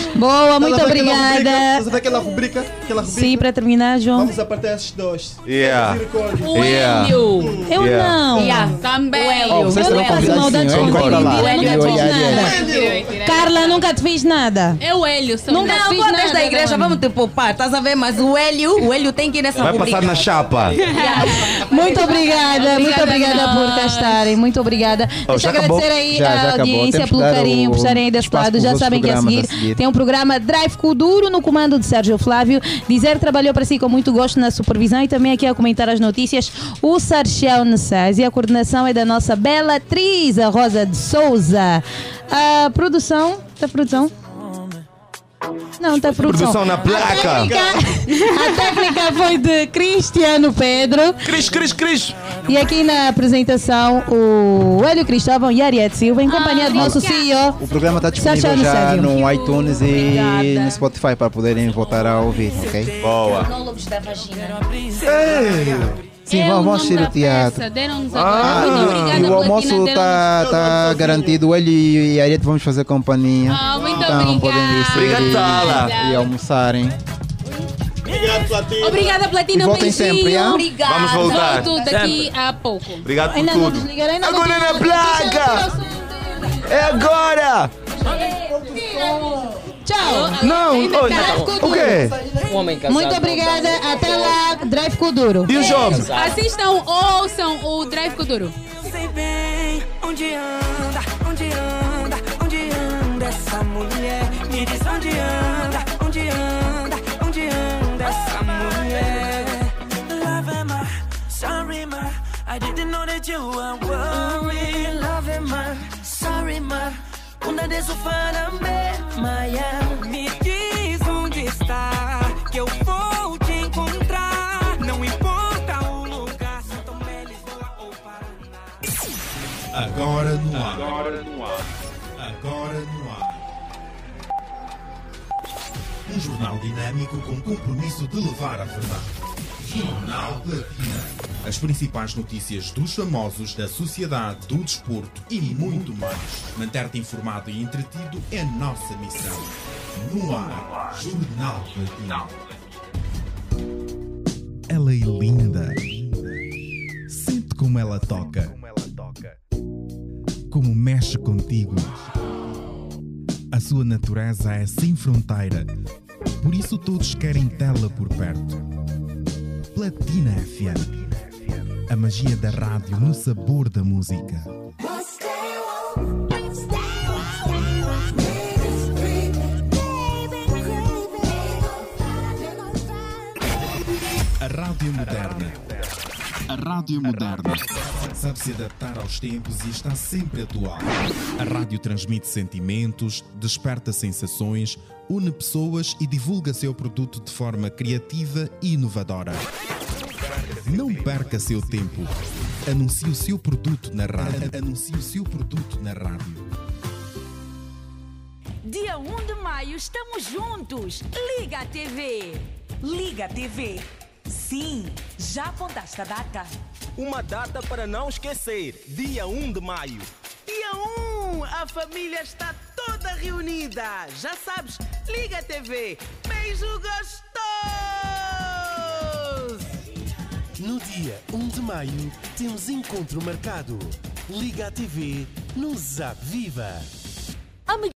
Speaker 3: Boa, muito
Speaker 14: Estás naquela rubrica,
Speaker 3: obrigada.
Speaker 14: estás naquela rubrica, aquela rubrica.
Speaker 3: Sim, para terminar, João.
Speaker 14: Vamos apertar esses dois.
Speaker 30: Yeah.
Speaker 14: O
Speaker 30: Yeah.
Speaker 14: Hélio.
Speaker 3: Eu
Speaker 30: Yeah.
Speaker 3: não.
Speaker 7: Também.
Speaker 20: Oh, vocês
Speaker 3: eu
Speaker 20: serão
Speaker 3: não
Speaker 14: é
Speaker 3: faço
Speaker 20: convidados
Speaker 3: maldade
Speaker 20: sim,
Speaker 3: com
Speaker 20: Hélio,
Speaker 3: ninguém.
Speaker 20: bora lá.
Speaker 3: Eu
Speaker 20: Hélio,
Speaker 3: nunca te fiz
Speaker 20: Hélio,
Speaker 3: nada.
Speaker 14: né?
Speaker 7: Hélio.
Speaker 3: Carla, nunca te fiz nada.
Speaker 7: É o Hélio, sou
Speaker 25: Não,
Speaker 7: nunca
Speaker 25: não
Speaker 7: fiz
Speaker 25: contas
Speaker 7: nada,
Speaker 25: da igreja,
Speaker 7: Dona.
Speaker 25: vamos te poupar, estás a ver? Mas o Hélio, o Hélio tem que ir nessa
Speaker 30: Vai
Speaker 25: rubrica.
Speaker 30: passar na chapa.
Speaker 3: Muito obrigada, muito
Speaker 25: Obrigada
Speaker 3: obrigada
Speaker 25: a
Speaker 3: por cá estarem, muito obrigada.
Speaker 20: Oh,
Speaker 3: Deixa
Speaker 20: já
Speaker 3: eu
Speaker 20: acabou?
Speaker 3: agradecer aí
Speaker 20: Já, já
Speaker 3: a
Speaker 20: acabou.
Speaker 3: audiência
Speaker 20: Temos
Speaker 3: pelo
Speaker 20: que dar
Speaker 3: carinho,
Speaker 20: o-
Speaker 3: por estarem aí desse
Speaker 20: espaço
Speaker 3: lado.
Speaker 20: para os
Speaker 3: Já
Speaker 20: outros
Speaker 3: sabem que a
Speaker 20: programas
Speaker 3: seguir,
Speaker 20: a seguir.
Speaker 3: tem um programa Drive Kuduro no comando de Sérgio Flávio. Dizer trabalhou para si com muito gosto na supervisão e também aqui a comentar as notícias o Sarchel Nessas e a coordenação é da nossa bela atriz, a Rosa de Souza. A produção, da produção? Não, tá produção.
Speaker 30: Produção na placa.
Speaker 3: A técnica, a técnica foi de Cristiano Pedro.
Speaker 30: Cris, Cris, Cris.
Speaker 3: E aqui na apresentação, o Hélio Cristóvão e Ariete Silva, em companhia do nosso CEO.
Speaker 20: O programa está disponível
Speaker 3: Sérgio
Speaker 20: já
Speaker 3: Sérgio.
Speaker 20: no iTunes e no Spotify para poderem voltar a ouvir, ok?
Speaker 30: Boa.
Speaker 25: Monólogos da vagina.
Speaker 20: Sim,
Speaker 7: É o
Speaker 20: vamos, vamos
Speaker 7: nome
Speaker 20: assistir
Speaker 7: da
Speaker 20: o teatro.
Speaker 7: peça, deram-nos
Speaker 20: Ah,
Speaker 7: agora. Muito obrigada,
Speaker 20: e o
Speaker 7: Platina, um
Speaker 20: almoço
Speaker 7: deram-nos-
Speaker 20: está tá garantido. Ele e a Ariete vamos fazer companhia.
Speaker 7: Ah, muito
Speaker 20: então podem ir
Speaker 30: obrigada.
Speaker 20: sair
Speaker 30: Obrigada, Sala.
Speaker 20: e almoçarem.
Speaker 14: Obrigado, Platina.
Speaker 7: Obrigada, Platina,
Speaker 20: E
Speaker 7: um
Speaker 20: voltem sempre,
Speaker 7: beijinho.
Speaker 20: ah?
Speaker 7: Obrigada.
Speaker 30: Vamos voltar.
Speaker 7: Volto daqui a pouco.
Speaker 30: Obrigado por
Speaker 3: Ainda não
Speaker 30: tudo.
Speaker 25: né?
Speaker 3: desligaram, ainda não
Speaker 30: Agora é na
Speaker 3: desligaram.
Speaker 30: placa! É agora!
Speaker 3: Tchau!
Speaker 30: Não,
Speaker 3: Ainda
Speaker 30: oh,
Speaker 3: Drive
Speaker 30: não.
Speaker 3: Kuduro.
Speaker 30: O quê?
Speaker 32: Um homem casado.
Speaker 20: tá
Speaker 3: Muito obrigada, até lá, Drive Kuduro.
Speaker 30: E o jovem?
Speaker 7: Assistam, ouçam o Drive Kuduro.
Speaker 4: sei bem onde anda, onde anda, onde anda essa mulher. Me diz onde anda, onde anda, onde anda essa mulher. Love Emma, sorry ma, I didn't know that you were worried. Love Emma, sorry ma, una desufana me, Maya. Me diz onde está, que eu vou te encontrar. Não importa o lugar, Santo Meli, Boa ou Paraná.
Speaker 1: Agora no ar. Agora no ar. Agora no ar. Um jornal dinâmico com compromisso de levar a verdade. Jornal Platina. As principais notícias dos famosos, da sociedade, do desporto e muito mais. Manter-te informado e entretido é nossa missão. No ar. Jornal Platina. Ela é linda. Sente como ela toca. Como mexe contigo. A sua natureza é sem fronteira. Por isso todos querem tê-la por perto. Platina FM. A magia da rádio no sabor da música. A rádio moderna. A rádio moderna. Sabe se adaptar aos tempos e está sempre atual. A rádio transmite sentimentos, desperta sensações, une pessoas e divulga seu produto de forma criativa e inovadora. Não perca seu tempo. Anuncie o seu produto na rádio. Anuncie o seu produto na rádio.
Speaker 18: Dia 1 de maio estamos juntos. Liga a TV. Liga a TV. Sim, já apontaste a data?
Speaker 33: Uma data para não esquecer, dia 1 de maio.
Speaker 18: Dia 1, a família está toda reunida. Já sabes, liga a TV. Beijo gostoso.
Speaker 33: No dia 1 de maio, temos encontro marcado. Liga a TV no Zap Viva.
Speaker 18: A